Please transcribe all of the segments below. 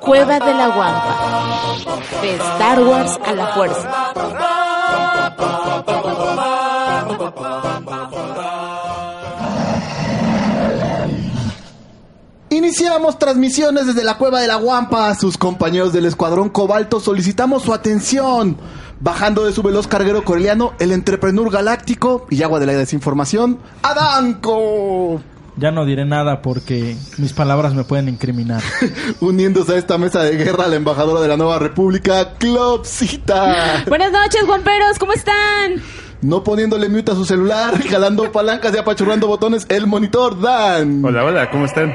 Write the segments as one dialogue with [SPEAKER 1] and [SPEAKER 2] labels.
[SPEAKER 1] Cueva de la Guampa. De Star Wars a la fuerza.
[SPEAKER 2] Iniciamos transmisiones desde la Cueva de la Guampa. Sus compañeros del Escuadrón Cobalto solicitamos su atención. Bajando de su veloz carguero coreliano, el entrepreneur galáctico y agua de la desinformación, Adanco.
[SPEAKER 3] Ya no diré nada porque mis palabras me pueden incriminar.
[SPEAKER 2] Uniéndose a esta mesa de guerra, la embajadora de la Nueva República, Clopsita.
[SPEAKER 4] Buenas noches, guamperos, ¿cómo están?
[SPEAKER 2] No poniéndole mute a su celular, jalando palancas y apachurrando botones, el monitor, Dan.
[SPEAKER 5] Hola, hola, ¿cómo están?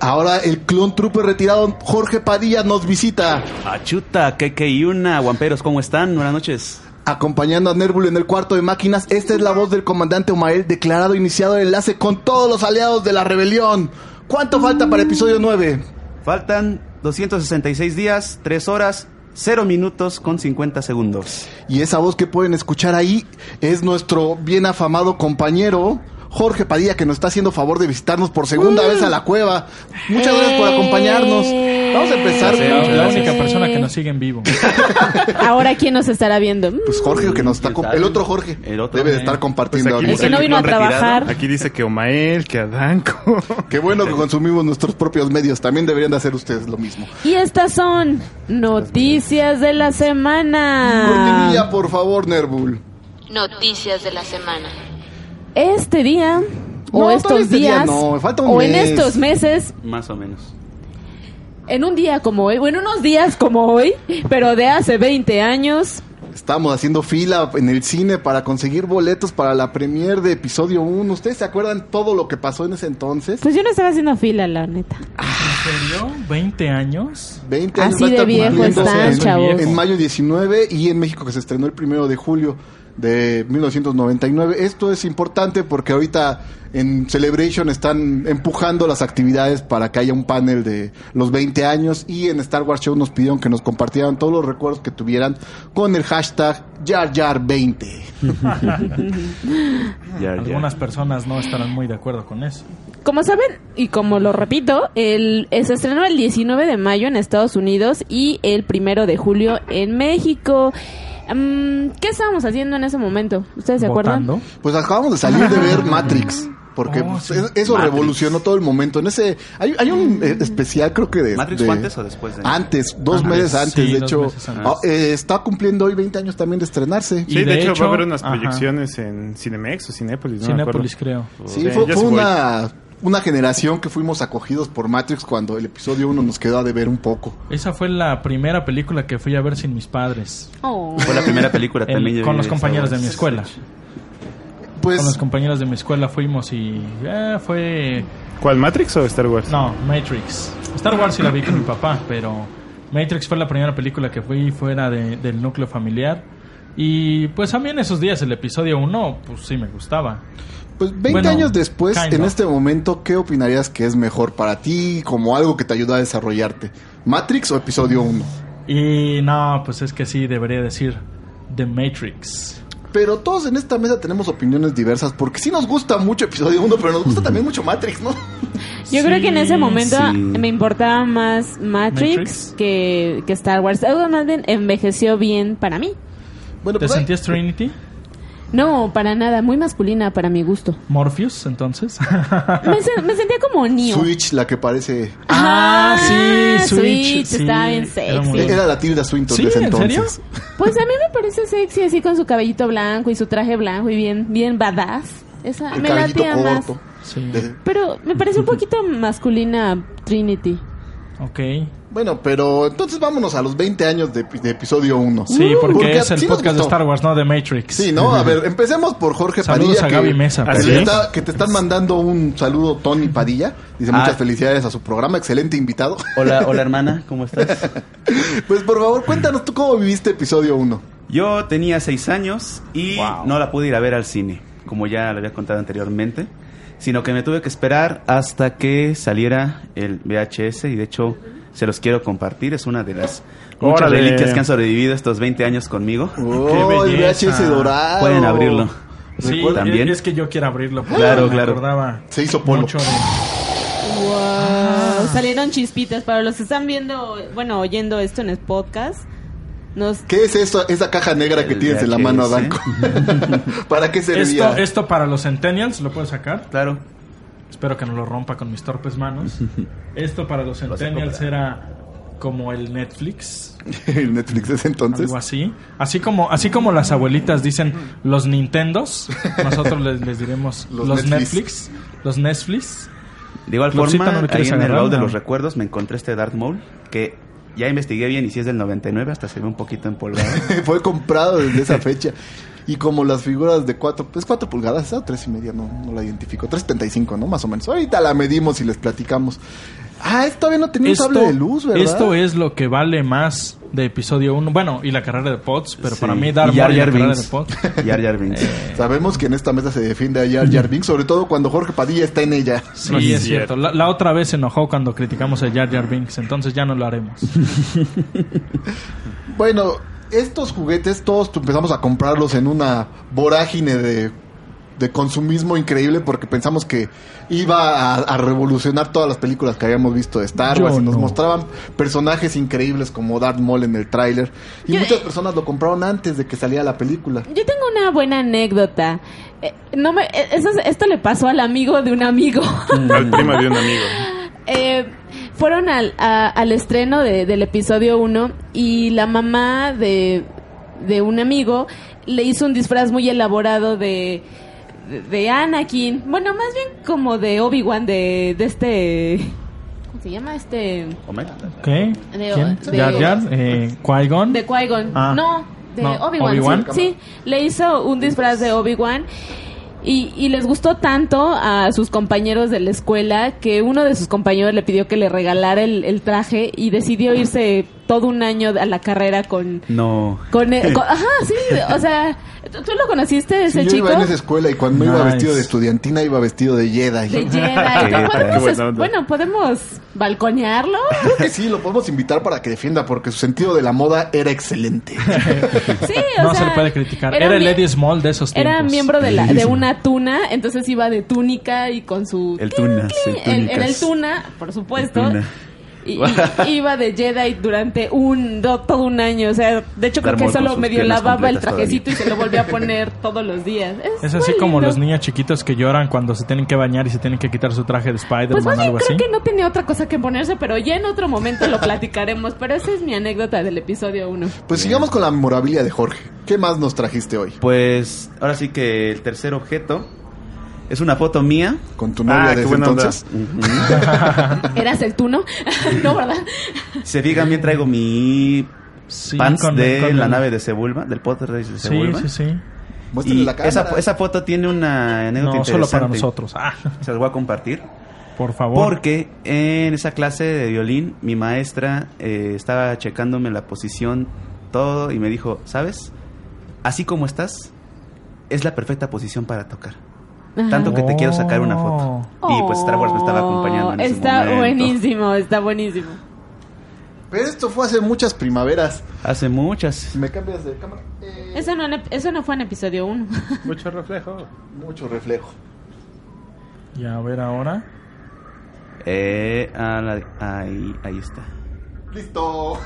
[SPEAKER 2] Ahora el clon trooper retirado, Jorge Padilla, nos visita.
[SPEAKER 6] Achuta, que que y una, guamperos, ¿cómo están? Buenas noches.
[SPEAKER 2] Acompañando a Nervul en el cuarto de máquinas, esta es la voz del comandante Omael, declarado iniciado el enlace con todos los aliados de la rebelión. ¿Cuánto falta para episodio 9?
[SPEAKER 6] Faltan 266 días, 3 horas, 0 minutos con 50 segundos.
[SPEAKER 2] Y esa voz que pueden escuchar ahí es nuestro bien afamado compañero. Jorge Padilla, que nos está haciendo favor de visitarnos por segunda vez a la cueva. Muchas gracias por acompañarnos. Vamos a empezar.
[SPEAKER 3] La, la única persona que nos sigue en vivo.
[SPEAKER 4] Ahora, ¿quién nos estará viendo?
[SPEAKER 2] Pues Jorge, que nos está. comp- El otro Jorge.
[SPEAKER 6] El otro,
[SPEAKER 2] debe de
[SPEAKER 6] eh.
[SPEAKER 2] estar
[SPEAKER 5] Pues
[SPEAKER 2] compartiendo
[SPEAKER 5] aquí
[SPEAKER 2] algo.
[SPEAKER 4] El que
[SPEAKER 5] dice
[SPEAKER 4] no vino a
[SPEAKER 5] clon retirado.
[SPEAKER 4] trabajar.
[SPEAKER 5] Aquí dice que Omael, que Adanco.
[SPEAKER 2] Qué bueno que consumimos nuestros propios medios. También deberían de hacer ustedes lo mismo.
[SPEAKER 4] Y estas son noticias de la
[SPEAKER 2] Cortinilla,
[SPEAKER 4] semana.
[SPEAKER 2] por favor, Nerbul.
[SPEAKER 1] Noticias de la semana.
[SPEAKER 4] Este día o
[SPEAKER 2] No,
[SPEAKER 4] estos
[SPEAKER 2] todavía este día
[SPEAKER 4] días
[SPEAKER 2] no, falta un
[SPEAKER 4] o en
[SPEAKER 2] mes.
[SPEAKER 4] estos meses,
[SPEAKER 6] Más o menos.
[SPEAKER 4] en un día como hoy, o en unos días como hoy, pero de hace 20 años,
[SPEAKER 2] Estábamos haciendo fila en el cine para conseguir boletos para la premier de episodio 1. ¿Ustedes se acuerdan todo lo que pasó en ese entonces?
[SPEAKER 4] pues yo no estaba haciendo fila, la neta.
[SPEAKER 3] ¿En serio? ¿20 años?
[SPEAKER 2] 20
[SPEAKER 4] Así
[SPEAKER 2] años va a
[SPEAKER 4] de
[SPEAKER 2] estar
[SPEAKER 4] viejo
[SPEAKER 2] cumpliendo
[SPEAKER 3] están,
[SPEAKER 2] en-
[SPEAKER 3] chavos.
[SPEAKER 2] En mayo 19 y en México que se estrenó el primero de julio de 1999. Esto es importante porque ahorita en Celebration están empujando las actividades para que haya un panel de los 20 años y en Star Wars Show nos pidieron que nos compartieran todos los recuerdos que tuvieran con el hashtag YarYar20.
[SPEAKER 6] Ya,
[SPEAKER 3] Algunas personas no estarán muy de acuerdo con eso.
[SPEAKER 4] Como saben, y como lo repito, el, eh, se estrenó el 19 de mayo en Estados Unidos y el 1 de julio en México. Mm, ¿Qué estábamos haciendo en ese momento? ¿Ustedes se acuerdan?
[SPEAKER 3] ¿Votando?
[SPEAKER 2] Pues acabamos de salir de ver Matrix. Porque
[SPEAKER 3] Oh,
[SPEAKER 2] pues,
[SPEAKER 3] sí.
[SPEAKER 2] es- eso
[SPEAKER 6] Matrix.
[SPEAKER 2] revolucionó todo el momento. En ese hay, hay un eh, especial creo que de
[SPEAKER 6] ¿Matrix
[SPEAKER 2] de-
[SPEAKER 6] fue antes o después de-
[SPEAKER 2] Antes, dos
[SPEAKER 3] Antes,
[SPEAKER 2] meses antes.
[SPEAKER 3] sí,
[SPEAKER 2] de
[SPEAKER 3] dos
[SPEAKER 2] hecho,
[SPEAKER 3] meses antes.
[SPEAKER 2] Ah, eh, está cumpliendo hoy 20 años también de estrenarse.
[SPEAKER 3] Y
[SPEAKER 5] Sí, de,
[SPEAKER 3] de
[SPEAKER 5] hecho,
[SPEAKER 3] hecho,
[SPEAKER 5] va a haber unas
[SPEAKER 3] ajá.
[SPEAKER 5] proyecciones en Cinemex o Cinépolis, no me
[SPEAKER 3] Cinépolis,
[SPEAKER 5] acuerdo.
[SPEAKER 3] creo.
[SPEAKER 2] Sí,
[SPEAKER 5] Bien,
[SPEAKER 2] fue,
[SPEAKER 5] yo
[SPEAKER 2] fue
[SPEAKER 5] voy.
[SPEAKER 2] una una generación que fuimos acogidos por Matrix cuando el episodio 1 nos quedó a deber un poco.
[SPEAKER 3] Esa fue la primera película que fui a ver sin mis padres.
[SPEAKER 4] Oh.
[SPEAKER 6] Fue la primera película
[SPEAKER 3] En-
[SPEAKER 6] también. yo
[SPEAKER 3] con
[SPEAKER 6] vi
[SPEAKER 3] los compañeros
[SPEAKER 6] Star
[SPEAKER 3] de mi
[SPEAKER 6] Wars.
[SPEAKER 3] escuela. Con los
[SPEAKER 2] Pues
[SPEAKER 3] compañeros de mi escuela fuimos y... eh, fue...
[SPEAKER 5] ¿Cuál, Matrix o Star Wars?
[SPEAKER 3] No, Matrix. Star Wars sí la vi con mi papá, pero Matrix fue la primera película que fui fuera de- del núcleo familiar. Y pues a mí en esos días el episodio 1, pues sí me gustaba.
[SPEAKER 2] Pues 20
[SPEAKER 3] Bueno,
[SPEAKER 2] años después,
[SPEAKER 3] kind
[SPEAKER 2] en
[SPEAKER 3] of.
[SPEAKER 2] este momento, ¿qué opinarías que es mejor para ti como algo que te ayuda a desarrollarte? ¿Matrix o episodio 1?
[SPEAKER 3] Y no, pues es que sí, debería decir The Matrix.
[SPEAKER 2] Pero todos en esta mesa tenemos opiniones diversas porque sí nos gusta mucho episodio 1, pero nos gusta también mucho Matrix, ¿no?
[SPEAKER 4] Yo creo que en ese momento
[SPEAKER 6] sí.
[SPEAKER 4] me importaba más Matrix,
[SPEAKER 3] Matrix.
[SPEAKER 4] Que, que Star Wars. Algo más bien envejeció bien para mí.
[SPEAKER 2] Bueno,
[SPEAKER 3] ¿Te
[SPEAKER 2] pues hay-
[SPEAKER 3] sentías Trinity?
[SPEAKER 4] No, para nada, muy masculina para mi gusto.
[SPEAKER 3] ¿Morpheus entonces?
[SPEAKER 4] Me, se- me sentía como Neo.
[SPEAKER 2] Switch, la que parece...
[SPEAKER 3] Ah, sí, Switch, sí.
[SPEAKER 4] estaba bien
[SPEAKER 3] Era muy
[SPEAKER 4] sexy.
[SPEAKER 3] Sí.
[SPEAKER 2] Era la Tilda Swinton
[SPEAKER 3] ¿Sí?
[SPEAKER 2] de ese
[SPEAKER 3] ¿En
[SPEAKER 2] entonces.
[SPEAKER 3] serio?
[SPEAKER 4] Pues a mí me parece sexy así con su cabellito blanco y su traje blanco y bien bien badass. Esa Ah,
[SPEAKER 2] El
[SPEAKER 4] me
[SPEAKER 2] cabellito
[SPEAKER 4] latea más.
[SPEAKER 2] corto.
[SPEAKER 3] Sí.
[SPEAKER 2] De-
[SPEAKER 4] Pero me parece un poquito masculina Trinity.
[SPEAKER 3] Ok.
[SPEAKER 2] Bueno, pero entonces vámonos a los 20 años de, de episodio 1.
[SPEAKER 3] Sí, porque, es el
[SPEAKER 2] Uh, sí nos
[SPEAKER 3] podcast de
[SPEAKER 2] gustó.
[SPEAKER 3] Star Wars, no de Matrix.
[SPEAKER 2] Sí, ¿no? A ver, empecemos por Jorge
[SPEAKER 3] Saludos
[SPEAKER 2] Padilla.
[SPEAKER 3] a Gaby Mesa,
[SPEAKER 2] que
[SPEAKER 5] ¿Ah,
[SPEAKER 2] te
[SPEAKER 5] sí?
[SPEAKER 2] está- que te están mandando un saludo, Tony Padilla. Dice
[SPEAKER 6] Ah.
[SPEAKER 2] muchas felicidades a su programa, excelente invitado.
[SPEAKER 6] Hola, hola hermana, ¿cómo estás?
[SPEAKER 2] Pues por favor, cuéntanos tú cómo viviste episodio 1.
[SPEAKER 6] Yo tenía seis años y
[SPEAKER 5] Wow.
[SPEAKER 6] no la pude ir a ver al cine, como ya le había contado anteriormente, sino que me tuve que esperar hasta que saliera el VHS y de hecho se los quiero compartir, es una de las muchas
[SPEAKER 5] Órale.
[SPEAKER 6] reliquias que han sobrevivido estos 20 años conmigo.
[SPEAKER 2] Oh, el
[SPEAKER 3] belleza!
[SPEAKER 2] VHS dorado.
[SPEAKER 6] Pueden abrirlo.
[SPEAKER 3] Sí,
[SPEAKER 6] Recuerda-
[SPEAKER 3] también.
[SPEAKER 6] también.
[SPEAKER 3] Es que yo quiero abrirlo. porque
[SPEAKER 6] Claro,
[SPEAKER 3] me
[SPEAKER 6] claro.
[SPEAKER 3] acordaba
[SPEAKER 2] Se hizo polo.
[SPEAKER 3] mucho de-
[SPEAKER 4] Wow. Salieron chispitas para los que están viendo, bueno, oyendo esto en el podcast. Nos
[SPEAKER 2] ¿Qué es eso, esa caja negra que
[SPEAKER 6] El
[SPEAKER 2] tienes en la mano,
[SPEAKER 6] VHS.
[SPEAKER 2] Adanco? ¿Para qué servía?
[SPEAKER 3] Esto, esto para los Centennials, lo puedo sacar.
[SPEAKER 6] Claro.
[SPEAKER 3] Espero que no lo rompa con mis torpes manos. Esto para los
[SPEAKER 6] saco,
[SPEAKER 3] Centennials
[SPEAKER 6] ¿verdad?
[SPEAKER 3] era como el Netflix,
[SPEAKER 2] El Netflix es entonces.
[SPEAKER 3] algo así. Así como, así como las abuelitas dicen los Nintendos, nosotros les, les diremos los,
[SPEAKER 2] Los Netflix.
[SPEAKER 3] Netflix. los Netflix.
[SPEAKER 6] De igual
[SPEAKER 3] Florcita,
[SPEAKER 6] forma,
[SPEAKER 3] ¿no le
[SPEAKER 6] ahí
[SPEAKER 3] quieres
[SPEAKER 6] en el
[SPEAKER 3] agarrar
[SPEAKER 6] baúl de
[SPEAKER 3] una?
[SPEAKER 6] los recuerdos me encontré este Darth Maul que ya investigué bien y si es del 99 hasta se ve un poquito empolvado.
[SPEAKER 2] Fue comprado desde esa fecha. Y como las figuras de 4, pues 4 pulgadas, esa tres y media, no, no la identifico. 3.75, ¿no? Más o menos. Ahorita la medimos y les platicamos. Ah, esto todavía no tenía un sable de luz, ¿verdad?
[SPEAKER 3] esto es lo que vale más de episodio 1. Bueno, y la carrera de Pods, pero
[SPEAKER 6] Sí.
[SPEAKER 3] para mí
[SPEAKER 6] Y
[SPEAKER 3] Darth
[SPEAKER 6] Jar
[SPEAKER 3] Maul y la
[SPEAKER 6] Jar
[SPEAKER 3] carrera de Eh.
[SPEAKER 6] Binks.
[SPEAKER 3] Pods.
[SPEAKER 6] Jar Jar Binks.
[SPEAKER 2] Sabemos que en esta mesa se defiende a Jar Jar Binks, sobre todo cuando Jorge Padilla está en ella.
[SPEAKER 3] Sí,
[SPEAKER 5] No es
[SPEAKER 3] es cierto.
[SPEAKER 5] cierto.
[SPEAKER 3] La, la otra vez se enojó cuando criticamos a Jar Jar Binks, entonces ya no lo haremos.
[SPEAKER 2] Bueno, estos juguetes todos tu- empezamos a comprarlos en una vorágine de, de consumismo increíble porque pensamos que iba a, a revolucionar todas las películas que habíamos visto de Star
[SPEAKER 3] Yo
[SPEAKER 2] Wars y nos
[SPEAKER 3] no.
[SPEAKER 2] mostraban personajes increíbles como Darth Maul en el tráiler y
[SPEAKER 4] Yo- eh,
[SPEAKER 2] muchas personas lo compraron antes de que saliera la película.
[SPEAKER 4] Yo tengo una buena anécdota. Eh, no me, eh, eso- esto le pasó al amigo de un amigo.
[SPEAKER 3] Mm.
[SPEAKER 5] Al primo de un amigo.
[SPEAKER 4] Eh, fueron al, a- al estreno de- del episodio 1 y la mamá de, de un amigo le hizo un disfraz muy elaborado de, de, de Anakin. Bueno, más bien como de Obi-Wan, de, de este... ¿Cómo se llama este?
[SPEAKER 6] Omer.
[SPEAKER 3] ¿Qué?
[SPEAKER 4] De-
[SPEAKER 3] ¿Quién?
[SPEAKER 4] de-
[SPEAKER 3] ¿Jar Jar? Eh, ¿Qui-Gon?
[SPEAKER 4] De Qui-Gon.
[SPEAKER 3] Ah.
[SPEAKER 4] no, de
[SPEAKER 3] No,
[SPEAKER 4] Obi-Wan.
[SPEAKER 3] Obi-Wan.
[SPEAKER 4] sí, sí, le hizo un disfraz de Obi-Wan. Y, y les gustó tanto a sus compañeros de la escuela que uno de sus compañeros le pidió que le regalara el, el traje y decidió irse todo un año a la carrera con...
[SPEAKER 6] No.
[SPEAKER 4] con, eh, con- ajá, sí, o sea, ¿tú, tú lo conociste ese
[SPEAKER 2] Sí, yo
[SPEAKER 4] chico?
[SPEAKER 2] iba en esa escuela y cuando iba
[SPEAKER 3] Nice.
[SPEAKER 2] vestido de estudiantina iba vestido de Jedi.
[SPEAKER 4] De Jedi.
[SPEAKER 6] Qué
[SPEAKER 4] Podemos
[SPEAKER 5] buena
[SPEAKER 4] es-
[SPEAKER 5] onda.
[SPEAKER 4] bueno, podemos balconearlo.
[SPEAKER 2] Creo que sí, lo podemos invitar para que defienda porque su sentido de la moda era excelente.
[SPEAKER 4] Sí, o
[SPEAKER 3] No se
[SPEAKER 4] sea,
[SPEAKER 3] le puede criticar.
[SPEAKER 4] era
[SPEAKER 3] Era, el
[SPEAKER 4] mie-
[SPEAKER 3] Eddie Small de esos tiempos.
[SPEAKER 4] Era miembro de, la, de una tuna, entonces iba de túnica y con su...
[SPEAKER 6] El Tunas.
[SPEAKER 4] Sí,
[SPEAKER 6] el
[SPEAKER 4] él era el
[SPEAKER 6] Túnicas.
[SPEAKER 4] Tuna, por supuesto.
[SPEAKER 6] El Tuna.
[SPEAKER 4] Y, y- iba de Jedi durante un do- todo un año, o sea, de hecho creo
[SPEAKER 6] Darth
[SPEAKER 4] que
[SPEAKER 6] Maul con
[SPEAKER 4] solo
[SPEAKER 6] sus
[SPEAKER 4] medio
[SPEAKER 6] piernas
[SPEAKER 4] lavaba el
[SPEAKER 6] completas
[SPEAKER 4] trajecito y se lo volvía a poner todos los días. Es,
[SPEAKER 3] Es así
[SPEAKER 4] muy
[SPEAKER 3] como
[SPEAKER 4] lindo.
[SPEAKER 3] los niños chiquitos que lloran cuando se tienen que bañar y se tienen que quitar su traje de
[SPEAKER 4] Pues
[SPEAKER 3] Spider-Man
[SPEAKER 4] más
[SPEAKER 3] o
[SPEAKER 4] bien
[SPEAKER 3] algo
[SPEAKER 4] creo
[SPEAKER 3] así.
[SPEAKER 4] que no tenía otra cosa que ponerse, pero ya en otro momento lo platicaremos. Pero esa es mi anécdota del episodio 1.
[SPEAKER 2] Pues sigamos con la memorabilia de Jorge. ¿Qué más nos trajiste hoy?
[SPEAKER 6] Pues ahora sí que el tercer objeto es una foto mía.
[SPEAKER 2] Con tu novia
[SPEAKER 5] Ah,
[SPEAKER 2] de
[SPEAKER 5] qué
[SPEAKER 2] ese
[SPEAKER 5] buena onda.
[SPEAKER 2] entonces.
[SPEAKER 4] ¿Eras el Tuno? no, ¿verdad?
[SPEAKER 6] Se fijan bien, traigo mi
[SPEAKER 3] Sí,
[SPEAKER 6] pants
[SPEAKER 3] con-
[SPEAKER 6] de
[SPEAKER 3] con
[SPEAKER 6] la
[SPEAKER 3] el-
[SPEAKER 6] nave de Sebulba, del Potter Race de
[SPEAKER 3] Sí,
[SPEAKER 6] Sebulba.
[SPEAKER 3] sí, sí.
[SPEAKER 2] Muéstrale
[SPEAKER 6] Y
[SPEAKER 2] la cámara.
[SPEAKER 6] esa, esa foto tiene una anécdota
[SPEAKER 3] No, solo para
[SPEAKER 6] interesante.
[SPEAKER 3] nosotros. Ah,
[SPEAKER 6] Se las voy a compartir.
[SPEAKER 3] por favor.
[SPEAKER 6] Porque en esa clase de violín, mi maestra eh, estaba checándome la posición, todo, y me dijo, ¿sabes? Así como estás, es la perfecta posición para tocar. Tanto que te quiero sacar una foto. Y pues Star Wars me estaba acompañando en ese
[SPEAKER 4] Oh. Está
[SPEAKER 6] momento.
[SPEAKER 4] buenísimo, está buenísimo.
[SPEAKER 2] Pero esto fue hace muchas primaveras.
[SPEAKER 6] Hace muchas.
[SPEAKER 2] Me cambias de cámara. Eh,
[SPEAKER 4] Eso no, en- eso no fue en episodio 1.
[SPEAKER 5] Mucho reflejo.
[SPEAKER 2] Mucho reflejo.
[SPEAKER 3] Y a ver ahora.
[SPEAKER 6] Eh, a la- ahí, ahí está.
[SPEAKER 2] Listo.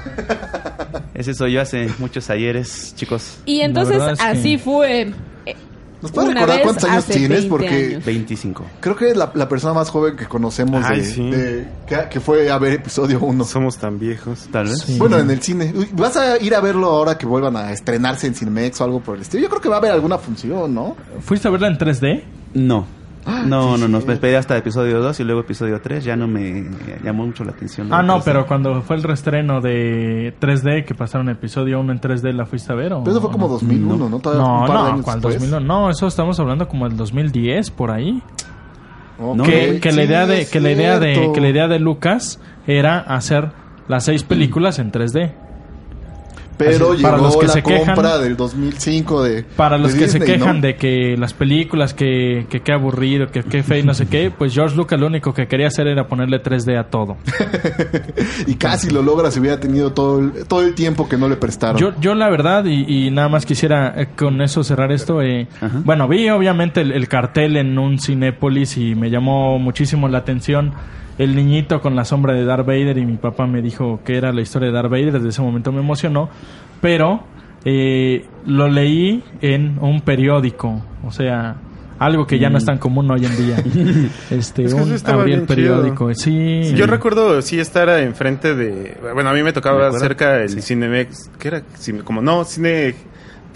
[SPEAKER 6] Ese soy yo hace muchos ayeres, chicos.
[SPEAKER 4] Y
[SPEAKER 3] La
[SPEAKER 4] entonces
[SPEAKER 3] verdad es que-
[SPEAKER 4] así fue. eh,
[SPEAKER 2] ¿Nos puedes
[SPEAKER 4] Una
[SPEAKER 2] recordar
[SPEAKER 4] vez
[SPEAKER 2] cuántos años
[SPEAKER 4] hace
[SPEAKER 2] tienes?
[SPEAKER 4] 20
[SPEAKER 2] Porque
[SPEAKER 4] años.
[SPEAKER 6] 25.
[SPEAKER 2] creo que es la, la persona más joven que conocemos
[SPEAKER 5] Ay,
[SPEAKER 2] de,
[SPEAKER 5] sí.
[SPEAKER 2] de- que, que fue a ver episodio 1.
[SPEAKER 5] No somos tan viejos.
[SPEAKER 6] Tal vez.
[SPEAKER 3] Sí.
[SPEAKER 2] Bueno, en el cine. Uy, ¿Vas a ir a verlo ahora que vuelvan a estrenarse en Cinemex o algo por el estilo? Yo creo que va a haber alguna función, ¿no?
[SPEAKER 3] ¿Fuiste a verla en 3D?
[SPEAKER 6] No. No, no, no, me esperé hasta episodio 2 y luego episodio 3, ya no me llamó mucho la atención.
[SPEAKER 3] Ah, no,
[SPEAKER 6] Entonces,
[SPEAKER 3] pero cuando fue el restreno de 3D, que pasaron episodio 1 en 3D, ¿la fuiste a ver? O,
[SPEAKER 2] Pero eso fue como
[SPEAKER 3] o no?
[SPEAKER 2] 2001, ¿no? Todavía
[SPEAKER 3] Oh, No,
[SPEAKER 2] un par de
[SPEAKER 3] no,
[SPEAKER 2] años
[SPEAKER 3] ¿cuál
[SPEAKER 2] después.
[SPEAKER 3] 2001? No, eso estamos hablando como el 2010, por ahí.
[SPEAKER 2] Ok,
[SPEAKER 6] No,
[SPEAKER 3] que, que la
[SPEAKER 2] sí,
[SPEAKER 3] idea de
[SPEAKER 2] es
[SPEAKER 3] que la idea de
[SPEAKER 2] cierto. Mm.
[SPEAKER 3] que la idea de Lucas era hacer las seis películas en 3D.
[SPEAKER 2] Pero
[SPEAKER 3] Así, para
[SPEAKER 2] llegó
[SPEAKER 3] los que
[SPEAKER 2] la
[SPEAKER 3] se quejan-
[SPEAKER 2] compra del 2005 de
[SPEAKER 3] Para los
[SPEAKER 2] de
[SPEAKER 3] que se
[SPEAKER 2] Disney, ¿no?
[SPEAKER 3] quejan de que las películas que que qué aburrido, que qué feo, y no sé qué, pues George Lucas lo único que quería hacer era ponerle 3D a todo.
[SPEAKER 2] y casi lo logra si hubiera tenido todo el, todo el tiempo que no le prestaron.
[SPEAKER 3] Yo, yo la verdad, y, y nada más quisiera eh, con eso cerrar esto. eh,
[SPEAKER 6] Ajá.
[SPEAKER 3] bueno, vi obviamente el, el cartel en un Cinépolis y me llamó muchísimo la atención el niñito con la sombra de Darth Vader y mi papá me dijo que era la historia de Darth Vader. Desde ese momento me emocionó, pero eh, lo leí en un periódico, o sea... Algo que ya no es
[SPEAKER 5] Mm.
[SPEAKER 3] tan común hoy en día. Este,
[SPEAKER 5] Es que eso
[SPEAKER 3] un-
[SPEAKER 5] estaba
[SPEAKER 3] abrí el
[SPEAKER 5] bien chido.
[SPEAKER 3] periódico. Sí.
[SPEAKER 5] Sí, Yo recuerdo sí estar enfrente de. Bueno, a mí me
[SPEAKER 6] ¿Me
[SPEAKER 5] tocaba
[SPEAKER 6] acuerdo?
[SPEAKER 5] cerca el
[SPEAKER 6] Sí.
[SPEAKER 5] Cinemex. ¿Qué era? Cine- Como no, Cine.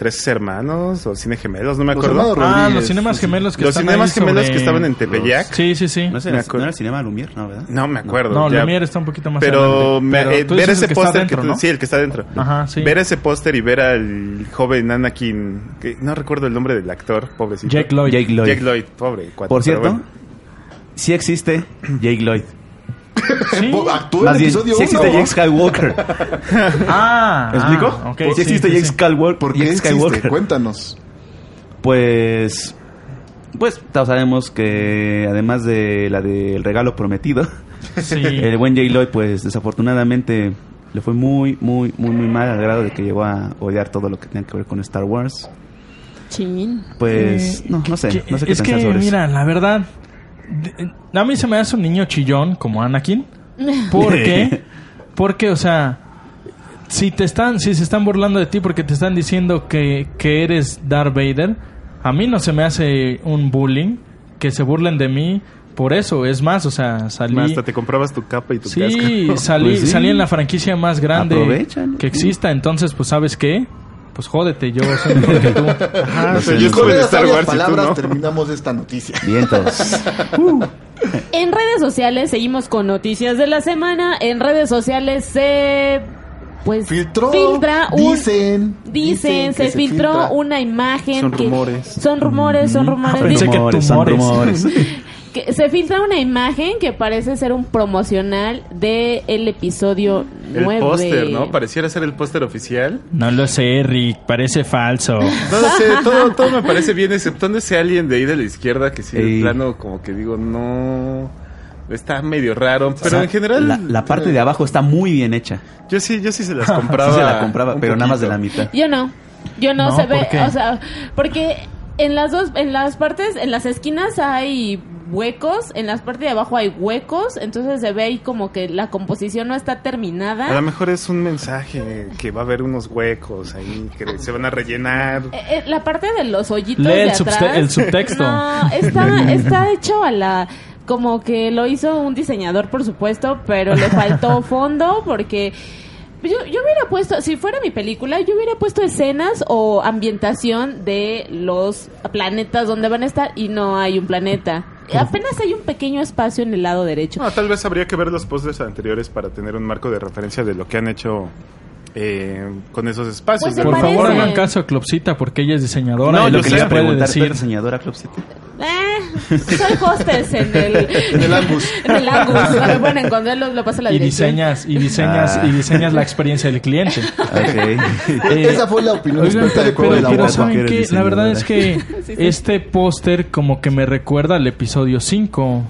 [SPEAKER 5] Tres hermanos o Cine Gemelos, no me
[SPEAKER 2] Los
[SPEAKER 5] acuerdo.
[SPEAKER 2] hermanos
[SPEAKER 3] Ah, los
[SPEAKER 2] Rodríguez,
[SPEAKER 3] cinemas
[SPEAKER 2] sí, sí.
[SPEAKER 3] gemelos que
[SPEAKER 5] Los
[SPEAKER 3] están
[SPEAKER 5] cinemas
[SPEAKER 3] ahí
[SPEAKER 5] gemelos
[SPEAKER 3] sobre-
[SPEAKER 5] que estaban en Tepeyac.
[SPEAKER 3] Sí, sí, sí.
[SPEAKER 6] No, es el,
[SPEAKER 5] Me
[SPEAKER 6] no
[SPEAKER 5] acuerdo.
[SPEAKER 6] era el cinema Lumier, ¿no, verdad?
[SPEAKER 5] No me acuerdo.
[SPEAKER 3] No,
[SPEAKER 5] ya.
[SPEAKER 3] Lumiere está un poquito más
[SPEAKER 5] Pero,
[SPEAKER 3] adelante.
[SPEAKER 5] me- eh,
[SPEAKER 3] tú
[SPEAKER 5] ver
[SPEAKER 3] dices
[SPEAKER 5] ese
[SPEAKER 3] que está
[SPEAKER 5] póster que
[SPEAKER 3] adentro,
[SPEAKER 5] tú-
[SPEAKER 3] ¿no?
[SPEAKER 5] sí, el que está adentro.
[SPEAKER 3] Ajá, sí.
[SPEAKER 5] Ver ese póster y ver al joven Anakin, que no recuerdo el nombre del actor, pobrecito.
[SPEAKER 3] Jake Lloyd.
[SPEAKER 6] Jake Lloyd.
[SPEAKER 5] Jake Lloyd, pobre. cuate,
[SPEAKER 6] Por
[SPEAKER 5] pero
[SPEAKER 6] cierto,
[SPEAKER 5] bueno.
[SPEAKER 6] sí existe Jake Lloyd.
[SPEAKER 3] Sí.
[SPEAKER 2] Po- Actuó en
[SPEAKER 6] Más
[SPEAKER 2] el
[SPEAKER 6] bien,
[SPEAKER 2] episodio
[SPEAKER 6] sí existe
[SPEAKER 2] 1.
[SPEAKER 6] Jake Skywalker.
[SPEAKER 3] Ah,
[SPEAKER 6] ¿Me explico?
[SPEAKER 3] ah, ok,
[SPEAKER 6] sí,
[SPEAKER 3] sí,
[SPEAKER 6] existe
[SPEAKER 3] sí,
[SPEAKER 6] Jake
[SPEAKER 3] sí.
[SPEAKER 6] Skywalker.
[SPEAKER 2] ¿Por qué
[SPEAKER 6] Jake
[SPEAKER 2] existe?
[SPEAKER 6] Skywalker.
[SPEAKER 2] Cuéntanos.
[SPEAKER 6] Pues. Pues todos sabemos que además de la del regalo prometido,
[SPEAKER 3] Sí.
[SPEAKER 6] el buen J. Lloyd, pues desafortunadamente le fue muy, muy, muy, muy mal al grado de que llegó a odiar todo lo que tenía que ver con Star Wars.
[SPEAKER 4] Chin.
[SPEAKER 6] Pues, no, no sé,
[SPEAKER 3] Eh, Que-
[SPEAKER 6] no sé qué
[SPEAKER 3] es
[SPEAKER 6] pensar
[SPEAKER 3] que,
[SPEAKER 6] sobre eso.
[SPEAKER 3] mira, la verdad, de- a mí se me hace un niño chillón como Anakin. ¿Por qué? Porque, o sea, si te están, si se están burlando de ti porque te están diciendo que, que eres Darth Vader, a mí no se me hace un bullying que se burlen de mí por eso. Es más, o sea, salí...
[SPEAKER 5] Hasta te comprabas tu capa y tu
[SPEAKER 3] Sí,
[SPEAKER 5] casco.
[SPEAKER 3] salí,
[SPEAKER 6] Pues sí.
[SPEAKER 3] salí en la franquicia más grande
[SPEAKER 6] Aprovechan.
[SPEAKER 3] que exista. Entonces, pues, ¿sabes qué? Pues jódete, yo soy mejor que tú.
[SPEAKER 5] Ajá,
[SPEAKER 6] No
[SPEAKER 5] o sea,
[SPEAKER 6] sé,
[SPEAKER 5] yo
[SPEAKER 6] no
[SPEAKER 5] estuve
[SPEAKER 2] Con
[SPEAKER 5] en
[SPEAKER 2] esas
[SPEAKER 5] Star
[SPEAKER 2] sabias
[SPEAKER 5] Wars y tú
[SPEAKER 2] palabras
[SPEAKER 5] no.
[SPEAKER 2] terminamos esta noticia.
[SPEAKER 6] Vientos.
[SPEAKER 4] En redes sociales seguimos con noticias de la semana. En redes sociales se pues
[SPEAKER 2] Filtró.
[SPEAKER 4] filtra un-
[SPEAKER 2] dicen.
[SPEAKER 4] Dicen, se,
[SPEAKER 2] que
[SPEAKER 4] filtró
[SPEAKER 2] filtra.
[SPEAKER 4] una imagen.
[SPEAKER 5] Son
[SPEAKER 4] que-
[SPEAKER 5] rumores.
[SPEAKER 4] Son rumores, son rumores.
[SPEAKER 3] Pensé que
[SPEAKER 6] Rumores, son
[SPEAKER 3] tumores.
[SPEAKER 6] rumores.
[SPEAKER 4] Que se filtra una imagen que parece ser un promocional del el episodio
[SPEAKER 5] El
[SPEAKER 4] 9.
[SPEAKER 5] póster, ¿no? Pareciera ser el póster oficial.
[SPEAKER 3] No lo sé, Rick, parece falso.
[SPEAKER 5] No lo sé, todo, todo me parece bien, excepto ese alien de ahí de la izquierda que sí,
[SPEAKER 6] Ey.
[SPEAKER 5] de plano, como que digo, no. Está medio raro, pero
[SPEAKER 6] O sea,
[SPEAKER 5] en general.
[SPEAKER 6] La, la parte de abajo está muy bien hecha.
[SPEAKER 5] Yo sí, yo sí se las compraba.
[SPEAKER 6] sí se la compraba,
[SPEAKER 5] un
[SPEAKER 6] pero nada más de
[SPEAKER 5] poquito.
[SPEAKER 6] la mitad.
[SPEAKER 4] Yo no. Yo no,
[SPEAKER 3] No,
[SPEAKER 4] se ve,
[SPEAKER 3] ¿por qué?
[SPEAKER 4] o sea, porque en las dos en las partes, en las esquinas hay huecos, en las partes de abajo hay huecos, entonces se ve ahí como que la composición no está
[SPEAKER 5] A lo
[SPEAKER 4] terminada.
[SPEAKER 5] mejor es un mensaje que va a haber unos huecos ahí que se van a rellenar.
[SPEAKER 4] Eh, eh, La parte de los hoyitos
[SPEAKER 3] Lee
[SPEAKER 4] de
[SPEAKER 3] el subte-
[SPEAKER 4] atrás.
[SPEAKER 3] el subtexto.
[SPEAKER 4] No, está está hecho a la como que lo hizo un diseñador, por supuesto, pero le faltó fondo porque yo, yo hubiera puesto, si fuera mi película, yo hubiera puesto escenas o ambientación de los planetas donde van a estar y no hay un planeta. Apenas hay un pequeño espacio en el lado derecho.
[SPEAKER 5] No, tal vez habría que ver los pósters anteriores para tener un marco de referencia de lo que han hecho eh, con esos espacios.
[SPEAKER 4] Pues
[SPEAKER 5] de
[SPEAKER 4] se
[SPEAKER 3] Por
[SPEAKER 5] alguna
[SPEAKER 4] parece.
[SPEAKER 3] favor,
[SPEAKER 5] forma.
[SPEAKER 3] hagan caso a Clopsita porque ella es diseñadora
[SPEAKER 6] Eh,
[SPEAKER 5] No,
[SPEAKER 3] y lo
[SPEAKER 5] yo
[SPEAKER 3] que
[SPEAKER 5] sé.
[SPEAKER 3] les
[SPEAKER 5] Iba a
[SPEAKER 3] puede
[SPEAKER 6] preguntar, ¿tú
[SPEAKER 3] decir.
[SPEAKER 6] eres diseñadora Club City?
[SPEAKER 4] Eh, soy hostes en el... En
[SPEAKER 2] el Angus.
[SPEAKER 4] En el Angus. Bueno, en cuando lo, lo pasa la
[SPEAKER 3] Y
[SPEAKER 4] dirección.
[SPEAKER 3] diseñas, y diseñas,
[SPEAKER 6] Ah.
[SPEAKER 3] y diseñas la experiencia del cliente.
[SPEAKER 6] Ok.
[SPEAKER 3] Eh,
[SPEAKER 2] Esa fue la opinión
[SPEAKER 3] Oigan,
[SPEAKER 2] experta de
[SPEAKER 3] pero,
[SPEAKER 2] Cueva de la
[SPEAKER 3] pero
[SPEAKER 2] Guapa.
[SPEAKER 3] ¿saben
[SPEAKER 6] que eres
[SPEAKER 3] qué? La
[SPEAKER 6] diseñadora.
[SPEAKER 3] verdad es que este póster como que me recuerda al episodio 5,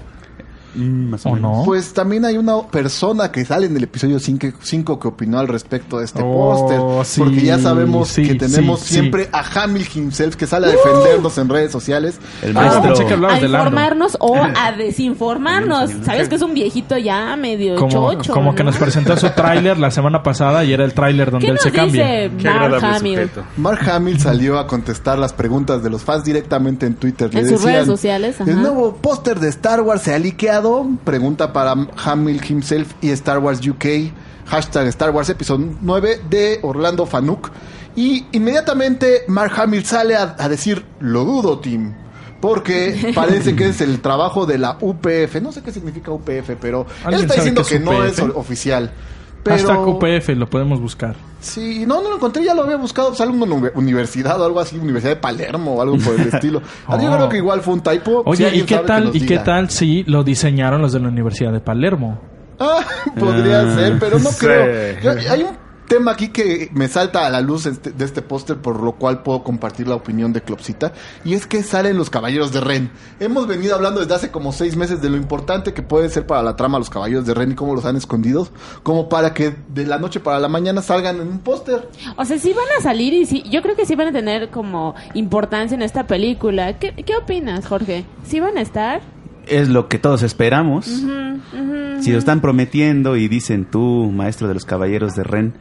[SPEAKER 6] Mm, más o,
[SPEAKER 3] ¿o
[SPEAKER 6] menos.
[SPEAKER 3] no?
[SPEAKER 2] Pues también hay una persona que sale en el episodio 5 que opinó al respecto de este
[SPEAKER 3] Oh,
[SPEAKER 2] póster.
[SPEAKER 3] sí,
[SPEAKER 2] porque ya sabemos
[SPEAKER 3] sí,
[SPEAKER 2] que tenemos
[SPEAKER 3] sí, sí.
[SPEAKER 2] siempre a Hamill himself que sale a defendernos en redes sociales.
[SPEAKER 6] El
[SPEAKER 3] Ah,
[SPEAKER 6] maestro.
[SPEAKER 3] pensé que hablabas
[SPEAKER 4] a
[SPEAKER 3] de Lando.
[SPEAKER 4] informarnos o a desinformarnos. Sabes que es un viejito ya medio
[SPEAKER 3] Como,
[SPEAKER 4] chocho.
[SPEAKER 3] como que
[SPEAKER 4] ¿no?
[SPEAKER 3] nos presentó su tráiler la semana pasada y era el tráiler donde
[SPEAKER 4] ¿Qué
[SPEAKER 3] él
[SPEAKER 4] nos
[SPEAKER 3] se cambia.
[SPEAKER 4] dice
[SPEAKER 5] Qué
[SPEAKER 4] Mark
[SPEAKER 5] agradable
[SPEAKER 4] Hamill?
[SPEAKER 5] sujeto.
[SPEAKER 2] Mark Hamill salió a contestar las preguntas de los fans directamente en Twitter.
[SPEAKER 4] En
[SPEAKER 2] Le
[SPEAKER 4] sus
[SPEAKER 2] decían,
[SPEAKER 4] redes sociales, ajá.
[SPEAKER 2] El nuevo póster de Star Wars se ha liqueado. Pregunta para Hamill himself y Star Wars UK. Hashtag Star Wars Episodio 9 de Orlando Fanuc. Y inmediatamente Mark Hamill sale a, a decir, lo dudo, Tim. Porque parece que es el trabajo de la UPF. No sé qué significa UPF, pero él
[SPEAKER 3] ¿Alguien
[SPEAKER 2] está
[SPEAKER 3] sabe
[SPEAKER 2] diciendo
[SPEAKER 3] qué
[SPEAKER 2] que
[SPEAKER 3] es
[SPEAKER 2] no es
[SPEAKER 3] UPF?
[SPEAKER 2] o- oficial. Pero
[SPEAKER 3] Hasta QPF lo podemos buscar.
[SPEAKER 2] Sí, no, no lo encontré, ya lo había buscado, pues alguna uni- universidad o algo así, Universidad de Palermo o algo por el estilo. Ah, Yo
[SPEAKER 3] Oh.
[SPEAKER 2] creo que igual fue un typo. Si
[SPEAKER 3] Oye, ¿y
[SPEAKER 2] alguien
[SPEAKER 3] qué
[SPEAKER 2] sabe que
[SPEAKER 3] tal
[SPEAKER 2] nos
[SPEAKER 3] y qué
[SPEAKER 2] diga.
[SPEAKER 3] tal si lo diseñaron los de la Universidad de Palermo?
[SPEAKER 2] Ah, podría
[SPEAKER 6] Ah,
[SPEAKER 2] ser, pero no
[SPEAKER 5] sí.
[SPEAKER 2] creo. Yo- hay un tema aquí que me salta a la luz este- de este póster, por lo cual puedo compartir la opinión de Clopsita, y es que salen los caballeros de Ren. Hemos venido hablando desde hace como seis meses de lo importante que puede ser para la trama los caballeros de Ren y cómo los han escondido, como para que de la noche para la mañana salgan en un póster.
[SPEAKER 4] O sea, sí van a salir y sí, yo creo que sí van a tener como importancia en esta película. ¿Qué, qué opinas, Jorge? ¿Sí van a estar?
[SPEAKER 6] Es lo que todos esperamos.
[SPEAKER 4] Mm, ujú.
[SPEAKER 6] Si lo están prometiendo y dicen tú, maestro de los caballeros de Ren,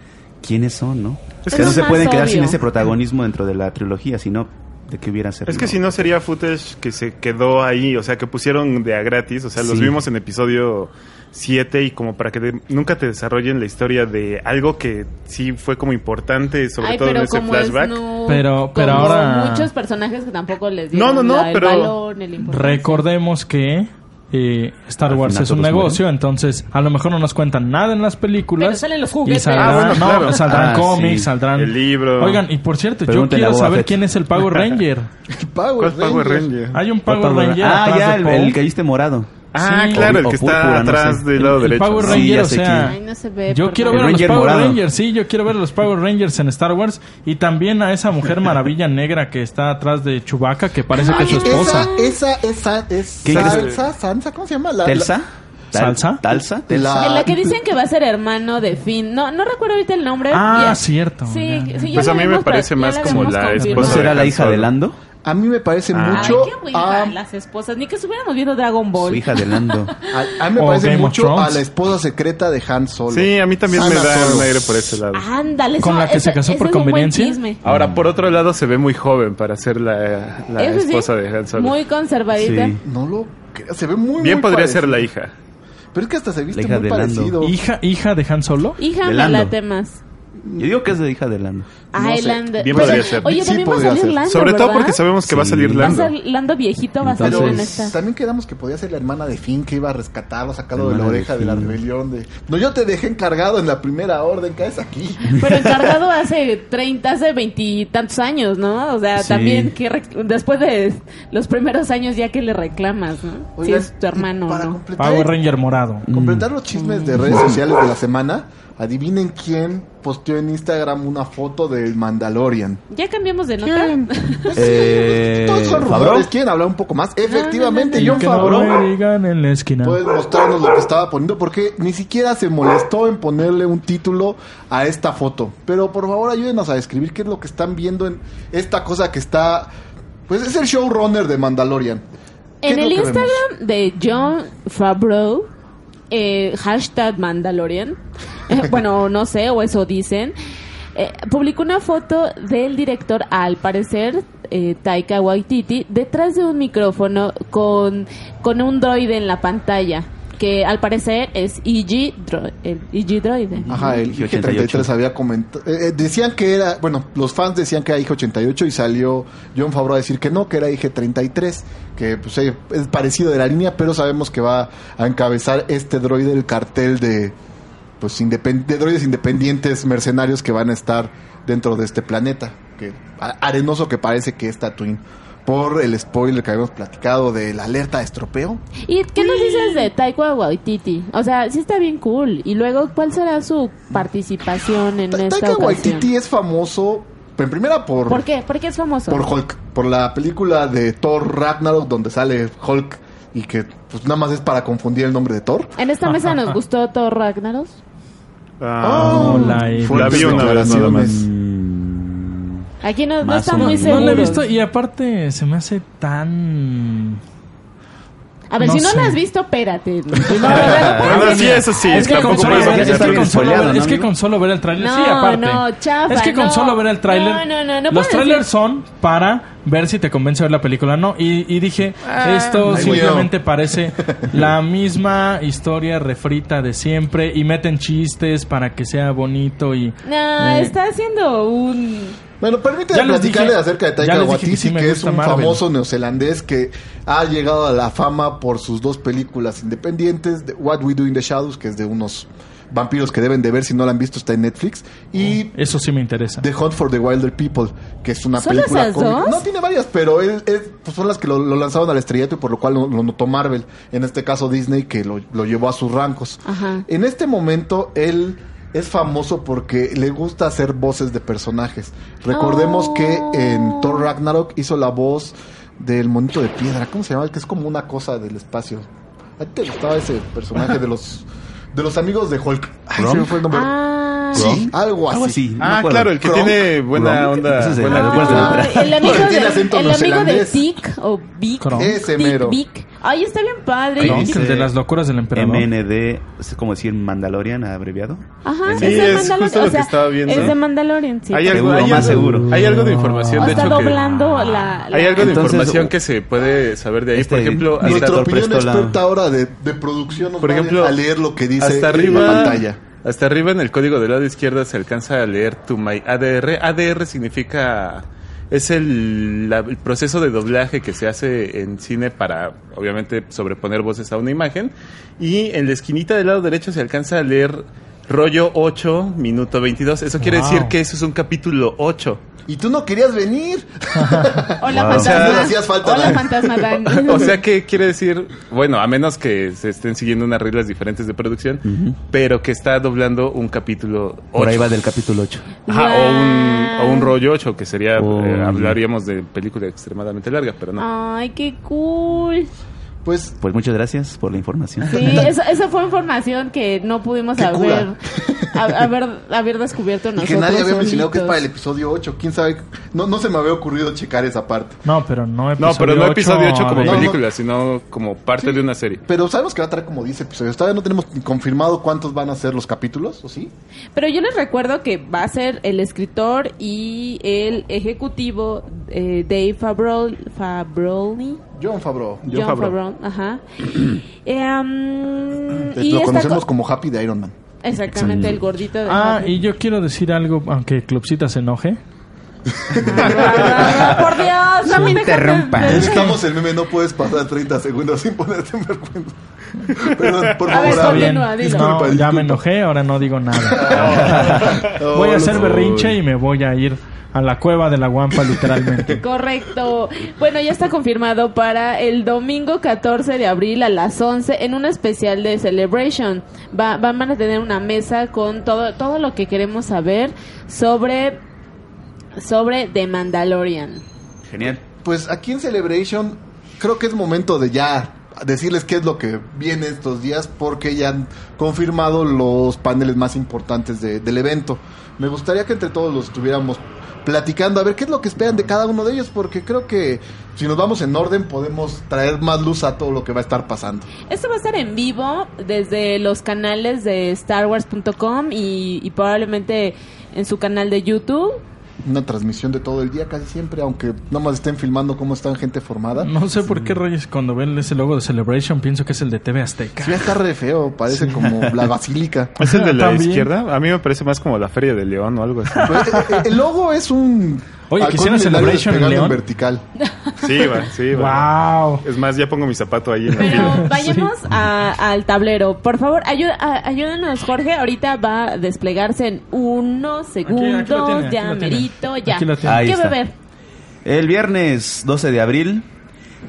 [SPEAKER 6] ¿quiénes son, no?
[SPEAKER 5] Es
[SPEAKER 6] que
[SPEAKER 5] que
[SPEAKER 6] no
[SPEAKER 5] es
[SPEAKER 6] se
[SPEAKER 4] más
[SPEAKER 6] pueden quedar
[SPEAKER 4] obvio.
[SPEAKER 6] sin ese protagonismo dentro de la trilogía, sino de que hubiera servido.
[SPEAKER 5] Es que si no sería footage que se quedó ahí, o sea, que pusieron de a gratis, o sea, los
[SPEAKER 6] Sí.
[SPEAKER 5] vimos en episodio 7 y como para que de- nunca te desarrollen la historia de algo que sí fue como importante, sobre
[SPEAKER 4] Ay,
[SPEAKER 5] todo en
[SPEAKER 4] pero
[SPEAKER 5] ese
[SPEAKER 4] como
[SPEAKER 5] flashback.
[SPEAKER 4] Snoop,
[SPEAKER 3] Pero- pero
[SPEAKER 4] como
[SPEAKER 3] ahora-
[SPEAKER 4] muchos personajes que tampoco les
[SPEAKER 5] No,
[SPEAKER 4] dieron
[SPEAKER 5] no, no,
[SPEAKER 4] la- el
[SPEAKER 5] pero-
[SPEAKER 4] valor ni la importancia.
[SPEAKER 3] Recordemos que eh, Star
[SPEAKER 6] Al
[SPEAKER 3] Wars
[SPEAKER 6] final
[SPEAKER 3] es un
[SPEAKER 6] todos
[SPEAKER 3] negocio, entonces a lo mejor no nos cuentan nada en las películas.
[SPEAKER 4] Pero salen los juguetes.
[SPEAKER 3] Y saldrán,
[SPEAKER 5] Ah, bueno,
[SPEAKER 3] no, pues,
[SPEAKER 5] claro.
[SPEAKER 3] saldrán
[SPEAKER 6] Ah,
[SPEAKER 3] cómics,
[SPEAKER 6] sí.
[SPEAKER 3] saldrán
[SPEAKER 5] El libro.
[SPEAKER 3] Oigan, y por cierto,
[SPEAKER 6] Pregúntale
[SPEAKER 3] yo
[SPEAKER 6] a
[SPEAKER 3] quiero
[SPEAKER 6] Boba
[SPEAKER 3] saber
[SPEAKER 6] Fett.
[SPEAKER 3] quién es el Power Ranger.
[SPEAKER 5] ¿Cuál Power Ranger?
[SPEAKER 3] Hay un
[SPEAKER 6] O
[SPEAKER 3] Power
[SPEAKER 6] Power
[SPEAKER 3] Ranger.
[SPEAKER 6] Ah,
[SPEAKER 3] atrás
[SPEAKER 6] ya,
[SPEAKER 3] de
[SPEAKER 6] el,
[SPEAKER 3] Poe.
[SPEAKER 6] el que viste morado.
[SPEAKER 5] Ah,
[SPEAKER 3] Sí.
[SPEAKER 5] claro, el
[SPEAKER 6] O
[SPEAKER 5] que
[SPEAKER 6] púrpura,
[SPEAKER 5] está
[SPEAKER 6] no
[SPEAKER 5] atrás
[SPEAKER 6] sé.
[SPEAKER 5] del lado
[SPEAKER 3] El- el
[SPEAKER 5] derecho.
[SPEAKER 3] Power
[SPEAKER 5] ¿no?
[SPEAKER 6] Sí,
[SPEAKER 3] Ranger,
[SPEAKER 6] ya
[SPEAKER 3] o
[SPEAKER 6] sé
[SPEAKER 3] sea,
[SPEAKER 6] quién.
[SPEAKER 4] Ay, no se ve.
[SPEAKER 3] Yo
[SPEAKER 4] perdón.
[SPEAKER 3] quiero
[SPEAKER 6] El
[SPEAKER 3] ver a los
[SPEAKER 6] Ranger
[SPEAKER 3] Power
[SPEAKER 6] morado.
[SPEAKER 3] Rangers, sí, yo quiero ver a los Power Rangers en Star Wars y también a esa mujer maravilla negra que está atrás de Chewbacca que parece que es su esposa.
[SPEAKER 2] Esa, esa, esa, es
[SPEAKER 6] ¿Qué crees?
[SPEAKER 2] salsa, Sansa, ¿cómo se llama? La,
[SPEAKER 6] ¿Telsa? Tal-
[SPEAKER 3] ¿Salsa?
[SPEAKER 6] ¿Talsa?
[SPEAKER 2] La-
[SPEAKER 4] De la que dicen que va a ser hermano de Finn. No, no recuerdo ahorita el nombre.
[SPEAKER 3] Ah,
[SPEAKER 4] Ya-
[SPEAKER 3] cierto,
[SPEAKER 4] Sí,
[SPEAKER 3] ya, Pues ya.
[SPEAKER 4] sí, ya
[SPEAKER 5] Pues
[SPEAKER 4] lo
[SPEAKER 5] a mí me
[SPEAKER 4] vimos, pero
[SPEAKER 5] parece
[SPEAKER 4] ya
[SPEAKER 5] más
[SPEAKER 4] la
[SPEAKER 5] como
[SPEAKER 4] habíamos
[SPEAKER 5] la
[SPEAKER 4] confirmado.
[SPEAKER 2] Pues
[SPEAKER 6] ¿No
[SPEAKER 5] esposa
[SPEAKER 6] será la hija
[SPEAKER 5] Solo.
[SPEAKER 6] de Lando?
[SPEAKER 2] A mí me parece
[SPEAKER 5] Ah.
[SPEAKER 4] Ay,
[SPEAKER 2] mucho
[SPEAKER 4] qué
[SPEAKER 2] a,
[SPEAKER 4] hueva, las esposas. Ni que estuviéramos viendo Dragon Ball.
[SPEAKER 6] Su hija de Lando.
[SPEAKER 2] a- a mí me
[SPEAKER 3] O
[SPEAKER 2] parece
[SPEAKER 3] Game of
[SPEAKER 2] mucho
[SPEAKER 3] Thrones.
[SPEAKER 2] a la esposa secreta de Han Solo.
[SPEAKER 5] Sí, a mí también me
[SPEAKER 2] Ana
[SPEAKER 5] da
[SPEAKER 2] Ah, Solo.
[SPEAKER 5] un aire por ese lado.
[SPEAKER 4] Ándale,
[SPEAKER 3] ¿Con
[SPEAKER 4] eso-
[SPEAKER 3] la que se
[SPEAKER 4] ese-
[SPEAKER 3] casó
[SPEAKER 4] ese
[SPEAKER 3] por
[SPEAKER 4] es un buen
[SPEAKER 3] conveniencia?
[SPEAKER 4] chisme.
[SPEAKER 5] Ahora, por otro lado, se ve muy joven para ser la, la
[SPEAKER 4] Eso sí,
[SPEAKER 5] esposa de Han Solo.
[SPEAKER 4] Muy conservadita.
[SPEAKER 6] Sí.
[SPEAKER 2] No lo creo, se ve muy
[SPEAKER 5] Bien
[SPEAKER 2] muy
[SPEAKER 5] podría
[SPEAKER 2] parecido.
[SPEAKER 5] ser la hija.
[SPEAKER 2] Pero es que hasta se viste
[SPEAKER 6] La hija
[SPEAKER 2] muy
[SPEAKER 6] de Lando.
[SPEAKER 2] parecido.
[SPEAKER 3] Hija hija de Han Solo.
[SPEAKER 4] Hija,
[SPEAKER 6] De
[SPEAKER 4] me
[SPEAKER 6] Lando.
[SPEAKER 4] late más.
[SPEAKER 6] Yo digo que es de hija de Lando.
[SPEAKER 4] Ah,
[SPEAKER 2] sé.
[SPEAKER 4] Lando.
[SPEAKER 5] Bien
[SPEAKER 4] Pero-
[SPEAKER 5] podría ser.
[SPEAKER 4] Oye,
[SPEAKER 2] Sí
[SPEAKER 4] también va a
[SPEAKER 2] podría
[SPEAKER 4] salir
[SPEAKER 2] ser.
[SPEAKER 4] Lando,
[SPEAKER 5] sobre todo
[SPEAKER 4] Ah, ¿verdad?
[SPEAKER 5] porque sabemos que va a
[SPEAKER 6] Sí.
[SPEAKER 5] salir
[SPEAKER 4] Va a
[SPEAKER 5] Lando.
[SPEAKER 4] ser Lando viejito, va a salir
[SPEAKER 2] Pero
[SPEAKER 4] en
[SPEAKER 6] Entonces-
[SPEAKER 4] esta.
[SPEAKER 2] también quedamos que podía ser la hermana de Finn que iba a rescatarlo, sacarlo de la
[SPEAKER 6] Hermana de
[SPEAKER 2] oreja de, la
[SPEAKER 6] Finn.
[SPEAKER 2] rebelión. De... No, yo te dejé encargado en la primera orden, caes aquí.
[SPEAKER 4] Pero encargado hace 30, hace veintitantos años, ¿no? O sea,
[SPEAKER 6] Sí.
[SPEAKER 4] también que rec- después de los primeros años ya que le reclamas, ¿no? si
[SPEAKER 2] Oigan,
[SPEAKER 4] es tu hermano,
[SPEAKER 2] y para
[SPEAKER 4] ¿no?
[SPEAKER 2] completar,
[SPEAKER 3] Power Ranger morado.
[SPEAKER 2] completar los chismes de redes sociales de la semana, adivinen quién posteó en Instagram una foto del Mandalorian.
[SPEAKER 4] Ya cambiamos de nota.
[SPEAKER 6] Eh,
[SPEAKER 2] Pues Todos son
[SPEAKER 6] ¿Favreau?
[SPEAKER 2] rumores. ¿Quieren hablar un poco más? Ah, Efectivamente,
[SPEAKER 3] Y
[SPEAKER 2] John
[SPEAKER 3] que no
[SPEAKER 2] Favreau.
[SPEAKER 3] me digan en la esquina.
[SPEAKER 4] Pues,
[SPEAKER 2] Puedes mostrarnos lo que estaba poniendo porque ni siquiera se molestó en ponerle un título a esta foto. Pero por favor ayúdenos a describir qué es lo que están viendo en esta cosa que está... Pues es el showrunner de Mandalorian. ¿Qué
[SPEAKER 4] en el
[SPEAKER 2] es lo que
[SPEAKER 4] Instagram
[SPEAKER 2] vemos?
[SPEAKER 4] de John Favreau, eh, hashtag Mandalorian, eh, bueno, no sé, o eso dicen, eh, publicó una foto del director, al parecer, eh, Taika Waititi, detrás de un micrófono con, con un droide en la pantalla, que al parecer es EG, dro- el EG droide.
[SPEAKER 2] Ajá, el
[SPEAKER 6] IG-88.
[SPEAKER 2] IG-33 había comentado... eh, eh, decían que era... Bueno, los fans decían que era IG-88 y salió John Favreau a decir que no, que era IG-33, que pues, eh, es parecido de la línea, pero sabemos que va a encabezar este droide el cartel de... Pues independ- de droides independientes mercenarios que van a estar dentro de este planeta, que a- arenoso que parece que es Tatooine, por el spoiler que habíamos platicado de la alerta de estropeo.
[SPEAKER 4] ¿Y qué nos dices de Taika Waititi? O sea, sí está bien cool. Y luego, ¿cuál será su participación en
[SPEAKER 2] Ta-
[SPEAKER 4] esta
[SPEAKER 2] Taika
[SPEAKER 4] ocasión?
[SPEAKER 2] Waititi es famoso, en primera por...
[SPEAKER 4] ¿Por qué? ¿Por qué es famoso?
[SPEAKER 2] Por Hulk, por la película de Thor Ragnarok donde sale Hulk y que pues nada más es para confundir el nombre de Thor.
[SPEAKER 4] En esta mesa nos gustó Thor Ragnaros. Oh,
[SPEAKER 5] Ah,
[SPEAKER 3] no eh, la he
[SPEAKER 2] Fuertes
[SPEAKER 5] visto. La vi una vez nada más.
[SPEAKER 2] declaraciones.
[SPEAKER 4] Aquí no, no
[SPEAKER 6] Más
[SPEAKER 4] está
[SPEAKER 6] o
[SPEAKER 4] muy
[SPEAKER 6] menos.
[SPEAKER 4] seguro.
[SPEAKER 3] No la he visto y aparte se me hace tan
[SPEAKER 4] A ver,
[SPEAKER 3] No
[SPEAKER 4] si no
[SPEAKER 3] sé.
[SPEAKER 4] la has visto, espérate.
[SPEAKER 5] Bueno, sí, eso sí.
[SPEAKER 3] Es que, con
[SPEAKER 5] tampoco
[SPEAKER 3] solo,
[SPEAKER 5] puedes
[SPEAKER 3] ver, es que
[SPEAKER 5] opinar.
[SPEAKER 6] ya está bien
[SPEAKER 3] con solo
[SPEAKER 6] spoileado,
[SPEAKER 3] ver-
[SPEAKER 6] ¿no,
[SPEAKER 3] es que
[SPEAKER 6] amigo?
[SPEAKER 3] con solo ver el tráiler, sí,
[SPEAKER 4] No,
[SPEAKER 3] aparte.
[SPEAKER 4] no, chafa,
[SPEAKER 3] es que con
[SPEAKER 4] no.
[SPEAKER 3] solo ver el tráiler,
[SPEAKER 4] No, no, no, no
[SPEAKER 3] los
[SPEAKER 4] puedes
[SPEAKER 3] trailers
[SPEAKER 4] decir-
[SPEAKER 3] son para ver si te convence ver la película o no. Y, y dije,
[SPEAKER 4] Ah.
[SPEAKER 3] esto
[SPEAKER 2] ahí
[SPEAKER 3] simplemente parece la misma historia refrita de siempre y meten chistes para que sea bonito y...
[SPEAKER 4] No,
[SPEAKER 3] eh,
[SPEAKER 4] está haciendo un...
[SPEAKER 2] Bueno, permíteme
[SPEAKER 3] Ya les
[SPEAKER 2] platicarles
[SPEAKER 3] dije-
[SPEAKER 2] acerca de
[SPEAKER 3] ya
[SPEAKER 2] Taika
[SPEAKER 3] les dije que
[SPEAKER 2] Waititi,
[SPEAKER 3] sí
[SPEAKER 2] que,
[SPEAKER 3] me
[SPEAKER 2] es
[SPEAKER 3] gusta
[SPEAKER 2] un
[SPEAKER 3] Marvel.
[SPEAKER 2] famoso neozelandés que ha llegado a la fama por sus dos películas independientes, de What We Do in the Shadows, que es de unos vampiros que deben de ver si no la han visto, está en Netflix, y
[SPEAKER 3] Eso sí me interesa.
[SPEAKER 2] The Hunt for the Wilder People, que es una
[SPEAKER 4] ¿Son
[SPEAKER 2] película
[SPEAKER 4] esas
[SPEAKER 2] cómica.
[SPEAKER 4] dos?
[SPEAKER 2] No, tiene varias, pero él, él, pues, son las que lo, lo lanzaron al estrellato y por lo cual lo, lo notó Marvel. En este caso Disney, que lo, lo llevó a sus rancos.
[SPEAKER 4] Ajá.
[SPEAKER 2] En este momento él es famoso porque le gusta hacer voces de personajes. Recordemos
[SPEAKER 4] Oh.
[SPEAKER 2] que en Thor Ragnarok hizo la voz del monito de piedra. ¿Cómo se llama? El que es como una cosa del espacio. ¿A ti te gustaba ese personaje de los... De los amigos de Hulk. Ay, se me fue el nombre.
[SPEAKER 4] Ah,
[SPEAKER 2] Sí, algo así.
[SPEAKER 6] Algo así. no me
[SPEAKER 5] Ah,
[SPEAKER 6] acuerdo.
[SPEAKER 5] claro, el que
[SPEAKER 2] Kronk.
[SPEAKER 5] tiene buena
[SPEAKER 6] Kronk.
[SPEAKER 5] onda.
[SPEAKER 6] Ese es el-
[SPEAKER 5] buena
[SPEAKER 6] Ah,
[SPEAKER 5] respuesta.
[SPEAKER 4] Ah, el amigo,
[SPEAKER 2] Porque tiene
[SPEAKER 4] de,
[SPEAKER 2] acento
[SPEAKER 4] el amigo de
[SPEAKER 2] neozelandés.
[SPEAKER 4] Vic o Vic.
[SPEAKER 3] Kronk.
[SPEAKER 2] Ese
[SPEAKER 4] Vic,
[SPEAKER 2] mero.
[SPEAKER 4] Vic. Ay, está bien padre.
[SPEAKER 3] Kronk,
[SPEAKER 4] Vic.
[SPEAKER 6] dice-
[SPEAKER 3] el de las locuras del emperador.
[SPEAKER 6] MND, es como decir Mandalorian abreviado.
[SPEAKER 4] Ajá,
[SPEAKER 5] Sí,
[SPEAKER 4] es de
[SPEAKER 5] es
[SPEAKER 4] Mandalorian.
[SPEAKER 5] justo lo que estaba viendo.
[SPEAKER 4] Es de Mandalorian, sí.
[SPEAKER 5] Hay algo,
[SPEAKER 6] Seguro,
[SPEAKER 5] hay
[SPEAKER 6] más
[SPEAKER 5] algo-
[SPEAKER 6] seguro.
[SPEAKER 5] Hay algo de información,
[SPEAKER 4] o
[SPEAKER 5] de
[SPEAKER 4] está
[SPEAKER 5] hecho, que...
[SPEAKER 4] doblando la, la-
[SPEAKER 5] Hay algo de
[SPEAKER 6] Entonces,
[SPEAKER 5] información
[SPEAKER 6] o-
[SPEAKER 5] que se puede saber de ahí.
[SPEAKER 6] Este
[SPEAKER 5] por ejemplo,
[SPEAKER 6] director
[SPEAKER 2] Nuestra
[SPEAKER 5] hasta,
[SPEAKER 6] Director
[SPEAKER 2] opinión
[SPEAKER 6] Prestola.
[SPEAKER 2] experta ahora de, de producción nos
[SPEAKER 5] por
[SPEAKER 2] va
[SPEAKER 5] ejemplo,
[SPEAKER 2] a leer lo que dice
[SPEAKER 5] hasta
[SPEAKER 2] en la
[SPEAKER 5] arriba,
[SPEAKER 2] pantalla.
[SPEAKER 5] hasta arriba en el código del lado izquierdo se alcanza a leer tu my ADR. ADR significa es el, la- el proceso de doblaje que se hace en cine para obviamente sobreponer voces a una imagen y en la esquinita del lado derecho se alcanza a leer rollo 8 minuto 22. Eso quiere
[SPEAKER 3] Wow.
[SPEAKER 5] decir que eso es un capítulo 8.
[SPEAKER 2] Y tú no querías venir.
[SPEAKER 4] Hola, fantasma.
[SPEAKER 6] Wow.
[SPEAKER 2] O sea, hacías falta,
[SPEAKER 4] Hola,
[SPEAKER 2] Dan.
[SPEAKER 4] fantasma Dan.
[SPEAKER 5] O sea que quiere decir, bueno, a menos que se estén siguiendo unas reglas diferentes de producción, pero que está doblando un capítulo 8.
[SPEAKER 6] Por ahí va del capítulo 8.
[SPEAKER 5] Ajá, o, un, o un
[SPEAKER 4] Guau.
[SPEAKER 5] rollo 8, que sería,
[SPEAKER 6] Oh.
[SPEAKER 5] eh, hablaríamos de película extremadamente larga, pero
[SPEAKER 6] Ah.
[SPEAKER 5] no.
[SPEAKER 4] Ay, qué cool.
[SPEAKER 2] Pues
[SPEAKER 6] Pues muchas gracias por la información.
[SPEAKER 4] Sí, eso- esa fue información que no pudimos
[SPEAKER 2] Qué
[SPEAKER 4] haber, a- haber, haber descubierto
[SPEAKER 2] y
[SPEAKER 4] nosotros.
[SPEAKER 2] que nadie había mencionado
[SPEAKER 4] solitos.
[SPEAKER 2] que es para el episodio 8. ¿Quién sabe? No, no se me había ocurrido checar esa parte.
[SPEAKER 3] No, pero no episodio
[SPEAKER 5] No, pero no episodio 8 como
[SPEAKER 3] de-
[SPEAKER 2] no, no.
[SPEAKER 5] película, sino como parte de una serie.
[SPEAKER 2] Pero sabemos que va a traer como 10 episodios. Todavía no tenemos confirmado cuántos van a ser los capítulos, ¿o sí?
[SPEAKER 4] Pero yo les recuerdo que va a ser el escritor y el ejecutivo eh, Dave Fabrol, Fabroni.
[SPEAKER 2] John Favreau.
[SPEAKER 4] John
[SPEAKER 5] Favreau.
[SPEAKER 4] Favreau, ajá. Em, y
[SPEAKER 2] Lo
[SPEAKER 4] esta
[SPEAKER 2] conocemos
[SPEAKER 4] co-
[SPEAKER 2] como Happy de Iron Man.
[SPEAKER 4] Exactamente, el gordito de
[SPEAKER 3] Ah,
[SPEAKER 4] Happy.
[SPEAKER 3] y yo quiero decir algo, aunque Clubcita se enoje.
[SPEAKER 4] Ah, Por Dios, no me interrumpas.
[SPEAKER 2] Necesitamos el meme, no puedes pasar 30 segundos sin ponerte en vergüenza. Perdón, por
[SPEAKER 4] A ver,
[SPEAKER 2] favor,
[SPEAKER 3] Está
[SPEAKER 2] habla.
[SPEAKER 3] bien.
[SPEAKER 4] continúa, dilo.
[SPEAKER 3] No,
[SPEAKER 2] Disculpa,
[SPEAKER 3] ya
[SPEAKER 2] disculpa.
[SPEAKER 3] me enojé, ahora no digo nada. voy a hacer berrinche y me voy a ir a la cueva de la guampa literalmente.
[SPEAKER 4] Correcto. Bueno, ya está confirmado para el domingo 14 de abril a las 11 en un especial de Celebration. Va, van a tener una mesa con todo, todo lo que queremos saber sobre, sobre The Mandalorian.
[SPEAKER 6] Genial.
[SPEAKER 2] pues aquí en Celebration creo que es momento de ya decirles qué es lo que viene estos días porque ya han confirmado los paneles más importantes de- del evento. Me gustaría que entre todos los estuviéramos platicando a ver qué es lo que esperan de cada uno de ellos porque creo que si nos vamos en orden podemos traer más luz a todo lo que va a estar pasando.
[SPEAKER 4] Esto va a estar en vivo desde los canales de StarWars.com y, y probablemente en su canal de YouTube.
[SPEAKER 2] Una transmisión de todo el día casi siempre, aunque nomás estén filmando cómo están gente formada.
[SPEAKER 3] No sé por qué Reyes cuando ven ese logo de Celebration pienso que es el de TV Azteca.
[SPEAKER 2] Sí, va a estar re feo, parece como la basílica.
[SPEAKER 5] ¿Es el de la
[SPEAKER 3] También.
[SPEAKER 5] izquierda? A mí me parece más como la Feria de León o algo así.
[SPEAKER 2] Pues, eh, eh, el logo es un...
[SPEAKER 3] Oye,
[SPEAKER 2] halcón
[SPEAKER 3] ¿quisieron
[SPEAKER 2] milenario
[SPEAKER 3] Celebration en
[SPEAKER 2] despegando
[SPEAKER 3] León?
[SPEAKER 2] vertical.
[SPEAKER 5] Sí, va, sí, va.
[SPEAKER 3] Wow.
[SPEAKER 5] Es más, ya pongo mi zapato ahí en la
[SPEAKER 4] Pero
[SPEAKER 5] fila.
[SPEAKER 4] vayamos a- al tablero. Por favor, ayú- a- ayúdanos, Jorge. Ahorita va a desplegarse en unos segundos.
[SPEAKER 3] aquí lo tiene, aquí
[SPEAKER 4] ya,
[SPEAKER 3] lo tiene.
[SPEAKER 4] merito, ya.
[SPEAKER 3] Aquí lo tiene.
[SPEAKER 6] Ahí
[SPEAKER 4] ¿Qué
[SPEAKER 6] está.
[SPEAKER 4] beber?
[SPEAKER 6] El viernes 12 de abril,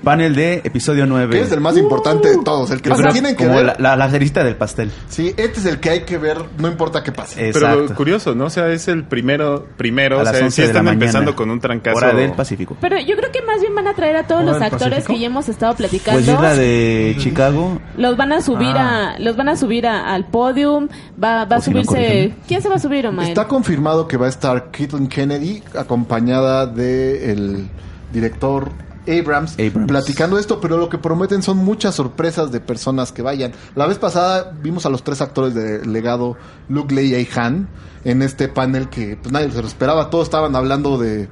[SPEAKER 6] panel de episodio 9.
[SPEAKER 2] Que es el más importante de todos, el que
[SPEAKER 6] Yo
[SPEAKER 2] se
[SPEAKER 6] creo
[SPEAKER 2] tienen que
[SPEAKER 6] como
[SPEAKER 2] ver.
[SPEAKER 6] la, la, la cerita del pastel.
[SPEAKER 2] Sí, este es el que hay que ver, no importa qué pase.
[SPEAKER 5] Pero
[SPEAKER 6] Exacto.
[SPEAKER 5] curioso, ¿no? O sea, es el primero, primero,
[SPEAKER 6] a
[SPEAKER 5] o
[SPEAKER 6] las
[SPEAKER 5] sea,
[SPEAKER 6] 11
[SPEAKER 5] sí
[SPEAKER 6] de la
[SPEAKER 5] están
[SPEAKER 6] mañana.
[SPEAKER 5] empezando con un trancazo.
[SPEAKER 6] Hora del Pacífico.
[SPEAKER 4] Pero yo creo que más bien van a traer a todos
[SPEAKER 3] ¿Hora
[SPEAKER 4] los
[SPEAKER 3] del
[SPEAKER 4] actores
[SPEAKER 3] Pacífico?
[SPEAKER 4] que ya hemos estado platicando.
[SPEAKER 6] Pues es la de Chicago.
[SPEAKER 4] Los van a subir
[SPEAKER 3] Ah.
[SPEAKER 4] a, los van a subir a- al podium, va, va a
[SPEAKER 6] O si no,
[SPEAKER 4] subirse.
[SPEAKER 6] corrígeme.
[SPEAKER 4] ¿Quién se va a subir, Omar?
[SPEAKER 2] Está confirmado que va a estar Keaton Kennedy acompañada del director Abrams,
[SPEAKER 6] Abrams.
[SPEAKER 2] platicando esto, pero lo que prometen son muchas sorpresas de personas que vayan. La vez pasada vimos a los tres actores de legado, Luke, Leia y Han, en este panel que pues, nadie se lo esperaba, todos estaban hablando de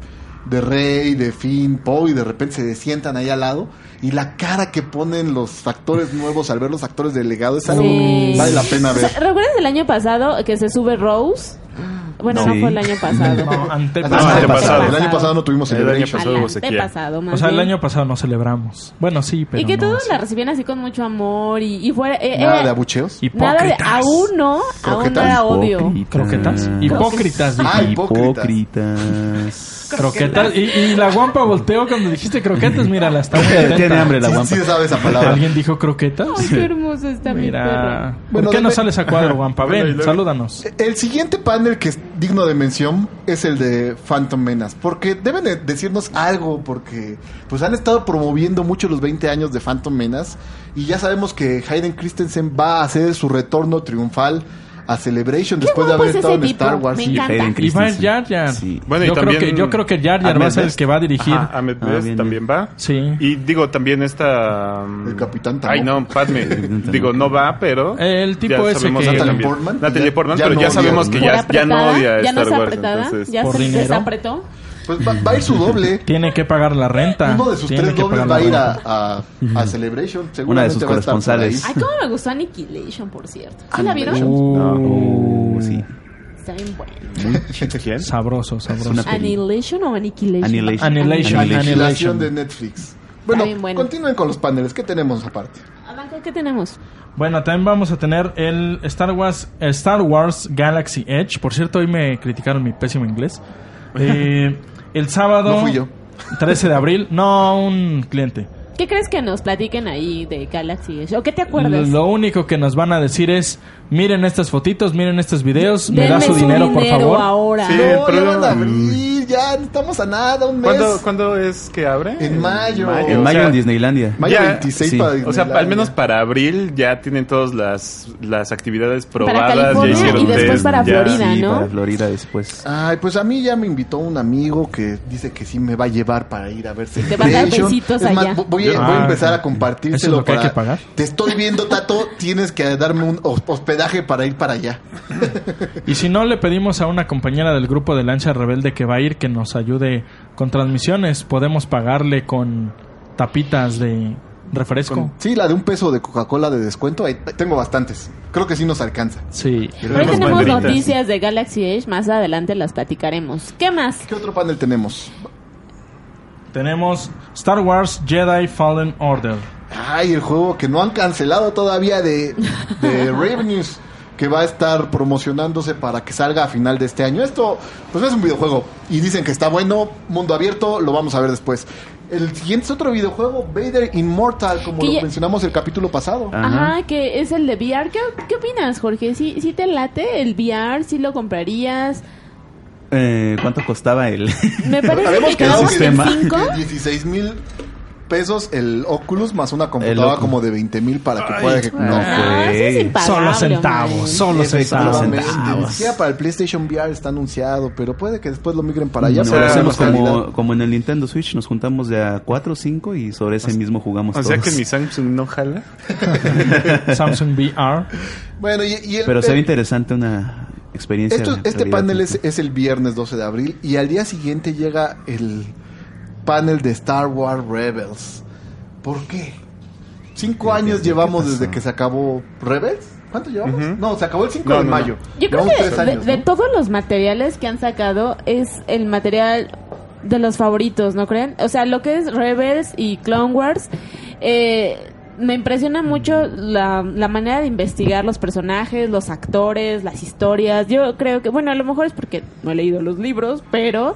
[SPEAKER 2] de Rey, de Finn, Poe y de repente se sientan ahí al lado y la cara que ponen los actores nuevos al ver los actores de legado es algo
[SPEAKER 4] Sí.
[SPEAKER 2] que vale la pena
[SPEAKER 4] O sea,
[SPEAKER 2] ver.
[SPEAKER 4] ¿Recuerdas el año pasado que se sube Rose? Bueno,
[SPEAKER 6] No.
[SPEAKER 4] no fue el año pasado.
[SPEAKER 3] No, antepasado.
[SPEAKER 5] No,
[SPEAKER 2] pasado.
[SPEAKER 5] antepasado.
[SPEAKER 4] pasado.
[SPEAKER 2] El año pasado no tuvimos
[SPEAKER 5] El año
[SPEAKER 2] Celebration.
[SPEAKER 5] pasado
[SPEAKER 4] Al
[SPEAKER 5] hubo sequía.
[SPEAKER 4] antepasado, más
[SPEAKER 3] O sea, el
[SPEAKER 4] bien.
[SPEAKER 3] año pasado no celebramos. Bueno, sí, pero.
[SPEAKER 4] Y que
[SPEAKER 3] no
[SPEAKER 4] todos
[SPEAKER 3] así.
[SPEAKER 4] la recibían así con mucho amor y, y fuera... eh,
[SPEAKER 2] Nada
[SPEAKER 4] era-
[SPEAKER 2] de abucheos.
[SPEAKER 4] nada de-
[SPEAKER 3] Hipócritas.
[SPEAKER 4] Aún no, aún no
[SPEAKER 2] Croquetas.
[SPEAKER 4] era obvio.
[SPEAKER 3] Croquetas. Hipócritas, dije.
[SPEAKER 2] Ah, hipócritas.
[SPEAKER 6] Hipócritas.
[SPEAKER 3] Croquetas. Y, y la guampa volteó cuando dijiste croquetas. Mira, la está muy
[SPEAKER 6] Tiene
[SPEAKER 3] atenta.
[SPEAKER 6] hambre la
[SPEAKER 2] Sí,
[SPEAKER 6] guampa.
[SPEAKER 2] sí sabe esa palabra.
[SPEAKER 3] ¿Alguien dijo croquetas?
[SPEAKER 4] Ay, qué hermoso está mi perro.
[SPEAKER 3] Mira.
[SPEAKER 2] Bueno,
[SPEAKER 3] ¿Por qué no
[SPEAKER 2] deme-
[SPEAKER 3] sales a cuadro, guampa?
[SPEAKER 5] Bueno, y
[SPEAKER 3] Ven,
[SPEAKER 5] luego-
[SPEAKER 3] salúdanos.
[SPEAKER 2] El siguiente panel que es digno de mención es el de Phantom Menace, porque deben de decirnos algo, porque pues han estado promoviendo mucho los 20 años de Phantom Menace y ya sabemos que Hayden Christensen va a hacer su retorno triunfal a Celebration después de
[SPEAKER 4] guapo
[SPEAKER 2] haber
[SPEAKER 4] es
[SPEAKER 2] estado
[SPEAKER 4] ese
[SPEAKER 2] en
[SPEAKER 4] tipo,
[SPEAKER 2] Star Wars.
[SPEAKER 4] me
[SPEAKER 2] Sí.
[SPEAKER 4] encanta.
[SPEAKER 6] Hayden
[SPEAKER 3] Y va el
[SPEAKER 6] Christensen.
[SPEAKER 3] Jar Jar.
[SPEAKER 6] Sí.
[SPEAKER 5] Bueno, y
[SPEAKER 3] yo, creo
[SPEAKER 5] también-
[SPEAKER 3] que, yo creo que Jar Jar
[SPEAKER 6] Ahmed
[SPEAKER 3] va a ser el
[SPEAKER 6] Best.
[SPEAKER 3] que va a dirigir.
[SPEAKER 5] Ajá, Ahmed
[SPEAKER 6] Ah,
[SPEAKER 5] Best
[SPEAKER 6] bien,
[SPEAKER 5] también va.
[SPEAKER 3] Sí.
[SPEAKER 5] Y digo, también esta... mm,
[SPEAKER 2] El Capitán Tambo.
[SPEAKER 5] Ay, no, Padme. digo, no va, pero...
[SPEAKER 3] El tipo
[SPEAKER 5] ya
[SPEAKER 3] ese
[SPEAKER 5] sabemos
[SPEAKER 3] que-
[SPEAKER 2] Natalie
[SPEAKER 5] también.
[SPEAKER 2] Portman.
[SPEAKER 5] Natalie
[SPEAKER 2] Ya-
[SPEAKER 5] Portman,
[SPEAKER 2] ya
[SPEAKER 5] pero
[SPEAKER 2] no
[SPEAKER 5] ya
[SPEAKER 2] odia,
[SPEAKER 5] sabemos que
[SPEAKER 2] ¿no?
[SPEAKER 5] ya,
[SPEAKER 4] Por
[SPEAKER 5] ya no
[SPEAKER 4] apretada,
[SPEAKER 5] odia
[SPEAKER 4] ya no
[SPEAKER 5] Star
[SPEAKER 4] es
[SPEAKER 5] Wars.
[SPEAKER 4] apretada,
[SPEAKER 5] entonces-
[SPEAKER 4] ya
[SPEAKER 3] Por
[SPEAKER 4] se
[SPEAKER 3] dinero.
[SPEAKER 4] desapretó.
[SPEAKER 2] Pues va, va a ir su doble.
[SPEAKER 3] Tiene que pagar la renta.
[SPEAKER 2] Uno de sus
[SPEAKER 3] Tiene
[SPEAKER 2] tres
[SPEAKER 3] que pagar
[SPEAKER 2] dobles
[SPEAKER 3] la
[SPEAKER 2] va a ir a,
[SPEAKER 3] renta.
[SPEAKER 2] a- a Celebration. Seguramente
[SPEAKER 6] Una de sus
[SPEAKER 2] va a estar por
[SPEAKER 6] corresponsales.
[SPEAKER 2] ahí.
[SPEAKER 4] Ay, cómo me gustó Annihilation, por cierto. ¿Sí la vieron?
[SPEAKER 2] Annihilation.
[SPEAKER 6] No, uh, sí.
[SPEAKER 4] Está bien buena.
[SPEAKER 5] ¿Quién?
[SPEAKER 3] Sabroso, sabroso.
[SPEAKER 6] una-
[SPEAKER 4] ¿Annihilation o Annihilation?
[SPEAKER 6] Annihilation.
[SPEAKER 3] Annihilation.
[SPEAKER 6] Annihilation.
[SPEAKER 2] Legislación de Netflix. Bueno,
[SPEAKER 4] bien bueno.
[SPEAKER 2] continúen con los paneles. ¿Qué tenemos aparte?
[SPEAKER 4] Alanco, ¿qué tenemos?
[SPEAKER 3] Bueno, también vamos a tener el Star Wars, el Star Wars Galaxy Edge. Por cierto, hoy me criticaron mi pésimo inglés. Eh, el sábado
[SPEAKER 2] No fui yo.
[SPEAKER 3] 13 de abril, no un cliente.
[SPEAKER 4] ¿Qué crees que nos platiquen ahí de Galaxy Edge? ¿O qué te acuerdas?
[SPEAKER 3] Lo único que nos van a decir es, miren estas fotitos, miren estos videos, me da
[SPEAKER 4] Denme
[SPEAKER 3] su dinero, por
[SPEAKER 4] dinero
[SPEAKER 3] favor.
[SPEAKER 4] ahora.
[SPEAKER 5] Sí,
[SPEAKER 2] No, ya
[SPEAKER 5] pero-
[SPEAKER 2] van a abrir, ya estamos a nada, un mes.
[SPEAKER 5] ¿Cuándo, ¿Cuándo es que abre?
[SPEAKER 2] En mayo.
[SPEAKER 6] En
[SPEAKER 5] O
[SPEAKER 6] mayo
[SPEAKER 5] sea,
[SPEAKER 6] en Disneylandia.
[SPEAKER 2] Mayo
[SPEAKER 5] Ya,
[SPEAKER 2] 26
[SPEAKER 6] sí.
[SPEAKER 2] para
[SPEAKER 5] O sea,
[SPEAKER 2] Disneylandia.
[SPEAKER 5] al menos para abril ya tienen todas las, las actividades probadas.
[SPEAKER 4] California
[SPEAKER 5] ya hicieron
[SPEAKER 4] y después
[SPEAKER 5] test,
[SPEAKER 4] para
[SPEAKER 5] ya.
[SPEAKER 4] Florida.
[SPEAKER 6] Sí,
[SPEAKER 4] ¿no?
[SPEAKER 6] para Florida después.
[SPEAKER 2] Ay, pues a mí ya me invitó un amigo que dice que sí me va a llevar para ir a ver
[SPEAKER 4] te va a dar
[SPEAKER 2] Celebration.
[SPEAKER 4] besitos
[SPEAKER 2] Es más,
[SPEAKER 4] allá.
[SPEAKER 2] vo- voy, a,
[SPEAKER 3] Ah,
[SPEAKER 2] voy a empezar a
[SPEAKER 3] ¿eso es
[SPEAKER 2] compartírselo
[SPEAKER 3] lo que hay
[SPEAKER 2] para-
[SPEAKER 3] que pagar?
[SPEAKER 2] Te estoy viendo, Tato, tienes que darme un hos- hospedaje para ir para allá.
[SPEAKER 3] Y si no, le pedimos a una compañera del grupo de Lancha Rebelde que va a ir que nos ayude con transmisiones. Podemos pagarle con tapitas de refresco.
[SPEAKER 2] Sí, la de un peso de Coca-Cola de descuento, ahí tengo bastantes. Creo que sí nos alcanza.
[SPEAKER 3] Sí.
[SPEAKER 4] Pero ahí
[SPEAKER 5] Tenemos
[SPEAKER 4] tenemos
[SPEAKER 5] banderitas.
[SPEAKER 4] noticias de Galaxy Edge. Más adelante las platicaremos. ¿Qué más?
[SPEAKER 2] ¿Qué otro panel tenemos?
[SPEAKER 3] Tenemos Star Wars Jedi Fallen Order.
[SPEAKER 2] Ay, el juego que no han cancelado todavía de, de Revenues, que va a estar promocionándose para que salga a final de este año. Esto, pues es un videojuego. Y dicen que está bueno, mundo abierto, lo vamos a ver después. El siguiente es otro videojuego, Vader Immortal, como
[SPEAKER 4] Que
[SPEAKER 2] lo
[SPEAKER 4] ya-
[SPEAKER 2] mencionamos el capítulo pasado.
[SPEAKER 6] Ajá.
[SPEAKER 4] Ajá. que es el de VR. ¿Qué, qué opinas, Jorge? ¿Sí, ¿Sí te late el VR? ¿Sí lo comprarías?
[SPEAKER 6] Eh, ¿Cuánto costaba el...?
[SPEAKER 4] Me parece
[SPEAKER 2] Habíamos
[SPEAKER 4] que quedamos en
[SPEAKER 6] sistema.
[SPEAKER 4] cinco.
[SPEAKER 2] 16 mil pesos el Oculus más una computadora
[SPEAKER 6] Oculus.
[SPEAKER 2] como de 20 mil para que pueda ejecutar.
[SPEAKER 6] no. pues,
[SPEAKER 4] Ah, eso es
[SPEAKER 6] güey.
[SPEAKER 4] impagable,
[SPEAKER 3] Solo
[SPEAKER 4] hombre.
[SPEAKER 3] centavos, solo centavos.
[SPEAKER 2] Efectivamente,
[SPEAKER 6] centavos.
[SPEAKER 2] ni siquiera para el PlayStation VR está anunciado, pero puede que después lo migren para allá.
[SPEAKER 6] No,
[SPEAKER 2] pero
[SPEAKER 6] hacemos
[SPEAKER 2] en realidad-
[SPEAKER 6] como, como en el Nintendo Switch, nos juntamos de a 4 o 5 y sobre ese mismo jugamos
[SPEAKER 5] O
[SPEAKER 6] todos.
[SPEAKER 5] sea que mi Samsung no jala.
[SPEAKER 3] Samsung VR.
[SPEAKER 2] Bueno, y, y el,
[SPEAKER 6] Pero se ve
[SPEAKER 2] el-
[SPEAKER 6] interesante una experiencia.
[SPEAKER 2] Este esto-
[SPEAKER 6] en
[SPEAKER 2] este
[SPEAKER 6] realidad.
[SPEAKER 2] panel es, es el viernes 12 de abril y al día siguiente llega el panel de Star Wars Rebels. ¿Por qué? Cinco años llevamos desde que se acabó Rebels. ¿Cuánto llevamos?
[SPEAKER 5] Ujú.
[SPEAKER 2] No, se acabó el 5
[SPEAKER 5] No,
[SPEAKER 2] de
[SPEAKER 5] no, no.
[SPEAKER 2] mayo.
[SPEAKER 4] Yo creo
[SPEAKER 2] Llevamos
[SPEAKER 4] que
[SPEAKER 2] tres
[SPEAKER 4] de,
[SPEAKER 2] años,
[SPEAKER 4] de
[SPEAKER 2] ¿no?
[SPEAKER 4] todos los materiales que han sacado es el material de los favoritos, ¿no creen? O sea, lo que es Rebels y Clone Wars, eh, me impresiona mucho la, la manera de investigar los personajes, los actores, las historias. Yo creo que, bueno, a lo mejor es porque no he leído los libros, pero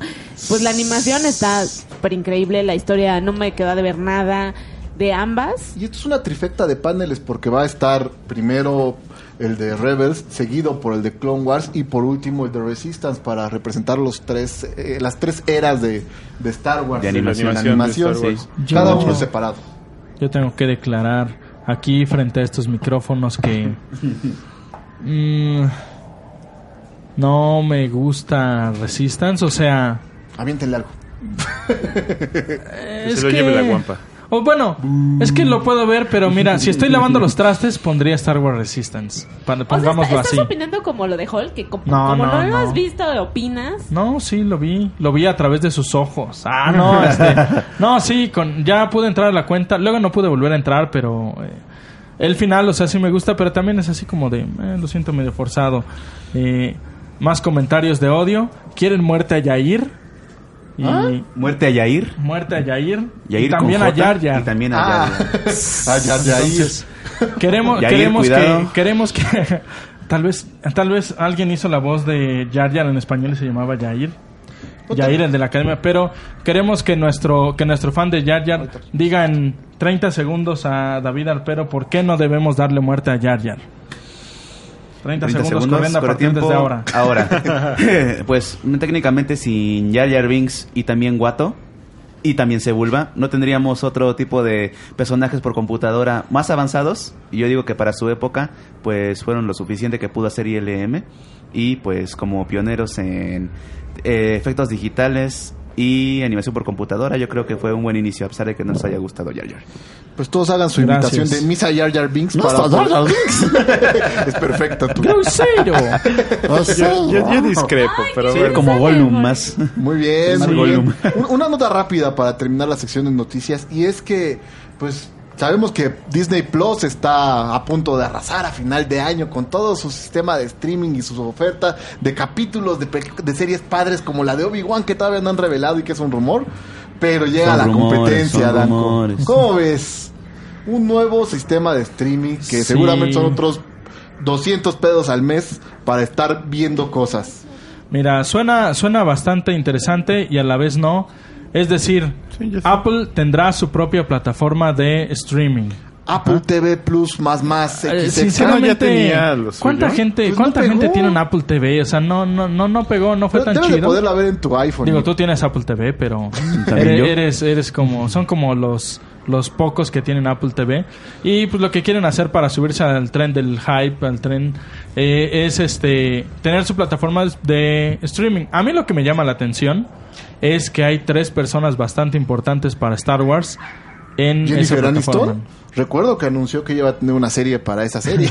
[SPEAKER 4] pues la animación está súper increíble, la historia no me queda de ver nada de ambas.
[SPEAKER 2] Y esto es una trifecta de paneles porque va a estar primero el de Rebels, seguido por el de Clone Wars y por último el de Resistance para representar los tres, eh, las tres eras de, de Star Wars.
[SPEAKER 6] De
[SPEAKER 5] animación.
[SPEAKER 2] La animación,
[SPEAKER 5] De Star Wars.
[SPEAKER 3] Sí.
[SPEAKER 2] Cada
[SPEAKER 3] Yo-
[SPEAKER 2] uno separado.
[SPEAKER 3] Yo tengo que declarar aquí frente a estos micrófonos que mm, no me gusta Resistance, o sea,
[SPEAKER 2] Aviéntenle algo.
[SPEAKER 5] Que se lo lleve la guampa.
[SPEAKER 3] O Oh, bueno, es que lo puedo ver, pero mira, si estoy lavando los trastes pondría Star Wars Resistance, para,
[SPEAKER 4] O sea,
[SPEAKER 3] pongámoslo
[SPEAKER 4] ¿estás
[SPEAKER 3] así.
[SPEAKER 4] opinando como lo de Hulk? Que como
[SPEAKER 3] No,
[SPEAKER 4] como no,
[SPEAKER 3] no,
[SPEAKER 4] lo has
[SPEAKER 3] no.
[SPEAKER 4] visto, opinas.
[SPEAKER 3] No, sí, lo vi. Lo vi a través de sus ojos. Ah, no, este. No, sí, con, ya pude entrar a la cuenta. Luego no pude volver a entrar, pero. eh, el final, o sea, sí me gusta, pero también es así como de. eh, lo siento medio forzado. Eh, Más comentarios de odio. ¿Quieren muerte a Yair? Y
[SPEAKER 4] ¿Ah?
[SPEAKER 6] Muerte a Yair.
[SPEAKER 3] muerte a Yair.
[SPEAKER 6] Yair
[SPEAKER 3] y también
[SPEAKER 6] con
[SPEAKER 3] a
[SPEAKER 6] J,
[SPEAKER 3] Yar Yar.
[SPEAKER 6] Y también a
[SPEAKER 2] Ah,
[SPEAKER 6] Yar Yar.
[SPEAKER 2] Ah, ya, ya, ahí.
[SPEAKER 3] Queremos,
[SPEAKER 6] Yair,
[SPEAKER 3] queremos que,
[SPEAKER 6] cuidado.
[SPEAKER 3] queremos que tal vez, tal vez alguien hizo la voz de Yar Yar en español y se llamaba Yair. Yair, el de la academia, pero queremos que nuestro, que nuestro fan de Yar Yar diga en 30 segundos a David Arpero por qué no debemos darle muerte a Yar Yar. 30,
[SPEAKER 6] 30
[SPEAKER 3] segundos,
[SPEAKER 6] segundos,
[SPEAKER 3] corriendo a
[SPEAKER 6] corre
[SPEAKER 3] partir
[SPEAKER 6] tiempo.
[SPEAKER 3] desde ahora.
[SPEAKER 6] Ahora. pues técnicamente sin Jar Jar Binks y también Guato y también Sebulba, no tendríamos otro tipo de personajes por computadora más avanzados. Y yo digo que para su época, pues fueron lo suficiente que pudo hacer ILM. Y pues como pioneros en eh, efectos digitales y animación por computadora, yo creo que fue un buen inicio, a pesar de que no nos haya gustado Jar Jar.
[SPEAKER 2] Pues todos hagan su
[SPEAKER 3] Gracias.
[SPEAKER 2] invitación de Misa Yar Yar Binks para es perfecta tú.
[SPEAKER 3] ¡Grosero!
[SPEAKER 5] Yo, yo- yo discrepo, pero
[SPEAKER 6] Sí,
[SPEAKER 5] bueno.
[SPEAKER 6] como Gollum más.
[SPEAKER 2] Muy bien,
[SPEAKER 6] Sí.
[SPEAKER 2] muy bien.
[SPEAKER 6] Gollum.
[SPEAKER 2] Un- Una nota rápida para terminar la sección de noticias y es que, pues, sabemos que Disney Plus está a punto de arrasar a final de año con todo su sistema de streaming y su oferta de capítulos de, pe- de series padres como la de Obi-Wan que todavía no han revelado y que es un rumor, pero llega
[SPEAKER 6] Son
[SPEAKER 2] la
[SPEAKER 6] rumores,
[SPEAKER 2] competencia,
[SPEAKER 6] son
[SPEAKER 2] Danco.
[SPEAKER 6] rumores.
[SPEAKER 2] ¿Cómo ves? Un nuevo sistema de streaming que
[SPEAKER 3] Sí.
[SPEAKER 2] seguramente son otros 200 pedos al mes para estar viendo cosas.
[SPEAKER 3] Mira, suena, suena bastante interesante y a la vez no. Es decir,
[SPEAKER 5] Sí, ya sé.
[SPEAKER 3] Apple tendrá su propia plataforma de streaming.
[SPEAKER 2] Apple TV Plus más más
[SPEAKER 3] Eh,
[SPEAKER 2] XXX.
[SPEAKER 3] sinceramente,
[SPEAKER 5] ya tenía lo suyo.
[SPEAKER 3] ¿cuánta gente,
[SPEAKER 2] Pues no
[SPEAKER 3] cuánta gente
[SPEAKER 2] pegó.
[SPEAKER 3] tiene un Apple TV? O sea, no, no, no, no pegó, no fue
[SPEAKER 2] Debes
[SPEAKER 3] tan
[SPEAKER 2] de
[SPEAKER 3] chido.
[SPEAKER 2] poderla ver en tu iPhone.
[SPEAKER 3] Digo, tú tienes Apple TV, pero
[SPEAKER 6] También
[SPEAKER 3] eres,
[SPEAKER 6] yo.
[SPEAKER 3] eres, eres como, son como los, los pocos que tienen Apple TV. Y pues lo que quieren hacer para subirse al tren del hype, al tren, eh, es este, tener su plataforma de streaming. A mí lo que me llama la atención es que hay tres personas bastante importantes para Star Wars en esa
[SPEAKER 2] Jennifer
[SPEAKER 3] plataforma.
[SPEAKER 2] Aniston. Recuerdo que anunció que iba a tener una serie para esa serie.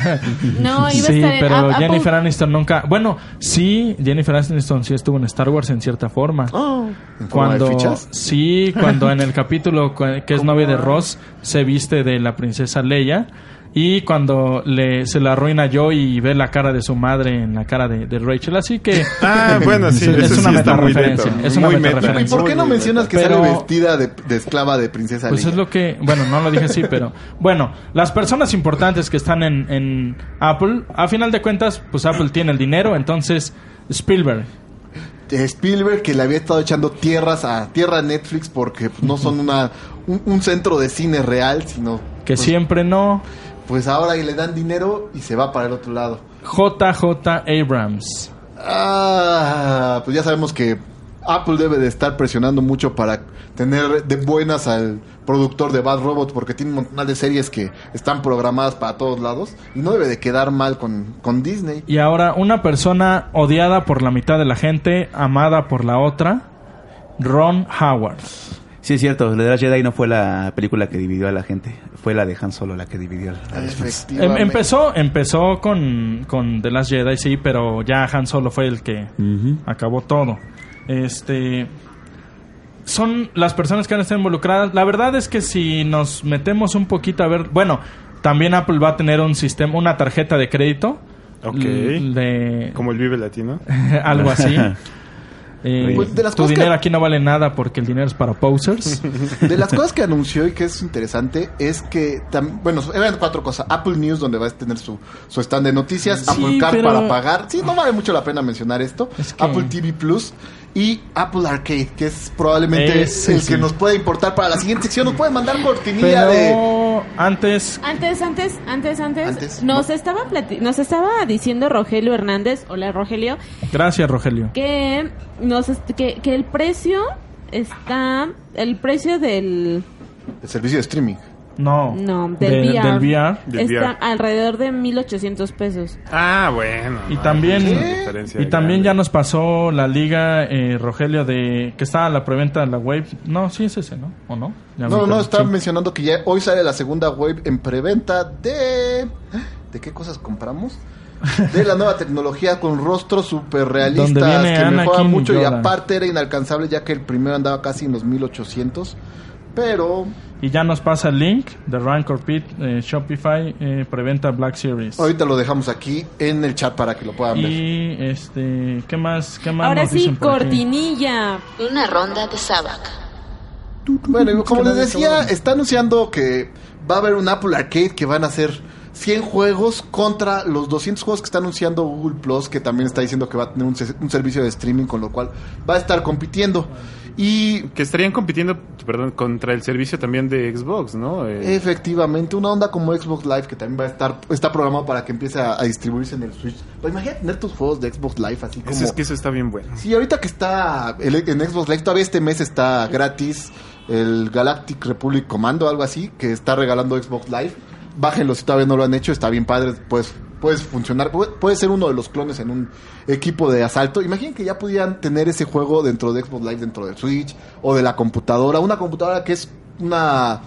[SPEAKER 4] No, iba a
[SPEAKER 3] Sí,
[SPEAKER 4] estar en
[SPEAKER 3] pero
[SPEAKER 4] App- Apple-
[SPEAKER 3] Jennifer Aniston nunca. Bueno, sí, Jennifer Aniston sí estuvo en Star Wars en cierta forma.
[SPEAKER 5] Oh,
[SPEAKER 2] ¿En forma de
[SPEAKER 3] Cuando
[SPEAKER 2] fichas?
[SPEAKER 3] sí, cuando en el capítulo cu- que es novia de Ross se viste de la princesa Leia y cuando le se la arruina yo y ve la cara de su madre en la cara de, de Rachel, así que
[SPEAKER 5] Ah, bueno, sí,
[SPEAKER 3] Es
[SPEAKER 5] eso
[SPEAKER 3] una
[SPEAKER 5] sí está muy
[SPEAKER 3] metareferencia,
[SPEAKER 5] meta.
[SPEAKER 3] es una
[SPEAKER 5] muy
[SPEAKER 2] ¿Y
[SPEAKER 3] metareferencia.
[SPEAKER 2] por qué no mencionas que
[SPEAKER 3] Pero-
[SPEAKER 2] sale vestida de, de esclava de princesa
[SPEAKER 3] pues
[SPEAKER 2] Leia?
[SPEAKER 3] es lo que bueno no lo dije así, pero bueno las personas importantes que están en, en Apple a final de cuentas pues Apple tiene el dinero entonces Spielberg
[SPEAKER 2] Eh, Spielberg que le había estado echando tierras a tierra a Netflix porque pues, no son una un, un centro de cine real, sino
[SPEAKER 3] que
[SPEAKER 2] pues,
[SPEAKER 3] siempre no
[SPEAKER 2] pues ahora le dan dinero y se va para el otro lado.
[SPEAKER 3] JJ Abrams
[SPEAKER 2] Ah, pues ya sabemos que Apple debe de estar presionando mucho para tener de buenas al productor de Bad Robot porque tiene un montón de series que están programadas para todos lados y no debe de quedar mal con, con Disney.
[SPEAKER 3] Y ahora una persona odiada por la mitad de la gente, amada por la otra, Ron Howard.
[SPEAKER 6] Sí, es cierto, The Last Jedi no fue la película que dividió a la gente, fue la de Han Solo la que dividió a la gente.
[SPEAKER 3] Em-
[SPEAKER 2] Efectivamente.
[SPEAKER 3] empezó empezó con, con The Last Jedi, sí, pero ya Han Solo fue el que acabó todo. Este son las personas que han estado involucradas. La verdad es que si nos metemos un poquito a ver, bueno, también Apple va a tener un sistema, una tarjeta de crédito.
[SPEAKER 5] Ok.
[SPEAKER 3] l- de-
[SPEAKER 5] Como el Vive Latino.
[SPEAKER 3] algo así. Eh,
[SPEAKER 2] Pues, de las
[SPEAKER 3] tu
[SPEAKER 2] cosas que-
[SPEAKER 3] dinero aquí no vale nada porque el dinero es para posers.
[SPEAKER 2] De las cosas que anunció y que es interesante es que, tam- bueno, eran cuatro cosas. Apple News, donde va a tener su, su stand de noticias.
[SPEAKER 3] Sí,
[SPEAKER 2] Apple Card
[SPEAKER 3] pero-
[SPEAKER 2] para pagar. Sí, no vale mucho la pena mencionar esto.
[SPEAKER 3] Es que-
[SPEAKER 2] Apple TV Plus y Apple Arcade, que es probablemente
[SPEAKER 3] Ese
[SPEAKER 2] el
[SPEAKER 3] sí.
[SPEAKER 2] que nos puede importar para la siguiente sección. Nos pueden mandar cortinilla de...
[SPEAKER 3] Pero antes,
[SPEAKER 4] Antes, antes, antes, antes,
[SPEAKER 2] Antes,
[SPEAKER 4] nos, estaba plati- nos estaba diciendo Rogelio Hernández, hola Rogelio,
[SPEAKER 3] gracias Rogelio.
[SPEAKER 4] que, nos est- que, que el precio está, el precio del,
[SPEAKER 2] El servicio de streaming.
[SPEAKER 3] No,
[SPEAKER 4] no, del,
[SPEAKER 3] de-
[SPEAKER 4] VR,
[SPEAKER 3] del VR.
[SPEAKER 5] Del
[SPEAKER 4] está
[SPEAKER 5] VR.
[SPEAKER 4] alrededor de 1800 pesos.
[SPEAKER 5] Ah, bueno.
[SPEAKER 3] Y
[SPEAKER 5] no,
[SPEAKER 3] también-
[SPEAKER 5] es una diferencia
[SPEAKER 3] Y también
[SPEAKER 5] grande.
[SPEAKER 3] ya nos pasó la liga eh, Rogelio de que estaba la preventa de la web. No, sí es ese, ¿no? ¿O no? Ya
[SPEAKER 2] No, no,
[SPEAKER 3] me
[SPEAKER 2] no,
[SPEAKER 3] perdí.
[SPEAKER 2] estaba
[SPEAKER 3] Sí.
[SPEAKER 2] mencionando que ya hoy sale la segunda web en preventa de... ¿De qué cosas compramos? De la nueva tecnología con rostros super
[SPEAKER 3] Donde
[SPEAKER 2] realistas
[SPEAKER 3] viene
[SPEAKER 2] que mejora
[SPEAKER 3] Anakin y
[SPEAKER 2] mucho y
[SPEAKER 3] Yoda.
[SPEAKER 2] aparte era inalcanzable ya que el primero andaba casi en los 1800. Pero
[SPEAKER 3] Y ya nos pasa el link de Rancor Pit, eh, Shopify, eh, preventa Black Series.
[SPEAKER 2] Ahorita lo dejamos aquí en el chat para que lo puedan ver.
[SPEAKER 3] Y este, ¿qué más? ¿Qué más
[SPEAKER 4] Ahora
[SPEAKER 3] nos
[SPEAKER 4] sí,
[SPEAKER 3] dicen por aquí?
[SPEAKER 4] cortinilla.
[SPEAKER 1] Una ronda de sábac.
[SPEAKER 2] Bueno, y como les decía, está anunciando que va a haber un Apple Arcade que van a ser 100 juegos contra los 200 juegos que está anunciando Google Plus, que también está diciendo que va a tener un, se- un servicio de streaming, con lo cual va a estar compitiendo. Y
[SPEAKER 5] Que estarían compitiendo, perdón, contra el servicio también de Xbox, ¿no? Eh,
[SPEAKER 2] efectivamente, una onda como Xbox Live, que también va a estar, está programado para que empiece a, a distribuirse en el Switch. Pero imagínate tener tus juegos de Xbox Live así como...
[SPEAKER 5] eso es que eso está bien bueno.
[SPEAKER 2] Sí, ahorita que está el- en Xbox Live, todavía este mes está gratis el Galactic Republic Commando, algo así, que está regalando Xbox Live. Bájenlo si todavía no lo han hecho, está bien padre, puedes, puedes funcionar, pu- puedes ser uno de los clones en un equipo de asalto. Imaginen que ya pudieran tener ese juego dentro de Xbox Live, dentro del Switch o de la computadora, una computadora que es una,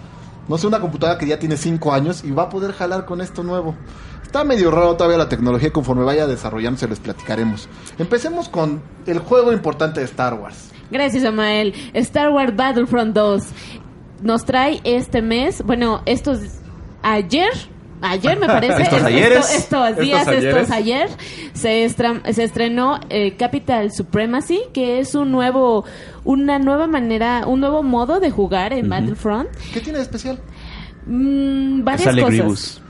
[SPEAKER 2] no sé, una computadora que ya tiene 5 años y va a poder jalar con esto nuevo. Está medio raro todavía la tecnología, conforme vaya desarrollándose les platicaremos. Empecemos con el juego importante de Star Wars.
[SPEAKER 4] Gracias, Amael. Star Wars Battlefront 2 nos trae este mes, bueno, estos ayer, ayer me parece,
[SPEAKER 6] Estos
[SPEAKER 4] esto-
[SPEAKER 6] ayeres.
[SPEAKER 4] estos días,
[SPEAKER 5] Estos
[SPEAKER 4] estos,
[SPEAKER 5] ayeres.
[SPEAKER 4] ayer, se, estra- se estrenó eh, Capital Supremacy, que es un nuevo, una nueva manera, un nuevo modo de jugar en Battlefront.
[SPEAKER 2] ¿Qué tiene de especial?
[SPEAKER 4] Mm, varias
[SPEAKER 6] Sale
[SPEAKER 4] cosas.
[SPEAKER 6] Grievous.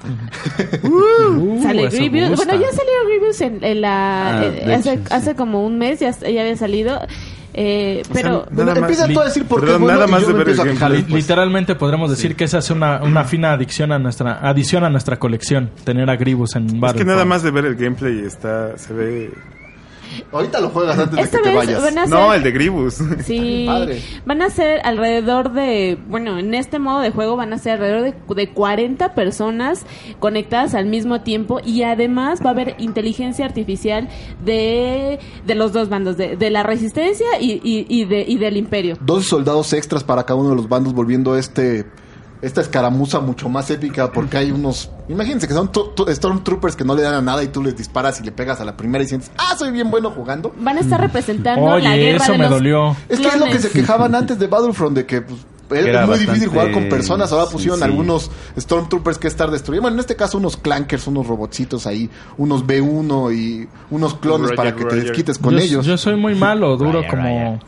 [SPEAKER 3] Uh,
[SPEAKER 4] Sale
[SPEAKER 3] eso
[SPEAKER 4] Grievous.
[SPEAKER 3] gusta.
[SPEAKER 4] Bueno, ya salió Grievous en, en la,
[SPEAKER 6] Ah,
[SPEAKER 4] eh,
[SPEAKER 6] de
[SPEAKER 4] hace,
[SPEAKER 6] hecho, sí.
[SPEAKER 4] hace como un mes, ya, ya había salido, eh, pero...
[SPEAKER 5] Nada más
[SPEAKER 2] Empieza
[SPEAKER 5] li-
[SPEAKER 2] tú a decir por qué es
[SPEAKER 5] Perdón,
[SPEAKER 2] bueno
[SPEAKER 5] nada
[SPEAKER 2] y
[SPEAKER 5] más
[SPEAKER 2] yo
[SPEAKER 5] de
[SPEAKER 2] me
[SPEAKER 5] ver
[SPEAKER 2] empiezo
[SPEAKER 5] el
[SPEAKER 2] a
[SPEAKER 5] gameplay.
[SPEAKER 2] quejar
[SPEAKER 3] Li-
[SPEAKER 2] después.
[SPEAKER 3] Literalmente podremos decir que esa es una, una fina adicción a nuestra adición a nuestra colección, tener a Grievous en
[SPEAKER 5] Es
[SPEAKER 3] Battlefront.
[SPEAKER 5] que nada más de ver el gameplay está, se ve...
[SPEAKER 2] Ahorita lo juegas antes de
[SPEAKER 4] Esta
[SPEAKER 2] que te
[SPEAKER 4] vez
[SPEAKER 2] vayas.
[SPEAKER 4] van a hacer-
[SPEAKER 5] No, el de Grievous.
[SPEAKER 4] Sí,
[SPEAKER 2] Padre.
[SPEAKER 4] van a ser alrededor de, bueno, en este modo de juego van a ser alrededor de, de 40 personas conectadas al mismo tiempo y además va a haber inteligencia artificial de, de los dos bandos, de, de la resistencia y, y- y de, y del imperio.
[SPEAKER 2] Dos soldados extras para cada uno de los bandos, volviendo este esta escaramuza mucho más épica porque hay unos... Imagínense que son to- to- Stormtroopers que no le dan a nada y tú les disparas y le pegas a la primera y sientes, ah, soy bien bueno jugando.
[SPEAKER 4] Van a estar representando la
[SPEAKER 3] Oye,
[SPEAKER 4] guerra
[SPEAKER 3] eso
[SPEAKER 4] de
[SPEAKER 3] me
[SPEAKER 4] los
[SPEAKER 3] dolió.
[SPEAKER 2] Es que es lo que se quejaban antes de Battlefront, de que pues, era,
[SPEAKER 6] Era
[SPEAKER 2] muy difícil
[SPEAKER 6] bastante-
[SPEAKER 2] jugar con personas. Ahora pusieron
[SPEAKER 6] sí, sí.
[SPEAKER 2] algunos Stormtroopers que estar destruyendo. Bueno, en este caso unos Clankers, unos robotcitos ahí, unos B1 y unos clones
[SPEAKER 5] Roger,
[SPEAKER 2] para que
[SPEAKER 5] Roger.
[SPEAKER 2] te desquites con
[SPEAKER 3] yo,
[SPEAKER 2] ellos.
[SPEAKER 3] yo soy muy malo, duro como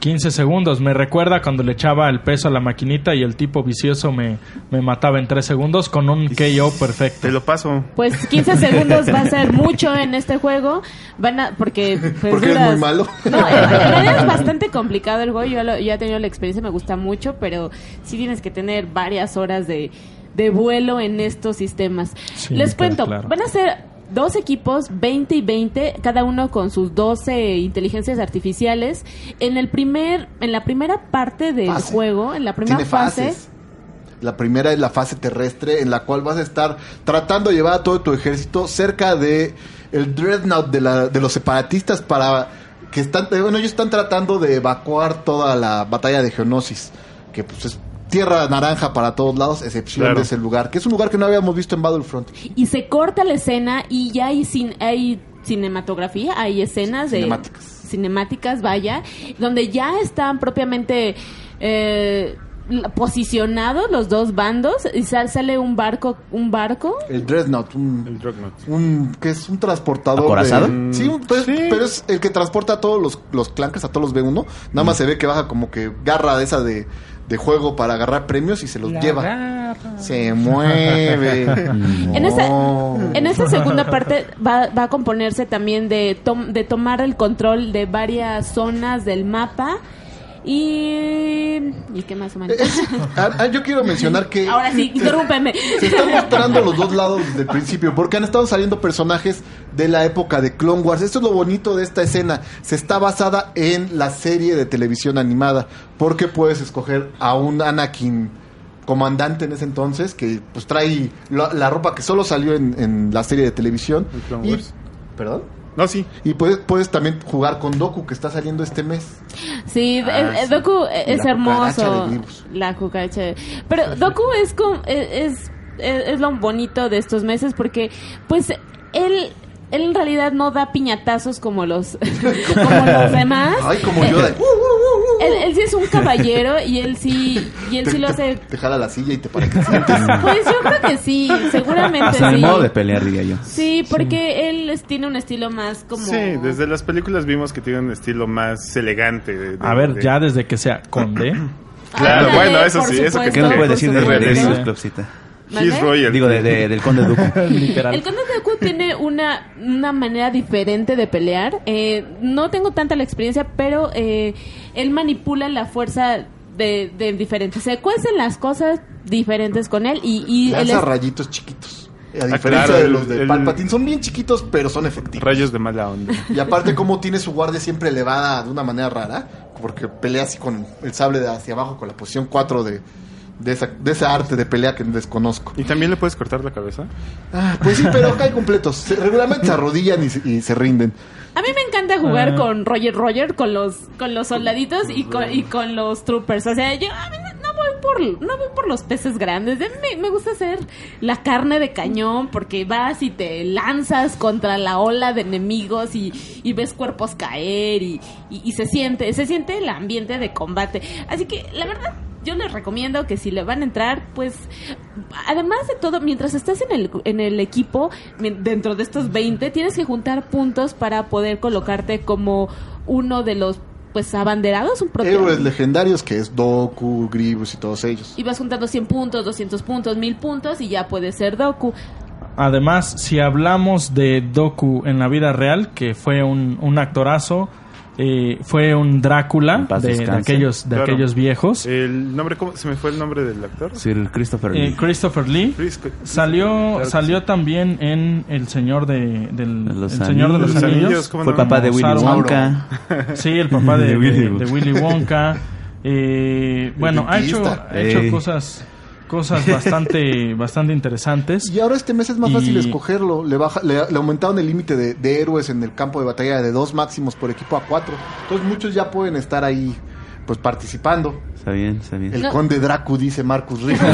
[SPEAKER 3] 15 segundos. Me recuerda cuando le echaba el peso a la maquinita y el tipo vicioso me, me mataba en 3 segundos con un KO perfecto.
[SPEAKER 5] Te lo paso.
[SPEAKER 4] Pues 15 segundos va a ser mucho en este juego. Van a, porque. pues,
[SPEAKER 2] Porque eres
[SPEAKER 4] duras-
[SPEAKER 2] muy malo.
[SPEAKER 4] No, en realidad es bastante complicado el juego. Yo, lo- yo he tenido la experiencia, me gusta mucho, pero sí tienes que tener varias horas de, de vuelo en estos sistemas.
[SPEAKER 3] Sí,
[SPEAKER 4] Les
[SPEAKER 3] claro,
[SPEAKER 4] cuento,
[SPEAKER 3] claro.
[SPEAKER 4] van a ser dos equipos, 20 y 20, cada uno con sus 12 inteligencias artificiales. En el primer, en la primera parte del
[SPEAKER 2] Fase.
[SPEAKER 4] juego, en la primera
[SPEAKER 2] Tiene
[SPEAKER 4] fase.
[SPEAKER 2] fases. La primera es la fase terrestre, en la cual vas a estar tratando de llevar a todo tu ejército cerca de el dreadnought de, la- de los separatistas para que están, eh, bueno, ellos están tratando de evacuar toda la batalla de Geonosis, que pues es tierra naranja para todos lados, excepción
[SPEAKER 5] Claro.
[SPEAKER 2] de ese lugar, que es un lugar que no habíamos visto en Battlefront.
[SPEAKER 4] y se corta la escena y ya hay cin- hay cinematografía, hay escenas de
[SPEAKER 2] Cinemáticas.
[SPEAKER 4] cinemáticas, vaya, donde ya están propiamente eh, la- posicionados los dos bandos y sal- sale un barco, un barco
[SPEAKER 2] El dreadnought, un
[SPEAKER 5] El Drognaut.
[SPEAKER 2] un que es un transportador
[SPEAKER 6] ¿Acorazado?
[SPEAKER 2] de- sí, un- pues, pero es el que transporta a todos los, los clankers, a todos los B1. Nada más se ve que baja como que garra de esa de, de juego para agarrar premios y se los lleva. Se mueve.
[SPEAKER 4] En esa-
[SPEAKER 2] No.
[SPEAKER 4] En esta segunda parte va, va a componerse también de, tom- de tomar el control de varias zonas del mapa y... ¿Y qué más o menos?
[SPEAKER 2] Es- ah, ah, yo quiero mencionar que
[SPEAKER 4] Ahora sí, interrúmpeme.
[SPEAKER 2] se están mostrando los dos lados desde el principio, porque han estado saliendo personajes de la época de Clone Wars. Esto es lo bonito de esta escena. Se está basada en la serie de televisión animada, porque puedes escoger a un Anakin comandante en ese entonces, que pues trae la, la ropa que solo salió en, en la serie de televisión.
[SPEAKER 5] En Clone
[SPEAKER 2] Y-
[SPEAKER 5] Wars.
[SPEAKER 2] ¿Perdón?
[SPEAKER 5] No, sí.
[SPEAKER 2] Y puedes, puedes también jugar con Doku, que está saliendo este mes.
[SPEAKER 4] Sí,
[SPEAKER 5] Ah,
[SPEAKER 4] eh, eh,
[SPEAKER 5] sí.
[SPEAKER 4] Doku eh, es
[SPEAKER 2] La
[SPEAKER 4] hermoso.
[SPEAKER 2] cucaracha de Grievous.
[SPEAKER 4] La cucaracha. de- Pero Doku es, com- eh, es, eh, es lo bonito de estos meses porque, pues, él, él en realidad no da piñatazos como los, como los demás.
[SPEAKER 2] Ay, como yo. de- "Uh,
[SPEAKER 4] él, él sí es un caballero y él sí, y él
[SPEAKER 2] Te-
[SPEAKER 4] sí lo
[SPEAKER 2] te-
[SPEAKER 4] hace.
[SPEAKER 2] Te jala la silla y te para que sientes.
[SPEAKER 4] Pues yo creo que sí, seguramente
[SPEAKER 6] Hasta el
[SPEAKER 4] sí.
[SPEAKER 6] modo de pelear, diría yo.
[SPEAKER 4] Sí, porque él es- tiene un estilo más como.
[SPEAKER 7] Sí, desde las películas vimos que tiene un estilo más elegante. de- de-
[SPEAKER 3] A ver,
[SPEAKER 7] de-
[SPEAKER 3] ya desde que sea conde.
[SPEAKER 7] Claro,
[SPEAKER 4] Ah, Ándale,
[SPEAKER 7] bueno, eso
[SPEAKER 4] por
[SPEAKER 7] sí, eso que
[SPEAKER 6] ¿Qué
[SPEAKER 4] supuesto,
[SPEAKER 6] no
[SPEAKER 4] por
[SPEAKER 6] puedes decir de
[SPEAKER 4] supuesto.
[SPEAKER 6] de
[SPEAKER 3] Sí.
[SPEAKER 6] Reese's Clubcita?
[SPEAKER 7] He's
[SPEAKER 4] ¿Mande?
[SPEAKER 7] Royal.
[SPEAKER 6] Digo, de, de- del Conde Duque.
[SPEAKER 3] Literal.
[SPEAKER 4] El conde Dooku tiene una, una manera diferente de pelear. Eh, no tengo tanta la experiencia, pero eh, él manipula la fuerza de, de diferentes. Se cuecen las cosas diferentes con él y, y él
[SPEAKER 2] Lanza
[SPEAKER 4] es-
[SPEAKER 2] rayitos chiquitos. A diferencia
[SPEAKER 7] Ah, claro,
[SPEAKER 2] de
[SPEAKER 7] el-
[SPEAKER 2] los de
[SPEAKER 7] el-
[SPEAKER 2] Palpatine, son bien chiquitos, pero son efectivos.
[SPEAKER 7] Rayos de mala onda.
[SPEAKER 2] Y aparte, como tiene su guardia siempre elevada de una manera rara, porque pelea así con el sable de hacia abajo, con la posición 4 de, de, esa, de ese arte de pelea que desconozco.
[SPEAKER 7] ¿Y también le puedes cortar la cabeza?
[SPEAKER 2] Ah, pues sí, pero caen completos. Se- regularmente se arrodillan y, se- y se rinden.
[SPEAKER 4] A mí me encanta jugar con Roger Roger, con los, con los soldaditos y con, y con los troopers. O sea, yo a mí no no voy por, no voy por los peces grandes. A mí Me, me gusta hacer la carne de cañón porque vas y te lanzas contra la ola de enemigos y, y ves cuerpos caer y, y- y se siente, se siente el ambiente de combate. Así que la verdad, yo les recomiendo que si le van a entrar, pues, además de todo, mientras estás en el, en el equipo, mi- dentro de estos 20, tienes que juntar puntos para poder colocarte como uno de los, pues, abanderados, un protegido.
[SPEAKER 2] Héroes legendarios que es Doku, Grievous y todos ellos.
[SPEAKER 4] Y vas juntando 100 puntos, 200 puntos, 1000 puntos y ya puedes ser Doku.
[SPEAKER 3] Además, si hablamos de Doku en la vida real, que fue un, un actorazo, eh, fue un Drácula
[SPEAKER 6] En paz
[SPEAKER 3] de, de
[SPEAKER 6] descanse.
[SPEAKER 3] aquellos, de
[SPEAKER 7] Claro.
[SPEAKER 3] aquellos viejos.
[SPEAKER 5] Eh,
[SPEAKER 7] El nombre, ¿cómo? ¿Se me fue el nombre del actor?
[SPEAKER 6] Sir Christopher
[SPEAKER 3] Eh,
[SPEAKER 6] Lee.
[SPEAKER 3] Christopher Lee.
[SPEAKER 7] Chris-
[SPEAKER 3] Salió,
[SPEAKER 7] Claro que
[SPEAKER 3] salió también en El Señor de, del,
[SPEAKER 6] Los
[SPEAKER 3] El Señor de los
[SPEAKER 7] Los
[SPEAKER 3] Anillos.
[SPEAKER 7] Anillos, ¿cómo
[SPEAKER 6] Fue
[SPEAKER 7] no?
[SPEAKER 6] papá de Willy
[SPEAKER 3] Sauron.
[SPEAKER 6] Wonka.
[SPEAKER 3] Sí, el papá de,
[SPEAKER 6] De
[SPEAKER 3] de- de
[SPEAKER 6] Willy
[SPEAKER 3] Willy,
[SPEAKER 6] Wonka.
[SPEAKER 3] Wonka. Eh, bueno, ha hecho,
[SPEAKER 2] dentista.
[SPEAKER 3] ha hecho
[SPEAKER 6] Ey.
[SPEAKER 3] cosas, cosas bastante, bastante interesantes.
[SPEAKER 2] Y ahora este mes es más
[SPEAKER 3] Y-
[SPEAKER 2] fácil escogerlo. Le, baja, le, le aumentaron el límite de, de héroes en el campo de batalla de dos máximos por equipo a cuatro. Entonces muchos ya pueden estar ahí pues participando.
[SPEAKER 6] Está bien, está bien.
[SPEAKER 2] El
[SPEAKER 4] No.
[SPEAKER 2] conde Dracu dice Marcus Riff.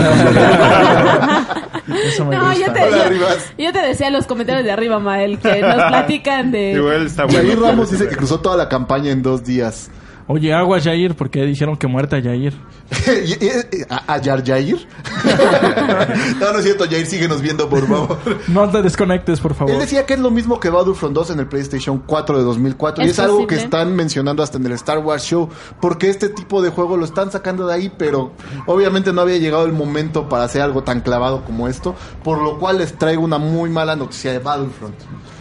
[SPEAKER 3] Eso me
[SPEAKER 4] No,
[SPEAKER 3] gusta.
[SPEAKER 4] yo te,
[SPEAKER 2] Hola,
[SPEAKER 4] yo-
[SPEAKER 2] Rivas.
[SPEAKER 4] yo te decía en los comentarios de arriba, Mael, que nos platican
[SPEAKER 7] Digo,
[SPEAKER 4] de...
[SPEAKER 7] él está
[SPEAKER 2] Jair
[SPEAKER 7] bueno.
[SPEAKER 2] Ramos dice que cruzó toda la campaña en dos días.
[SPEAKER 3] Oye, agua Jair, porque dijeron que muerta Jair.
[SPEAKER 2] Y- y- ¿A, a Yar Jair? no, no es cierto, Jair, síguenos viendo, por favor.
[SPEAKER 3] No te desconectes, por favor.
[SPEAKER 2] Él decía que es lo mismo que Battlefront 2 en el PlayStation 4 de 2004. Y
[SPEAKER 4] ¿Es
[SPEAKER 2] es algo que
[SPEAKER 4] posible?
[SPEAKER 2] están mencionando hasta en el Star Wars Show. Porque este tipo de juego lo están sacando de ahí, pero obviamente no había llegado el momento para hacer algo tan clavado como esto. Por lo cual les traigo una muy mala noticia de Battlefront.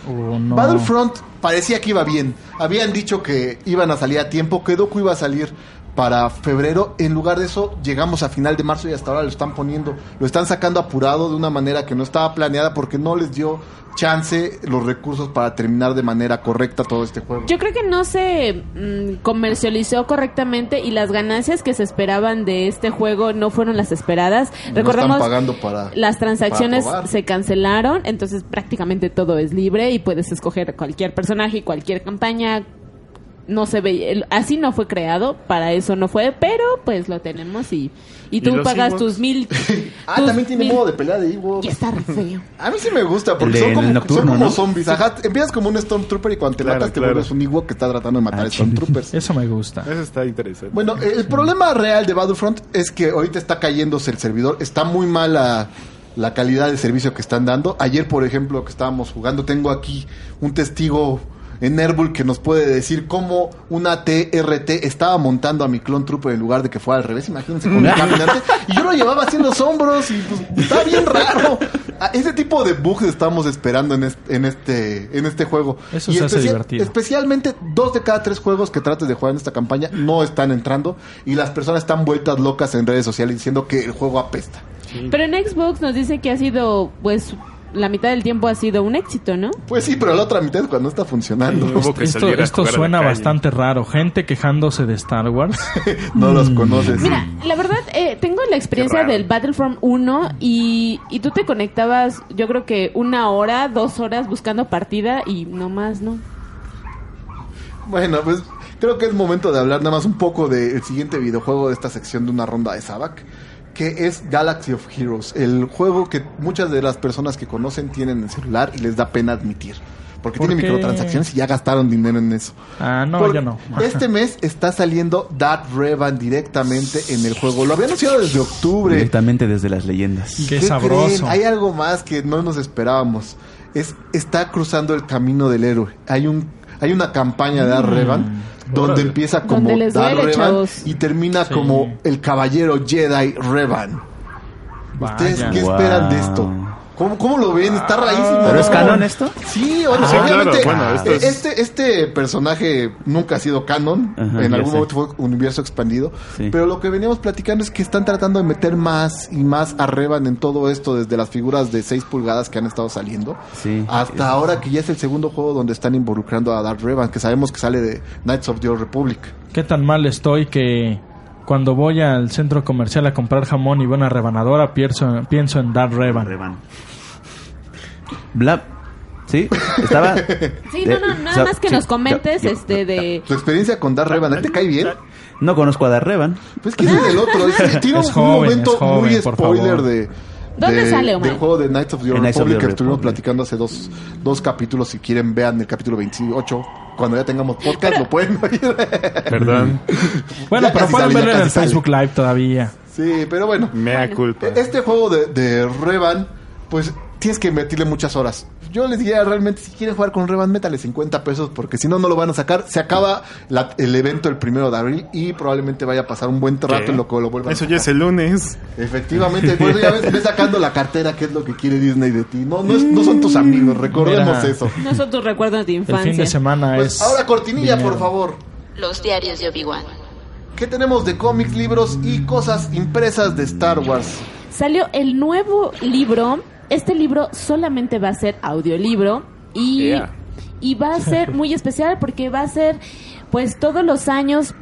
[SPEAKER 3] Oh, no.
[SPEAKER 2] Battlefront parecía que iba bien. Habían dicho que iban a salir a tiempo, que Doku iba a salir para febrero. En lugar de eso, llegamos a final de marzo y hasta ahora lo están poniendo. Lo están sacando apurado de una manera que no estaba planeada porque no les dio chance los recursos para terminar de manera correcta todo este juego.
[SPEAKER 4] Yo creo que no se mm, comercializó correctamente y las ganancias que se esperaban de este juego no fueron las esperadas.
[SPEAKER 2] no
[SPEAKER 4] Recordemos,
[SPEAKER 2] están pagando para.
[SPEAKER 4] las transacciones
[SPEAKER 2] para probar.
[SPEAKER 4] se cancelaron, entonces prácticamente todo es libre y puedes escoger cualquier personaje y cualquier campaña. No se ve, el- así no fue creado, para eso no fue, pero pues lo tenemos y, y tú
[SPEAKER 7] los
[SPEAKER 4] pagas
[SPEAKER 7] Ewoks?
[SPEAKER 4] tus mil.
[SPEAKER 2] Ah,
[SPEAKER 7] Pues,
[SPEAKER 4] tus
[SPEAKER 2] también tiene
[SPEAKER 4] mil-
[SPEAKER 2] modo de pelea de Ewoks.
[SPEAKER 4] Y está re feo.
[SPEAKER 2] A mí sí me gusta porque
[SPEAKER 6] El de-
[SPEAKER 2] son como,
[SPEAKER 6] el nocturno,
[SPEAKER 2] son como
[SPEAKER 6] ¿no?
[SPEAKER 2] zombies. Ajá, empiezas como un Stormtrooper y cuando te
[SPEAKER 7] Claro,
[SPEAKER 2] matas te
[SPEAKER 7] claro.
[SPEAKER 2] vuelves un Ewok que está tratando de matar
[SPEAKER 6] Ah, ching.
[SPEAKER 2] Stormtroopers.
[SPEAKER 3] Eso me gusta.
[SPEAKER 7] Eso está interesante.
[SPEAKER 2] Bueno, el problema real de Battlefront es que ahorita está cayéndose el servidor, está muy mala la calidad de servicio que están dando. Ayer, por ejemplo, que estábamos jugando, tengo aquí un testigo en Airbul que nos puede decir cómo una TRT estaba montando a mi clon trooper en lugar de que fuera al revés, imagínense con el caminante. Y yo lo llevaba haciendo hombros y pues está bien raro. A Ese tipo de bugs estamos esperando en este, en este, en este juego.
[SPEAKER 3] Eso se hace
[SPEAKER 2] especi-
[SPEAKER 3] divertido.
[SPEAKER 2] Especialmente dos de cada tres juegos que trates de jugar en esta campaña no están entrando y las personas están vueltas locas en redes sociales diciendo que el juego apesta.
[SPEAKER 4] Pero en Xbox nos dice que ha sido, pues, la mitad del tiempo ha sido un éxito, ¿no?
[SPEAKER 2] Pues sí, pero la otra mitad es cuando está funcionando.
[SPEAKER 7] Hubo que
[SPEAKER 3] Esto,
[SPEAKER 7] salir a
[SPEAKER 3] esto
[SPEAKER 7] jugar a la
[SPEAKER 3] suena
[SPEAKER 7] calle.
[SPEAKER 3] bastante raro. Gente quejándose de Star Wars.
[SPEAKER 2] no
[SPEAKER 3] Mm.
[SPEAKER 2] los conoces.
[SPEAKER 4] Mira, la verdad, eh, tengo la experiencia
[SPEAKER 7] Qué raro.
[SPEAKER 4] del Battlefront 1 y, y tú te conectabas, yo creo que una hora, dos horas buscando partida y no más, ¿no?
[SPEAKER 2] Bueno, pues creo que es momento de hablar nada más un poco del siguiente videojuego de esta sección de una ronda de Sabac, que es Galaxy of Heroes, el juego que muchas de las personas que conocen tienen en celular y les da pena admitir. Porque
[SPEAKER 3] ¿Por
[SPEAKER 2] tiene
[SPEAKER 3] qué?
[SPEAKER 2] microtransacciones y ya gastaron dinero en eso.
[SPEAKER 3] Ah, no,
[SPEAKER 2] Porque
[SPEAKER 3] yo no.
[SPEAKER 2] Este mes está saliendo That Revan directamente en el juego. Lo había anunciado desde octubre.
[SPEAKER 6] Directamente desde las leyendas.
[SPEAKER 2] ¿Y
[SPEAKER 3] Qué sabroso.
[SPEAKER 2] Hay algo más que no nos esperábamos. Es, está cruzando el camino del héroe. Hay un hay una campaña de Dar Revan donde
[SPEAKER 3] Mm. Órale.
[SPEAKER 2] empieza
[SPEAKER 4] Donde
[SPEAKER 2] como
[SPEAKER 4] les
[SPEAKER 2] Dar
[SPEAKER 4] duele,
[SPEAKER 2] Revan
[SPEAKER 4] chavos.
[SPEAKER 2] y termina
[SPEAKER 3] Sí.
[SPEAKER 2] como el caballero Jedi Revan. ¿Ustedes
[SPEAKER 3] Vaya.
[SPEAKER 2] qué
[SPEAKER 6] Wow.
[SPEAKER 2] esperan de esto? ¿Cómo, cómo lo ven? Está rarísimo.
[SPEAKER 6] ¿Pero es
[SPEAKER 2] ¿no?
[SPEAKER 6] canon esto?
[SPEAKER 2] Sí, bueno,
[SPEAKER 7] Sí, claro,
[SPEAKER 2] obviamente,
[SPEAKER 7] bueno, esto es-
[SPEAKER 2] este, este personaje nunca ha sido canon,
[SPEAKER 6] Ajá,
[SPEAKER 2] en
[SPEAKER 6] ya
[SPEAKER 2] algún
[SPEAKER 6] sé.
[SPEAKER 2] momento fue universo expandido,
[SPEAKER 6] Sí.
[SPEAKER 2] pero lo que veníamos platicando es que están tratando de meter más y más a Revan en todo esto, desde las figuras de 6 pulgadas que han estado saliendo,
[SPEAKER 6] Sí.
[SPEAKER 2] hasta ahora que ya es el segundo juego donde están involucrando a Darth Revan, que sabemos que sale de Knights of the Old Republic.
[SPEAKER 3] ¿Qué tan mal estoy que cuando voy al centro comercial a comprar jamón y veo una rebanadora, pienso, pienso en dar reban?
[SPEAKER 6] Revan. Bla. Sí, estaba.
[SPEAKER 4] Sí, no, no,
[SPEAKER 6] Eh,
[SPEAKER 4] nada
[SPEAKER 6] o sea,
[SPEAKER 4] más que
[SPEAKER 6] sí,
[SPEAKER 4] nos comentes
[SPEAKER 6] ya, ya,
[SPEAKER 4] este de...
[SPEAKER 2] ¿Tu experiencia con Darth Revan ¿a ti te cae bien?
[SPEAKER 6] No conozco a Darrevan.
[SPEAKER 2] Pues que ese es el otro, es, tiene
[SPEAKER 3] Es
[SPEAKER 2] un
[SPEAKER 3] joven,
[SPEAKER 2] momento
[SPEAKER 3] es joven,
[SPEAKER 2] muy
[SPEAKER 3] por
[SPEAKER 2] spoiler
[SPEAKER 3] favor.
[SPEAKER 2] de,
[SPEAKER 4] ¿Dónde
[SPEAKER 2] de-
[SPEAKER 4] sale, Omar?
[SPEAKER 2] del juego de Knights of the Old
[SPEAKER 6] En Knights of the
[SPEAKER 2] Republic que
[SPEAKER 6] Old
[SPEAKER 2] estuvimos
[SPEAKER 6] Republic.
[SPEAKER 2] platicando hace dos, dos capítulos. Si quieren, vean el capítulo 28. Cuando ya tengamos podcast, lo pueden oír.
[SPEAKER 7] Perdón.
[SPEAKER 3] Bueno,
[SPEAKER 2] Ya
[SPEAKER 3] pero
[SPEAKER 2] casi
[SPEAKER 3] pueden
[SPEAKER 2] sale, ya
[SPEAKER 3] verlo en
[SPEAKER 2] casi
[SPEAKER 3] el
[SPEAKER 2] sale.
[SPEAKER 3] Facebook Live todavía.
[SPEAKER 2] sí, pero bueno.
[SPEAKER 7] Mea culpa.
[SPEAKER 2] Este juego de, de Revan, pues tienes que invertirle muchas horas. Yo les diría realmente, si quieren jugar con Revan, métale 50 pesos, porque si no, no lo van a sacar. Se acaba la- el evento el primero de abril y probablemente vaya a pasar un buen rato
[SPEAKER 7] ¿Qué?
[SPEAKER 2] en lo que lo vuelvan a
[SPEAKER 7] Eso ya
[SPEAKER 2] sacar.
[SPEAKER 7] es el lunes.
[SPEAKER 2] Efectivamente, por eso ya ves, ves sacando la cartera, que es lo que quiere Disney de ti. No, no, es- no son tus amigos, recordemos
[SPEAKER 3] Mira.
[SPEAKER 2] eso.
[SPEAKER 4] No son tus recuerdos de
[SPEAKER 3] El fin
[SPEAKER 4] infancia.
[SPEAKER 3] de semana
[SPEAKER 2] Pues
[SPEAKER 3] es...
[SPEAKER 2] ahora cortinilla,
[SPEAKER 3] dinero.
[SPEAKER 2] por favor.
[SPEAKER 1] Los diarios de Obi-Wan.
[SPEAKER 2] ¿Qué tenemos de cómics, libros y cosas impresas de Star Wars?
[SPEAKER 4] Salió el nuevo libro. Este libro solamente va a ser audiolibro y,
[SPEAKER 5] Ea.
[SPEAKER 4] y va a ser muy especial porque va a ser pues todos los años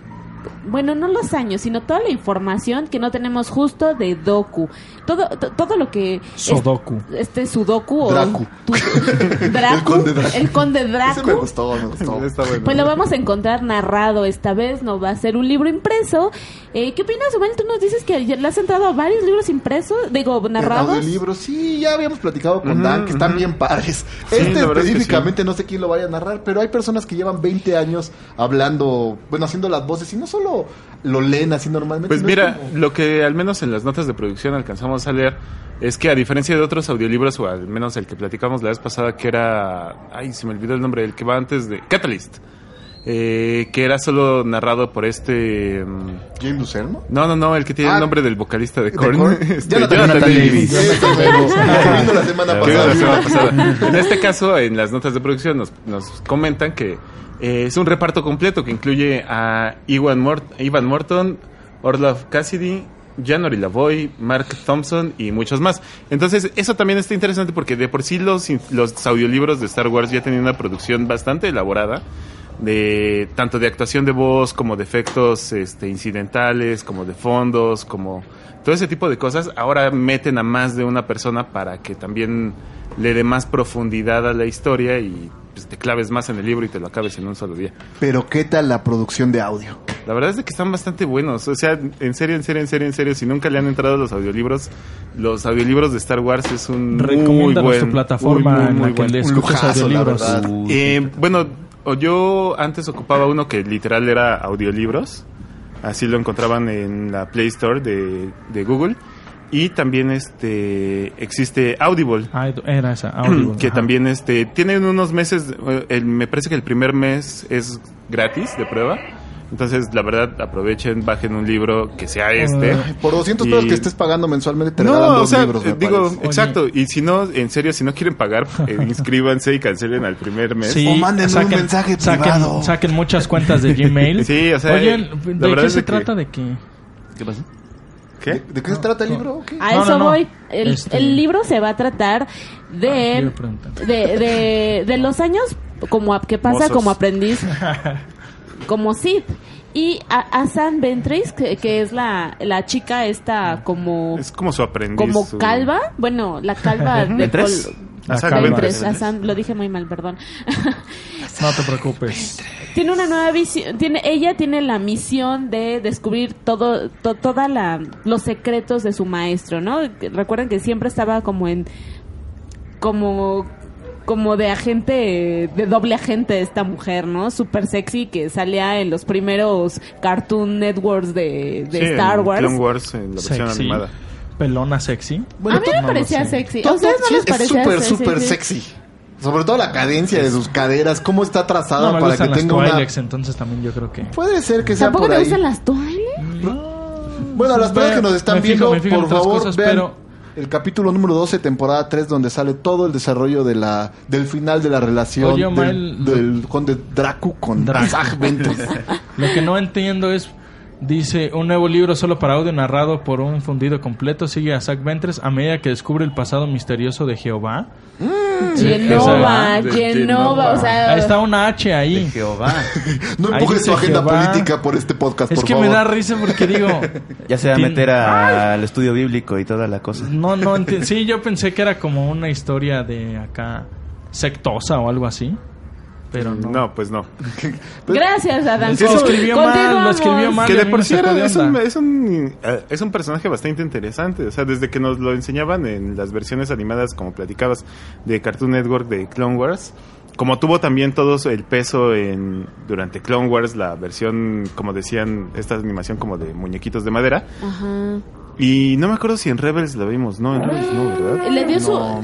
[SPEAKER 4] bueno, no los años, sino toda la información que no tenemos justo de Doku. Todo to- todo lo que es-
[SPEAKER 3] Sudoku.
[SPEAKER 4] este Sudoku o
[SPEAKER 2] Dracu.
[SPEAKER 4] tu- Dracu,
[SPEAKER 2] El conde Dracu.
[SPEAKER 4] el conde
[SPEAKER 2] Ese me
[SPEAKER 4] Dracu.
[SPEAKER 2] gustó, me gustó.
[SPEAKER 7] Está bueno.
[SPEAKER 4] Pues lo vamos a encontrar narrado esta vez, no va a ser un libro impreso. Eh, ¿Qué opinas, Omar? Tú nos dices que ya le has entrado a varios libros impresos, digo, narrados.
[SPEAKER 2] El libro, sí, ya habíamos platicado con Dan, que están bien padres. este
[SPEAKER 7] la verdad es que
[SPEAKER 2] específicamente no sé quién lo vaya a narrar, pero hay personas que llevan 20 años hablando, bueno, haciendo las voces y no solo lo leen así normalmente.
[SPEAKER 5] Pues
[SPEAKER 2] no es
[SPEAKER 5] mira,
[SPEAKER 2] como-
[SPEAKER 5] lo que al menos en las notas de producción alcanzamos a leer es que a diferencia de otros audiolibros, o al menos el que platicamos la vez pasada, que era... Ay, se me olvidó el nombre, el que va antes de... Catalyst. eh, que era solo narrado por este... mm,
[SPEAKER 2] James Lucerno.
[SPEAKER 5] No, no, no, el que tiene
[SPEAKER 2] Ah,
[SPEAKER 5] el nombre del vocalista de
[SPEAKER 2] De
[SPEAKER 5] Korn.
[SPEAKER 2] Korn.
[SPEAKER 5] este,
[SPEAKER 2] Jonathan
[SPEAKER 6] Davis.
[SPEAKER 2] Ese mero, que vino la semana
[SPEAKER 5] que vino
[SPEAKER 2] pasada.
[SPEAKER 5] la semana pasada. En este caso, en las notas de producción nos, nos comentan que eh, es un reparto completo que incluye a Ivan, Mort- Ivan Morton, Orlov Cassidy, January Lavoy, Mark Thompson y muchos más. Entonces, eso también está interesante porque de por sí los, in- los audiolibros de Star Wars ya tenían una producción bastante elaborada de tanto de actuación de voz como de efectos este, incidentales, como de fondos, como todo ese tipo de cosas. Ahora meten a más de una persona para que también le dé más profundidad a la historia y pues, te claves más en el libro y te lo acabes en un solo día.
[SPEAKER 2] Pero ¿qué tal la producción de audio?
[SPEAKER 5] La verdad es de que están bastante buenos. O sea, en serio, en serio, en serio, en serio. Si nunca le han entrado a los audiolibros, los audiolibros de Star Wars es un muy
[SPEAKER 3] Recomiéndanos
[SPEAKER 5] buen,
[SPEAKER 3] tu plataforma
[SPEAKER 5] muy, muy,
[SPEAKER 3] en la
[SPEAKER 5] muy
[SPEAKER 3] que
[SPEAKER 5] buen-
[SPEAKER 3] le
[SPEAKER 2] un
[SPEAKER 3] escuchas
[SPEAKER 2] lujazo, la
[SPEAKER 3] audiolibros.
[SPEAKER 2] verdad.
[SPEAKER 6] Uy,
[SPEAKER 5] Eh, bueno, o yo antes ocupaba uno que literal era audiolibros. Así lo encontraban en la Play Store de, de Google. Y también este existe Audible.
[SPEAKER 3] Ah, era esa. Audible,
[SPEAKER 5] que
[SPEAKER 3] ajá.
[SPEAKER 5] también este tienen unos meses eh, el- me parece que el primer mes es gratis de prueba entonces la verdad aprovechen bajen un libro que sea este
[SPEAKER 3] Ay,
[SPEAKER 2] Por 200
[SPEAKER 5] Y-
[SPEAKER 2] pesos que estés pagando mensualmente Eh, te regalan
[SPEAKER 5] no,
[SPEAKER 2] dos
[SPEAKER 5] o sea,
[SPEAKER 2] libros, me
[SPEAKER 5] eh, digo,
[SPEAKER 2] parece.
[SPEAKER 5] exacto. Y si no, en serio, si no quieren pagar, eh, inscríbanse y cancelen al primer mes.
[SPEAKER 3] Sí,
[SPEAKER 2] O mándenme un mensaje
[SPEAKER 3] saquen,
[SPEAKER 2] privado.
[SPEAKER 3] saquen muchas cuentas de Gmail.
[SPEAKER 5] Sí, o sea,
[SPEAKER 3] Oye,
[SPEAKER 5] eh,
[SPEAKER 3] ¿de
[SPEAKER 5] la verdad
[SPEAKER 3] qué
[SPEAKER 5] es
[SPEAKER 3] se
[SPEAKER 5] de que-
[SPEAKER 3] trata de que
[SPEAKER 6] ¿Qué pasó?
[SPEAKER 2] ¿De,
[SPEAKER 5] ¿Qué?
[SPEAKER 2] de qué se trata el libro? o qué?
[SPEAKER 4] A
[SPEAKER 3] No,
[SPEAKER 4] eso
[SPEAKER 3] no, no.
[SPEAKER 4] voy. El,
[SPEAKER 3] Este-
[SPEAKER 4] el libro se va a tratar
[SPEAKER 3] Ah,
[SPEAKER 4] de,
[SPEAKER 3] quiero preguntar.
[SPEAKER 4] de, de, de los años como a- que pasa
[SPEAKER 5] Mozos.
[SPEAKER 4] como aprendiz, como Sid. Y a, a San Ventris, que, que es la, la chica esta como,
[SPEAKER 7] Es como su aprendiz.
[SPEAKER 4] como
[SPEAKER 7] su- Ah,
[SPEAKER 4] calva, bueno, la calva de
[SPEAKER 6] ¿Ventress?
[SPEAKER 4] col-
[SPEAKER 3] La
[SPEAKER 7] Ajá,
[SPEAKER 3] cámara.
[SPEAKER 4] Ventress,
[SPEAKER 7] Ventress.
[SPEAKER 4] a San- lo dije muy mal, perdón.
[SPEAKER 3] No te preocupes.
[SPEAKER 4] Tiene una nueva visión. Tiene, ella tiene la misión de descubrir todo, to- toda la, los secretos de su maestro, ¿no? Que- Recuerden que siempre estaba como en, como como de agente, de doble agente esta mujer, ¿no? Súper sexy que salía en los primeros Cartoon Networks de, de
[SPEAKER 7] Sí, en
[SPEAKER 4] Star Wars.
[SPEAKER 7] Clone Wars en la versión
[SPEAKER 3] Sexy.
[SPEAKER 7] animada.
[SPEAKER 3] Pelona sexy.
[SPEAKER 4] a mí me parecía sexy. ¿A
[SPEAKER 2] Todo
[SPEAKER 4] ustedes no
[SPEAKER 2] sí
[SPEAKER 4] les
[SPEAKER 2] es
[SPEAKER 4] parecía
[SPEAKER 2] súper,
[SPEAKER 4] sexy?
[SPEAKER 2] súper sexy. Sobre todo la cadencia de sus caderas, cómo está trazada
[SPEAKER 3] No, me
[SPEAKER 2] Ah, para que
[SPEAKER 3] gustan las
[SPEAKER 2] tenga una...
[SPEAKER 3] Twi'leks, entonces también yo creo que...
[SPEAKER 2] Puede ser que sea
[SPEAKER 4] ¿Tampoco
[SPEAKER 2] por
[SPEAKER 4] te
[SPEAKER 2] ahí.
[SPEAKER 4] gustan las toallas?
[SPEAKER 2] Bueno, a las personas que nos están
[SPEAKER 3] Me fijo-
[SPEAKER 2] viendo,
[SPEAKER 3] me fijo en
[SPEAKER 2] por
[SPEAKER 3] otras
[SPEAKER 2] favor,
[SPEAKER 3] cosas,
[SPEAKER 2] vean
[SPEAKER 3] pero-
[SPEAKER 2] el capítulo número 12, temporada 3, donde sale todo el desarrollo de la del final de la relación
[SPEAKER 3] Oye,
[SPEAKER 2] del,
[SPEAKER 3] Mael,
[SPEAKER 2] del conde Dracu con
[SPEAKER 3] Dracu.
[SPEAKER 2] Asajj Ventress.
[SPEAKER 3] Lo que no entiendo es... Dice, un nuevo libro solo para audio narrado por un fundido completo sigue a Zack Ventres a medida que descubre el pasado misterioso de Jehová.
[SPEAKER 4] Mm,
[SPEAKER 3] Sí,
[SPEAKER 4] Genova,
[SPEAKER 5] esa-
[SPEAKER 4] Genova, o sea...
[SPEAKER 3] Ahí está una H ahí.
[SPEAKER 6] Jehová.
[SPEAKER 2] No
[SPEAKER 3] Ahí
[SPEAKER 2] empujes tu
[SPEAKER 3] dice
[SPEAKER 2] agenda
[SPEAKER 3] Jehová.
[SPEAKER 2] política por este podcast,
[SPEAKER 3] Es
[SPEAKER 2] por
[SPEAKER 3] que
[SPEAKER 2] favor.
[SPEAKER 3] me da risa porque digo...
[SPEAKER 6] Ya se va a
[SPEAKER 3] Tien-
[SPEAKER 6] meter a- al estudio bíblico y toda la cosa.
[SPEAKER 3] No, no enti- Sí, yo pensé que era como una historia de acá sectosa o algo así. Pero no.
[SPEAKER 7] No, pues no.
[SPEAKER 4] Gracias, Adán.
[SPEAKER 3] Lo escribió mal, lo
[SPEAKER 4] Continuamos.
[SPEAKER 3] escribió mal.
[SPEAKER 7] que
[SPEAKER 3] y a
[SPEAKER 7] de
[SPEAKER 3] mí
[SPEAKER 7] por
[SPEAKER 3] me
[SPEAKER 7] sí
[SPEAKER 3] sacó
[SPEAKER 7] era-
[SPEAKER 3] de
[SPEAKER 7] es, un,
[SPEAKER 3] onda.
[SPEAKER 7] es, un, eh, es un personaje bastante interesante. O sea, desde que nos lo enseñaban en las versiones animadas, como platicabas, de Cartoon Network de Clone Wars. Como tuvo también todo el peso en durante Clone Wars, la versión, como decían, esta animación como de muñequitos de madera.
[SPEAKER 4] Ajá.
[SPEAKER 7] Y no me acuerdo si en Rebels la vimos, no, en Rebels no, ¿verdad?
[SPEAKER 4] Le dio su...
[SPEAKER 2] No,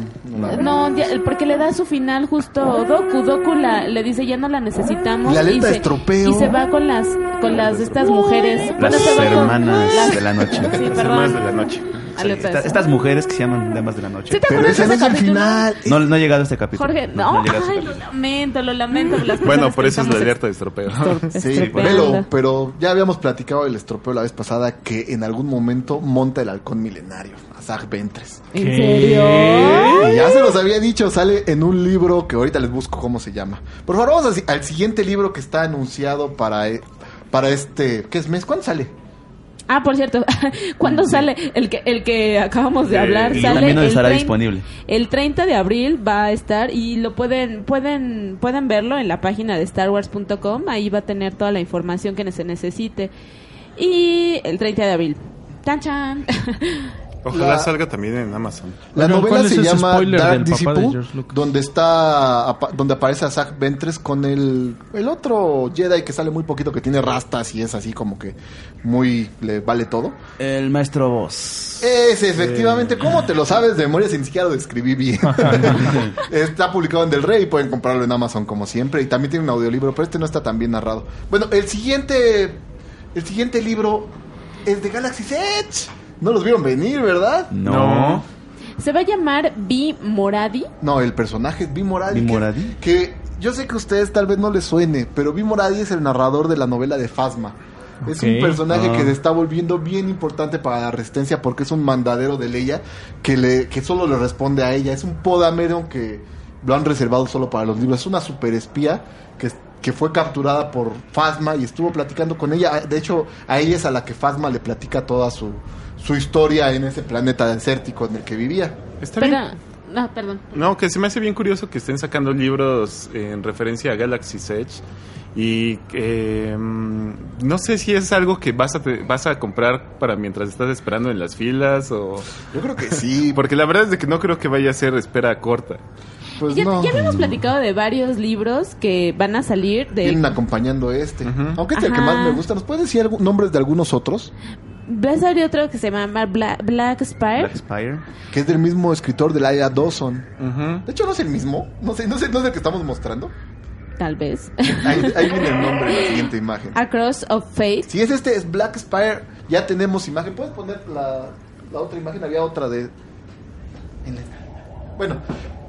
[SPEAKER 4] No, ya- porque le da su final justo Doku. Doku la- le dice ya no la necesitamos.
[SPEAKER 2] La
[SPEAKER 4] y
[SPEAKER 2] aleta
[SPEAKER 4] se,
[SPEAKER 2] estropeo.
[SPEAKER 4] y se va con las con las de estas mujeres. Bueno,
[SPEAKER 6] Las
[SPEAKER 4] se va con
[SPEAKER 6] hermanas
[SPEAKER 4] las-
[SPEAKER 6] de la noche.
[SPEAKER 4] Sí,
[SPEAKER 7] Las
[SPEAKER 4] perdón.
[SPEAKER 7] hermanas de la noche.
[SPEAKER 4] Aleta
[SPEAKER 6] Esta-
[SPEAKER 4] estropeo.
[SPEAKER 6] estas mujeres que se llaman damas de la
[SPEAKER 4] ¿Sí
[SPEAKER 6] noche.
[SPEAKER 4] te
[SPEAKER 2] Pero
[SPEAKER 4] acuerdas
[SPEAKER 2] ese
[SPEAKER 4] de
[SPEAKER 2] no es
[SPEAKER 4] ese
[SPEAKER 2] el
[SPEAKER 4] capítulo?
[SPEAKER 2] final.
[SPEAKER 6] No, no he llegado a este capítulo.
[SPEAKER 4] Jorge,
[SPEAKER 6] No,
[SPEAKER 4] no,
[SPEAKER 6] no he llegado a este
[SPEAKER 4] ay, lo
[SPEAKER 6] capítulo. lamento,
[SPEAKER 4] lamento, lo lamento. las
[SPEAKER 5] Bueno,
[SPEAKER 4] personas
[SPEAKER 5] por
[SPEAKER 4] que
[SPEAKER 5] eso es la
[SPEAKER 4] estamos
[SPEAKER 5] alerta de estropeo.
[SPEAKER 4] ex-
[SPEAKER 2] Sí,
[SPEAKER 4] estropeando.
[SPEAKER 2] velo, pero ya habíamos platicado del estropeo la vez pasada que en algún momento monta el halcón milenario, Asajj Ventress.
[SPEAKER 4] ¿En
[SPEAKER 3] ¿Qué?
[SPEAKER 4] serio?
[SPEAKER 2] Y ya se los había dicho, sale en un libro que ahorita les busco cómo se llama. Por favor, vamos al- al siguiente libro que está anunciado para, eh, para este... ¿Qué es mes? ¿Cuándo sale?
[SPEAKER 4] Ah, por cierto, ¿cuándo sale el que el que acabamos de
[SPEAKER 7] Eh,
[SPEAKER 4] hablar?
[SPEAKER 7] y
[SPEAKER 4] Sale
[SPEAKER 6] también
[SPEAKER 4] el
[SPEAKER 6] estará
[SPEAKER 4] trein-
[SPEAKER 6] disponible.
[SPEAKER 4] El 30 de abril va a estar y lo pueden pueden pueden verlo en la página de starwars.com, ahí va a tener toda la información que se necesite. Y el 30 de abril. Tan chan.
[SPEAKER 7] Ojalá
[SPEAKER 2] La-
[SPEAKER 7] salga también en Amazon.
[SPEAKER 2] La
[SPEAKER 3] Oigan,
[SPEAKER 2] novela
[SPEAKER 3] ¿cuál es
[SPEAKER 2] se
[SPEAKER 3] ese
[SPEAKER 2] llama
[SPEAKER 3] spoiler
[SPEAKER 2] Dark
[SPEAKER 3] del papá de
[SPEAKER 2] Disciple,
[SPEAKER 3] George Lucas?
[SPEAKER 2] donde está apa- donde aparece a Zack Ventress con el, el otro Jedi que sale muy poquito, que tiene rastas y es así como que muy le vale todo.
[SPEAKER 6] El maestro voz.
[SPEAKER 2] Es efectivamente, ¿cómo te lo sabes de memoria si ni siquiera lo describí bien? está publicado en Del Rey, pueden comprarlo en Amazon como siempre y también tiene un audiolibro, pero este no está tan bien narrado. Bueno, el siguiente el siguiente libro es de Galaxy's Edge. No los vieron venir, ¿verdad?
[SPEAKER 6] No.
[SPEAKER 4] Se va a llamar B Moradi.
[SPEAKER 2] No, el personaje es B. Moradi.
[SPEAKER 6] Bee
[SPEAKER 2] que-
[SPEAKER 6] Moradi.
[SPEAKER 2] Que, yo sé que a ustedes tal vez no les suene, pero B. Moradi es el narrador de la novela de Fasma. Es un
[SPEAKER 3] Ok.
[SPEAKER 2] personaje
[SPEAKER 6] Ah.
[SPEAKER 2] que se está volviendo bien importante para la resistencia porque es un mandadero de Leia que, le, que solo le responde a ella. Es un podamero que lo han reservado solo para los libros. Es una superespía que, que fue capturada por Fasma y estuvo platicando con ella. De hecho, a ella es a la que Fasma le platica toda su, su historia en ese planeta desértico en el que vivía.
[SPEAKER 7] Está bien.
[SPEAKER 4] Pero no, perdón.
[SPEAKER 7] No, que se me hace bien curioso que estén sacando libros eh, en referencia a Galaxy's Edge. Y eh, mm, no sé si es algo que vas a, te- vas a comprar para mientras estás esperando en las filas o...
[SPEAKER 2] Yo creo que sí,
[SPEAKER 7] Porque la verdad es de que no creo que vaya a ser espera corta.
[SPEAKER 2] pues
[SPEAKER 4] ya,
[SPEAKER 2] no.
[SPEAKER 4] ya habíamos platicado de varios libros que van a salir de
[SPEAKER 2] vienen acompañando este. Aunque este es el que
[SPEAKER 4] Ajá.
[SPEAKER 2] más me gusta. ¿Nos puedes decir algu- nombres de algunos otros?
[SPEAKER 4] Va a salir otro que se llama Bla- Black Spire.
[SPEAKER 6] Black Spire.
[SPEAKER 2] Que es del mismo escritor de Laia Dawson.
[SPEAKER 7] Ujú.
[SPEAKER 2] De hecho, no es el mismo. No sé, no sé, no es el que estamos mostrando.
[SPEAKER 4] Tal vez.
[SPEAKER 2] Ahí, ahí viene el nombre en la siguiente imagen.
[SPEAKER 4] Across of Fate.
[SPEAKER 2] Si es este, es Black Spire. Ya tenemos imagen. ¿Puedes poner la, la otra imagen? Había otra de. en la- Bueno,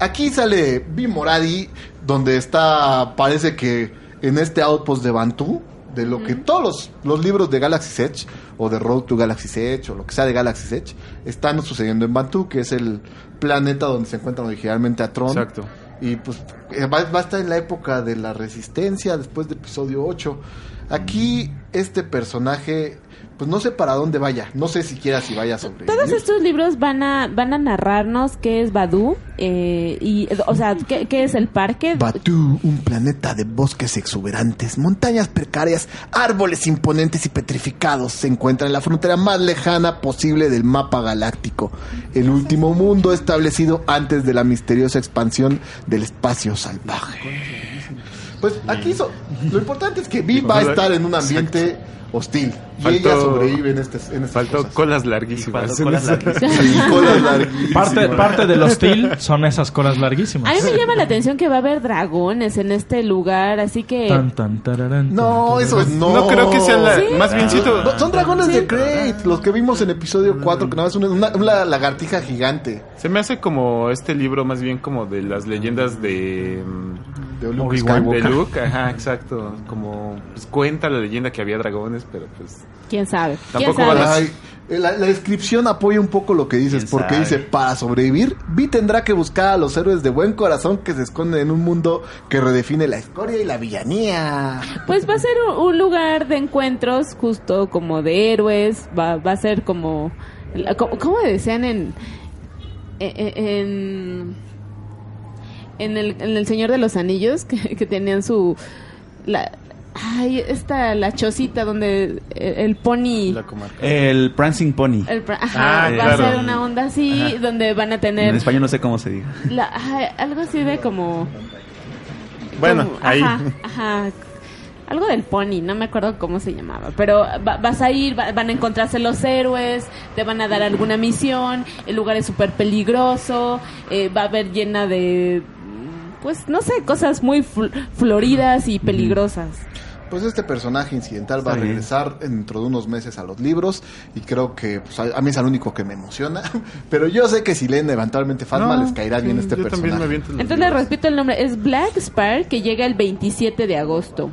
[SPEAKER 2] aquí sale B. Moradi, donde está, parece que en este outpost de Bantu, de lo que todos los, los libros de Galaxy's Edge, o de Road to Galaxy's Edge, o lo que sea de Galaxy's Edge, están sucediendo en Bantu, que es el planeta donde se encuentran originalmente a Tron.
[SPEAKER 7] Exacto.
[SPEAKER 2] Y pues eh, va, va a estar en la época de la resistencia, después de episodio 8. Aquí este personaje, pues no sé para dónde vaya, no sé siquiera si vaya sobre
[SPEAKER 4] Todos estos libros van a, van a narrarnos qué es Badu, eh, y, o sea, qué, qué es el parque.
[SPEAKER 8] Batú, un planeta de bosques exuberantes, montañas precarias, árboles imponentes y petrificados, se encuentra en la frontera más lejana posible del mapa galáctico, el último mundo establecido antes de la misteriosa expansión del espacio salvaje.
[SPEAKER 2] Pues aquí so- lo importante es que Vi va a estar en un ambiente hostil y
[SPEAKER 5] Faltó-
[SPEAKER 2] ella sobrevive en este en estas
[SPEAKER 5] Faltó
[SPEAKER 2] cosas.
[SPEAKER 5] colas
[SPEAKER 6] Y
[SPEAKER 5] larguísimas.
[SPEAKER 6] cuando colas largas.
[SPEAKER 2] Sí, colas larguísimas.
[SPEAKER 3] Parte, parte del hostil son esas colas larguísimas.
[SPEAKER 4] A mí me llama la atención que va a haber dragones en este lugar, así que...
[SPEAKER 3] Tan, tan, tararán,
[SPEAKER 2] No,
[SPEAKER 3] tan,
[SPEAKER 2] eso es no.
[SPEAKER 7] No, creo que sea la...
[SPEAKER 4] Sí.
[SPEAKER 7] Más bien si
[SPEAKER 2] Ah. No, Son dragones de Crate, los que vimos en episodio 4, que nada más es una, una- una lagartija gigante
[SPEAKER 5] Se me hace como este libro más bien como de las leyendas de...
[SPEAKER 7] em,
[SPEAKER 5] mm,
[SPEAKER 2] de Luke
[SPEAKER 3] Obi-Wan.
[SPEAKER 5] De
[SPEAKER 2] Skywalker.
[SPEAKER 5] Luke, ajá, exacto. Como pues, cuenta la leyenda que había dragones, pero pues...
[SPEAKER 4] ¿Quién sabe? ¿Quién
[SPEAKER 5] Tampoco
[SPEAKER 4] sabe?
[SPEAKER 5] van a-
[SPEAKER 2] Ay, la, la descripción apoya un poco lo que dices,
[SPEAKER 6] ¿Quién
[SPEAKER 2] porque
[SPEAKER 6] sabe?
[SPEAKER 2] dice, para sobrevivir, Vi tendrá que buscar a los héroes de buen corazón que se esconden en un mundo que redefine la escoria y la villanía.
[SPEAKER 4] Pues va a ser un, un lugar de encuentros justo como de héroes, va, va a ser como... la- co- ¿Cómo decían en... en- en, en el, en el Señor de los Anillos, que, que tenían su... La, ay, esta, la chocita donde el, el pony...
[SPEAKER 7] La comarca.
[SPEAKER 6] El Prancing Pony.
[SPEAKER 4] el pra- ajá,
[SPEAKER 6] Ah,
[SPEAKER 4] va
[SPEAKER 6] claro.
[SPEAKER 4] a ser una onda así,
[SPEAKER 6] Ajá.
[SPEAKER 4] donde van a
[SPEAKER 6] En
[SPEAKER 4] tener
[SPEAKER 6] español no sé cómo se diga.
[SPEAKER 4] la- ajá, algo así de como...
[SPEAKER 7] Bueno,
[SPEAKER 4] como-
[SPEAKER 7] ahí.
[SPEAKER 4] Ajá, ajá. Algo del pony, no me acuerdo cómo se llamaba. Pero va- vas a ir, va- van a encontrarse los héroes, te van a dar alguna misión, el lugar es súper peligroso, eh, va a haber llena de, pues no sé, cosas muy fl- floridas y peligrosas.
[SPEAKER 2] Pues este personaje incidental va a
[SPEAKER 6] Está bien.
[SPEAKER 2] regresar dentro de unos meses a los libros y creo que pues, a, a mí es el único que me emociona, pero yo sé que si leen eventualmente Fatma
[SPEAKER 7] No,
[SPEAKER 2] les caerá bien
[SPEAKER 7] sí,
[SPEAKER 2] este
[SPEAKER 7] yo también me
[SPEAKER 2] personaje.
[SPEAKER 7] aviento los
[SPEAKER 4] Entonces le
[SPEAKER 7] libros.
[SPEAKER 4] repito el nombre, es Black Spark que llega el 27 de agosto.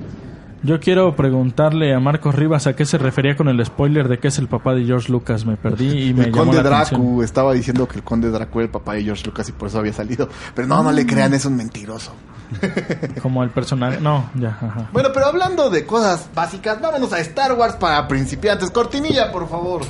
[SPEAKER 3] Yo quiero preguntarle a Marcos Rivas a qué se refería con el spoiler de que es el papá de George Lucas. Me perdí y me
[SPEAKER 2] El
[SPEAKER 3] llamó
[SPEAKER 2] conde
[SPEAKER 3] la atención.
[SPEAKER 2] Dracu estaba diciendo que el conde Dracu era el papá de George Lucas y por eso había salido, pero no,
[SPEAKER 3] Mm.
[SPEAKER 2] no le crean, es un mentiroso.
[SPEAKER 3] Como el personaje. No, ya, ajá.
[SPEAKER 2] Bueno, pero hablando de cosas básicas, vámonos a Star Wars para principiantes. Cortinilla, por favor.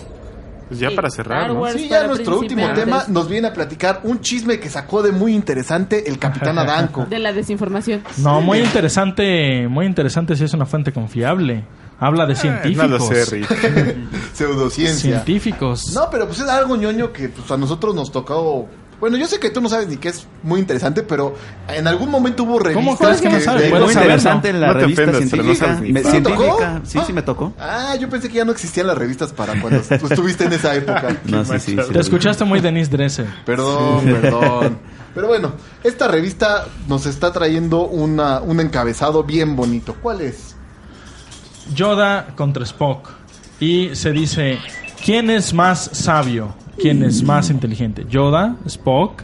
[SPEAKER 7] Pues ya
[SPEAKER 4] Sí,
[SPEAKER 7] para cerrar,
[SPEAKER 4] Star
[SPEAKER 7] ¿no?
[SPEAKER 4] Wars.
[SPEAKER 2] Sí, ya
[SPEAKER 4] para
[SPEAKER 2] nuestro último
[SPEAKER 4] principiantes.
[SPEAKER 2] tema nos viene a platicar un chisme que sacó de muy interesante el Capitán Adanco.
[SPEAKER 4] De la desinformación.
[SPEAKER 3] No, muy interesante, muy interesante si es una fuente confiable. Habla de
[SPEAKER 7] Eh,
[SPEAKER 3] científicos.
[SPEAKER 7] No lo sé, Rick.
[SPEAKER 2] Pseudociencia.
[SPEAKER 3] Científicos.
[SPEAKER 2] No, pero pues es algo ñoño que pues, a nosotros nos tocó. Bueno, yo sé que tú no sabes ni qué es muy interesante, pero en algún momento hubo revistas
[SPEAKER 3] crees que no sabes?
[SPEAKER 2] de-
[SPEAKER 3] Puedo
[SPEAKER 6] Muy
[SPEAKER 3] saberlo.
[SPEAKER 6] interesante en la
[SPEAKER 7] No te
[SPEAKER 6] revista
[SPEAKER 7] ofendas, pero no
[SPEAKER 6] científica.
[SPEAKER 7] sabes ni
[SPEAKER 6] Me-
[SPEAKER 7] qué.
[SPEAKER 2] ¿Sí te tocó?
[SPEAKER 6] científica, sí,
[SPEAKER 2] Ah.
[SPEAKER 6] sí me tocó.
[SPEAKER 2] Ah, yo pensé que ya no existían las revistas para cuando tú estuviste en esa época.
[SPEAKER 6] No, sí, sí, sí.
[SPEAKER 3] Te escuchaste muy Denise Dresser.
[SPEAKER 2] Perdón, perdón. Pero bueno, esta revista nos está trayendo una, un encabezado bien bonito. ¿Cuál es?
[SPEAKER 3] Yoda contra Spock. Y se dice, ¿quién es más sabio? ¿Quién es más inteligente? Yoda, Spock,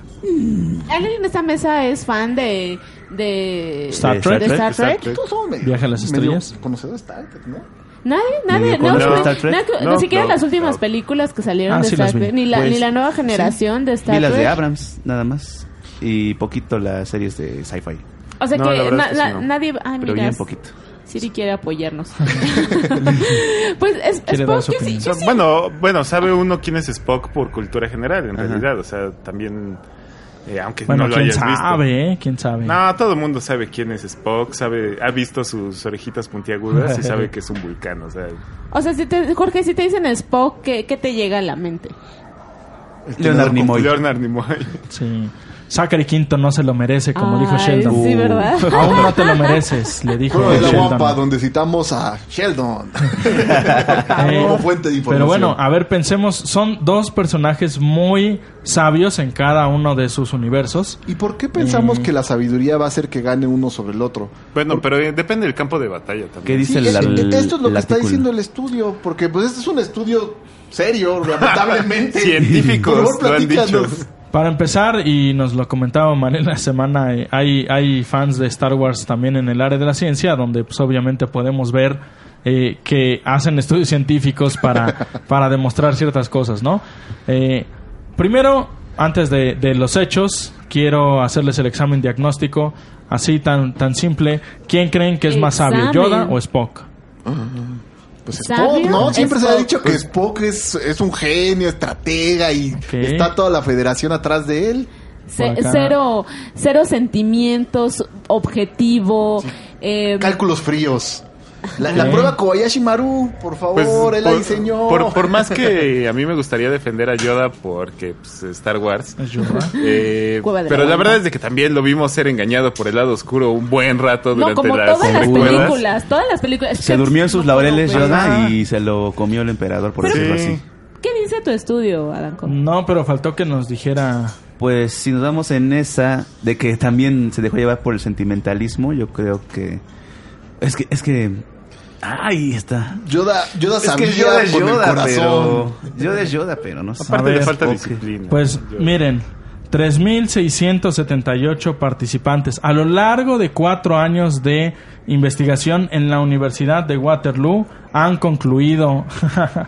[SPEAKER 4] ¿Alguien en esta mesa es fan de... de
[SPEAKER 3] Star
[SPEAKER 6] De
[SPEAKER 3] Trek.
[SPEAKER 4] de Star Trek?
[SPEAKER 2] Tú somos medio-
[SPEAKER 3] Viaje a las
[SPEAKER 2] medio
[SPEAKER 3] estrellas.
[SPEAKER 2] Conocedor de Star Trek, ¿no?
[SPEAKER 4] Nadie, nadie,
[SPEAKER 6] Medio
[SPEAKER 4] no,
[SPEAKER 6] contra
[SPEAKER 4] no,
[SPEAKER 6] Star Trek.
[SPEAKER 4] nada que-
[SPEAKER 7] No,
[SPEAKER 4] ni siquiera
[SPEAKER 7] no,
[SPEAKER 4] las últimas
[SPEAKER 7] no.
[SPEAKER 4] películas que salieron
[SPEAKER 3] Ah,
[SPEAKER 4] de
[SPEAKER 3] sí
[SPEAKER 4] Star
[SPEAKER 3] las vi.
[SPEAKER 4] Trek, ni la,
[SPEAKER 6] Pues,
[SPEAKER 4] ni la nueva generación de Star
[SPEAKER 6] Vi las
[SPEAKER 4] Trek.
[SPEAKER 6] de Abrams, nada más. Y poquito las series de sci-fi.
[SPEAKER 4] O sea
[SPEAKER 7] No, la
[SPEAKER 4] que
[SPEAKER 7] verdad
[SPEAKER 4] na-
[SPEAKER 7] es que
[SPEAKER 4] na-
[SPEAKER 7] sí, no.
[SPEAKER 4] nadie. ah, Ay,
[SPEAKER 6] Pero
[SPEAKER 4] mira,
[SPEAKER 6] bien poquito.
[SPEAKER 4] Siri quiere apoyarnos. pues es,
[SPEAKER 3] Quiere
[SPEAKER 4] Spock,
[SPEAKER 3] dar su
[SPEAKER 4] yo sí-
[SPEAKER 3] opinión.
[SPEAKER 4] yo sí-
[SPEAKER 7] Bueno, bueno, sabe uno quién es Spock por cultura general, en realidad. O sea, también, eh, aunque
[SPEAKER 3] Bueno,
[SPEAKER 7] no lo
[SPEAKER 3] quién
[SPEAKER 7] hayas visto.
[SPEAKER 3] sabe, ¿eh? ¿Quién sabe?
[SPEAKER 7] No, todo el mundo sabe quién es Spock, sabe, ha visto sus orejitas puntiagudas y sabe que es un vulcano. O sea,
[SPEAKER 4] O sea, si te, Jorge, si te dicen Spock, ¿qué, qué te llega a la mente?
[SPEAKER 6] Leonard Nimoy.
[SPEAKER 7] Leonard Nimoy.
[SPEAKER 3] Sí. Zachary Quinto no se lo merece, como
[SPEAKER 4] Ay,
[SPEAKER 3] dijo Sheldon. Uh.
[SPEAKER 4] sí, ¿verdad?
[SPEAKER 3] Aún no te lo mereces, le dijo
[SPEAKER 2] Juego de la
[SPEAKER 3] Sheldon.
[SPEAKER 2] guapa, donde citamos a Sheldon.
[SPEAKER 3] Eh,
[SPEAKER 2] Como fuente de información.
[SPEAKER 3] Pero bueno, a ver, pensemos, son dos personajes muy sabios en cada uno de sus universos.
[SPEAKER 2] ¿Y por qué
[SPEAKER 3] Eh.
[SPEAKER 2] pensamos que la sabiduría va a hacer que gane uno sobre el otro?
[SPEAKER 7] Bueno, pero eh, depende del campo de batalla
[SPEAKER 6] ¿Qué
[SPEAKER 7] también.
[SPEAKER 6] dice
[SPEAKER 2] Sí,
[SPEAKER 6] el,
[SPEAKER 2] es-
[SPEAKER 6] el-
[SPEAKER 2] esto es lo
[SPEAKER 6] el
[SPEAKER 2] que está
[SPEAKER 6] artículo?
[SPEAKER 2] diciendo el estudio, porque pues este es un estudio serio, lamentablemente.
[SPEAKER 7] Científicos
[SPEAKER 2] Por favor,
[SPEAKER 7] lo han dicho.
[SPEAKER 2] platícanos.
[SPEAKER 3] Para empezar, y nos lo comentaba María en la semana, eh, hay, hay fans de Star Wars también en el área de la ciencia, donde pues obviamente podemos ver eh, que hacen estudios científicos para, para demostrar ciertas cosas, ¿no? Eh, primero, antes de, de los hechos, quiero hacerles el examen diagnóstico, así tan, tan simple. ¿Quién creen que es más sabio,
[SPEAKER 4] Examen.
[SPEAKER 3] Yoda o Spock?
[SPEAKER 2] Pues
[SPEAKER 4] ¿Sabio?
[SPEAKER 2] Spock, ¿no? Siempre se ha
[SPEAKER 4] Spock.
[SPEAKER 2] dicho que Spock es, es un genio, estratega y está toda la federación atrás de él.
[SPEAKER 4] Ce-
[SPEAKER 3] Por acá.
[SPEAKER 4] cero, cero sentimientos, objetivo. eh,
[SPEAKER 2] Cálculos fríos. La, la
[SPEAKER 3] Ok.
[SPEAKER 2] prueba Kobayashi Maru, por favor,
[SPEAKER 5] Pues,
[SPEAKER 2] él la diseñó.
[SPEAKER 5] Por, por más que a mí me gustaría defender a Yoda porque pues, Star Wars.
[SPEAKER 3] Es Yoda.
[SPEAKER 5] eh,
[SPEAKER 4] Cueva de la
[SPEAKER 5] pero la
[SPEAKER 4] Guampa.
[SPEAKER 5] verdad es de que también lo vimos ser engañado por el lado oscuro un buen rato
[SPEAKER 4] no,
[SPEAKER 5] durante
[SPEAKER 4] como
[SPEAKER 5] las,
[SPEAKER 4] todas las
[SPEAKER 5] precuelas.
[SPEAKER 4] películas, todas las películas.
[SPEAKER 6] Se durmió en sus
[SPEAKER 4] No,
[SPEAKER 6] laureles
[SPEAKER 4] güey.
[SPEAKER 6] Yoda y se lo comió el emperador, por
[SPEAKER 7] Pero-
[SPEAKER 6] decirlo
[SPEAKER 7] Sí.
[SPEAKER 6] así.
[SPEAKER 4] ¿Qué dice tu estudio, Adanco?
[SPEAKER 3] No, pero faltó que nos dijera.
[SPEAKER 6] Pues si nos damos en esa de que también se dejó llevar por el sentimentalismo, yo creo que es que es que ahí está.
[SPEAKER 2] Yoda, Yoda
[SPEAKER 6] Es
[SPEAKER 2] sabía
[SPEAKER 6] que Yoda es
[SPEAKER 2] con el
[SPEAKER 6] Yoda,
[SPEAKER 2] corazón.
[SPEAKER 6] pero Yoda es Yoda, pero no sé.
[SPEAKER 5] Aparte
[SPEAKER 3] A
[SPEAKER 5] le
[SPEAKER 3] ver,
[SPEAKER 5] falta
[SPEAKER 6] ok.
[SPEAKER 5] disciplina.
[SPEAKER 3] Pues
[SPEAKER 5] Yoda.
[SPEAKER 3] miren, 3.678 participantes a lo largo de cuatro años de investigación en la Universidad de Waterloo han concluido,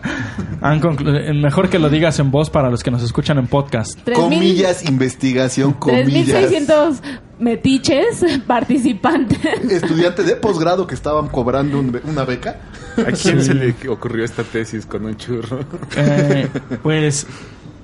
[SPEAKER 3] han conclu- eh, mejor que lo digas en voz para los que nos escuchan en podcast.
[SPEAKER 4] Tres mil-
[SPEAKER 2] Comillas, investigación, comillas.
[SPEAKER 4] 3.600 metiches participantes.
[SPEAKER 2] Estudiantes de posgrado que estaban cobrando un be- una beca.
[SPEAKER 3] Pues,
[SPEAKER 5] ¿A quién se le ocurrió esta tesis con un churro?
[SPEAKER 3] Eh, pues,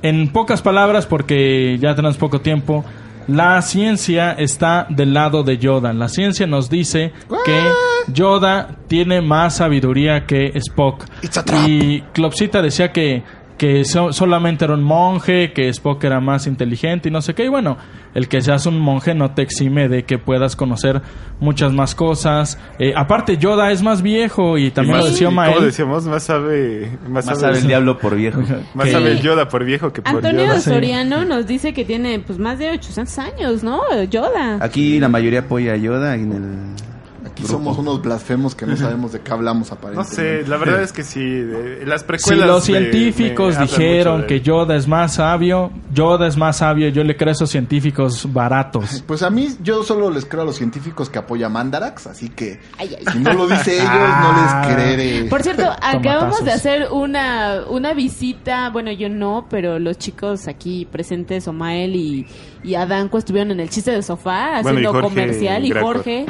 [SPEAKER 3] en pocas palabras, porque ya tenemos poco tiempo, la ciencia está del lado de Yoda. La ciencia nos dice
[SPEAKER 8] Ah.
[SPEAKER 3] que Yoda tiene más sabiduría que Spock.
[SPEAKER 8] It's a trap.
[SPEAKER 3] Y Clopsita decía que, que so- solamente era un monje, que Spock era más inteligente y no sé qué. Y bueno, el que seas un monje no te exime de que puedas conocer muchas más cosas. Eh, aparte, Yoda es más viejo y también
[SPEAKER 5] Y
[SPEAKER 3] lo
[SPEAKER 5] más-
[SPEAKER 3] decía
[SPEAKER 5] y
[SPEAKER 3] Mael.
[SPEAKER 5] Como decíamos, más sabe, más,
[SPEAKER 6] Más
[SPEAKER 5] sabe,
[SPEAKER 6] sabe el diablo por viejo.
[SPEAKER 5] más
[SPEAKER 3] que-
[SPEAKER 5] sabe el Yoda por viejo que por
[SPEAKER 4] Antonio
[SPEAKER 5] Yoda.
[SPEAKER 3] Sí.
[SPEAKER 4] Soriano nos dice que tiene pues más de 800 años, ¿no? Yoda.
[SPEAKER 6] Aquí la mayoría apoya a Yoda en el
[SPEAKER 2] Aquí
[SPEAKER 6] grupo.
[SPEAKER 2] somos unos blasfemos que no sabemos de qué hablamos
[SPEAKER 5] No
[SPEAKER 2] aparentemente.
[SPEAKER 5] sé, la verdad es que sí. de- las
[SPEAKER 3] Si
[SPEAKER 5] precuelas.
[SPEAKER 3] los
[SPEAKER 5] me- me
[SPEAKER 3] científicos
[SPEAKER 5] hablan
[SPEAKER 3] dijeron
[SPEAKER 5] mucho de-
[SPEAKER 3] que Yoda es más sabio, Yoda es más sabio, yo le creo a esos científicos baratos.
[SPEAKER 2] Pues a mí, yo solo les creo a los científicos que apoyan Mandarax, así que
[SPEAKER 4] Ay, ay.
[SPEAKER 2] si no lo dice ellos,
[SPEAKER 3] Ah.
[SPEAKER 2] no les creeré.
[SPEAKER 4] Por cierto, acabamos
[SPEAKER 3] Tomatazos.
[SPEAKER 4] de hacer una, una visita, bueno, yo no, pero los chicos aquí presentes, Omael y, y Adanco, estuvieron en el chiste de sofá
[SPEAKER 5] Bueno, y
[SPEAKER 4] haciendo
[SPEAKER 5] Jorge
[SPEAKER 4] comercial y
[SPEAKER 5] Graco.
[SPEAKER 4] Jorge.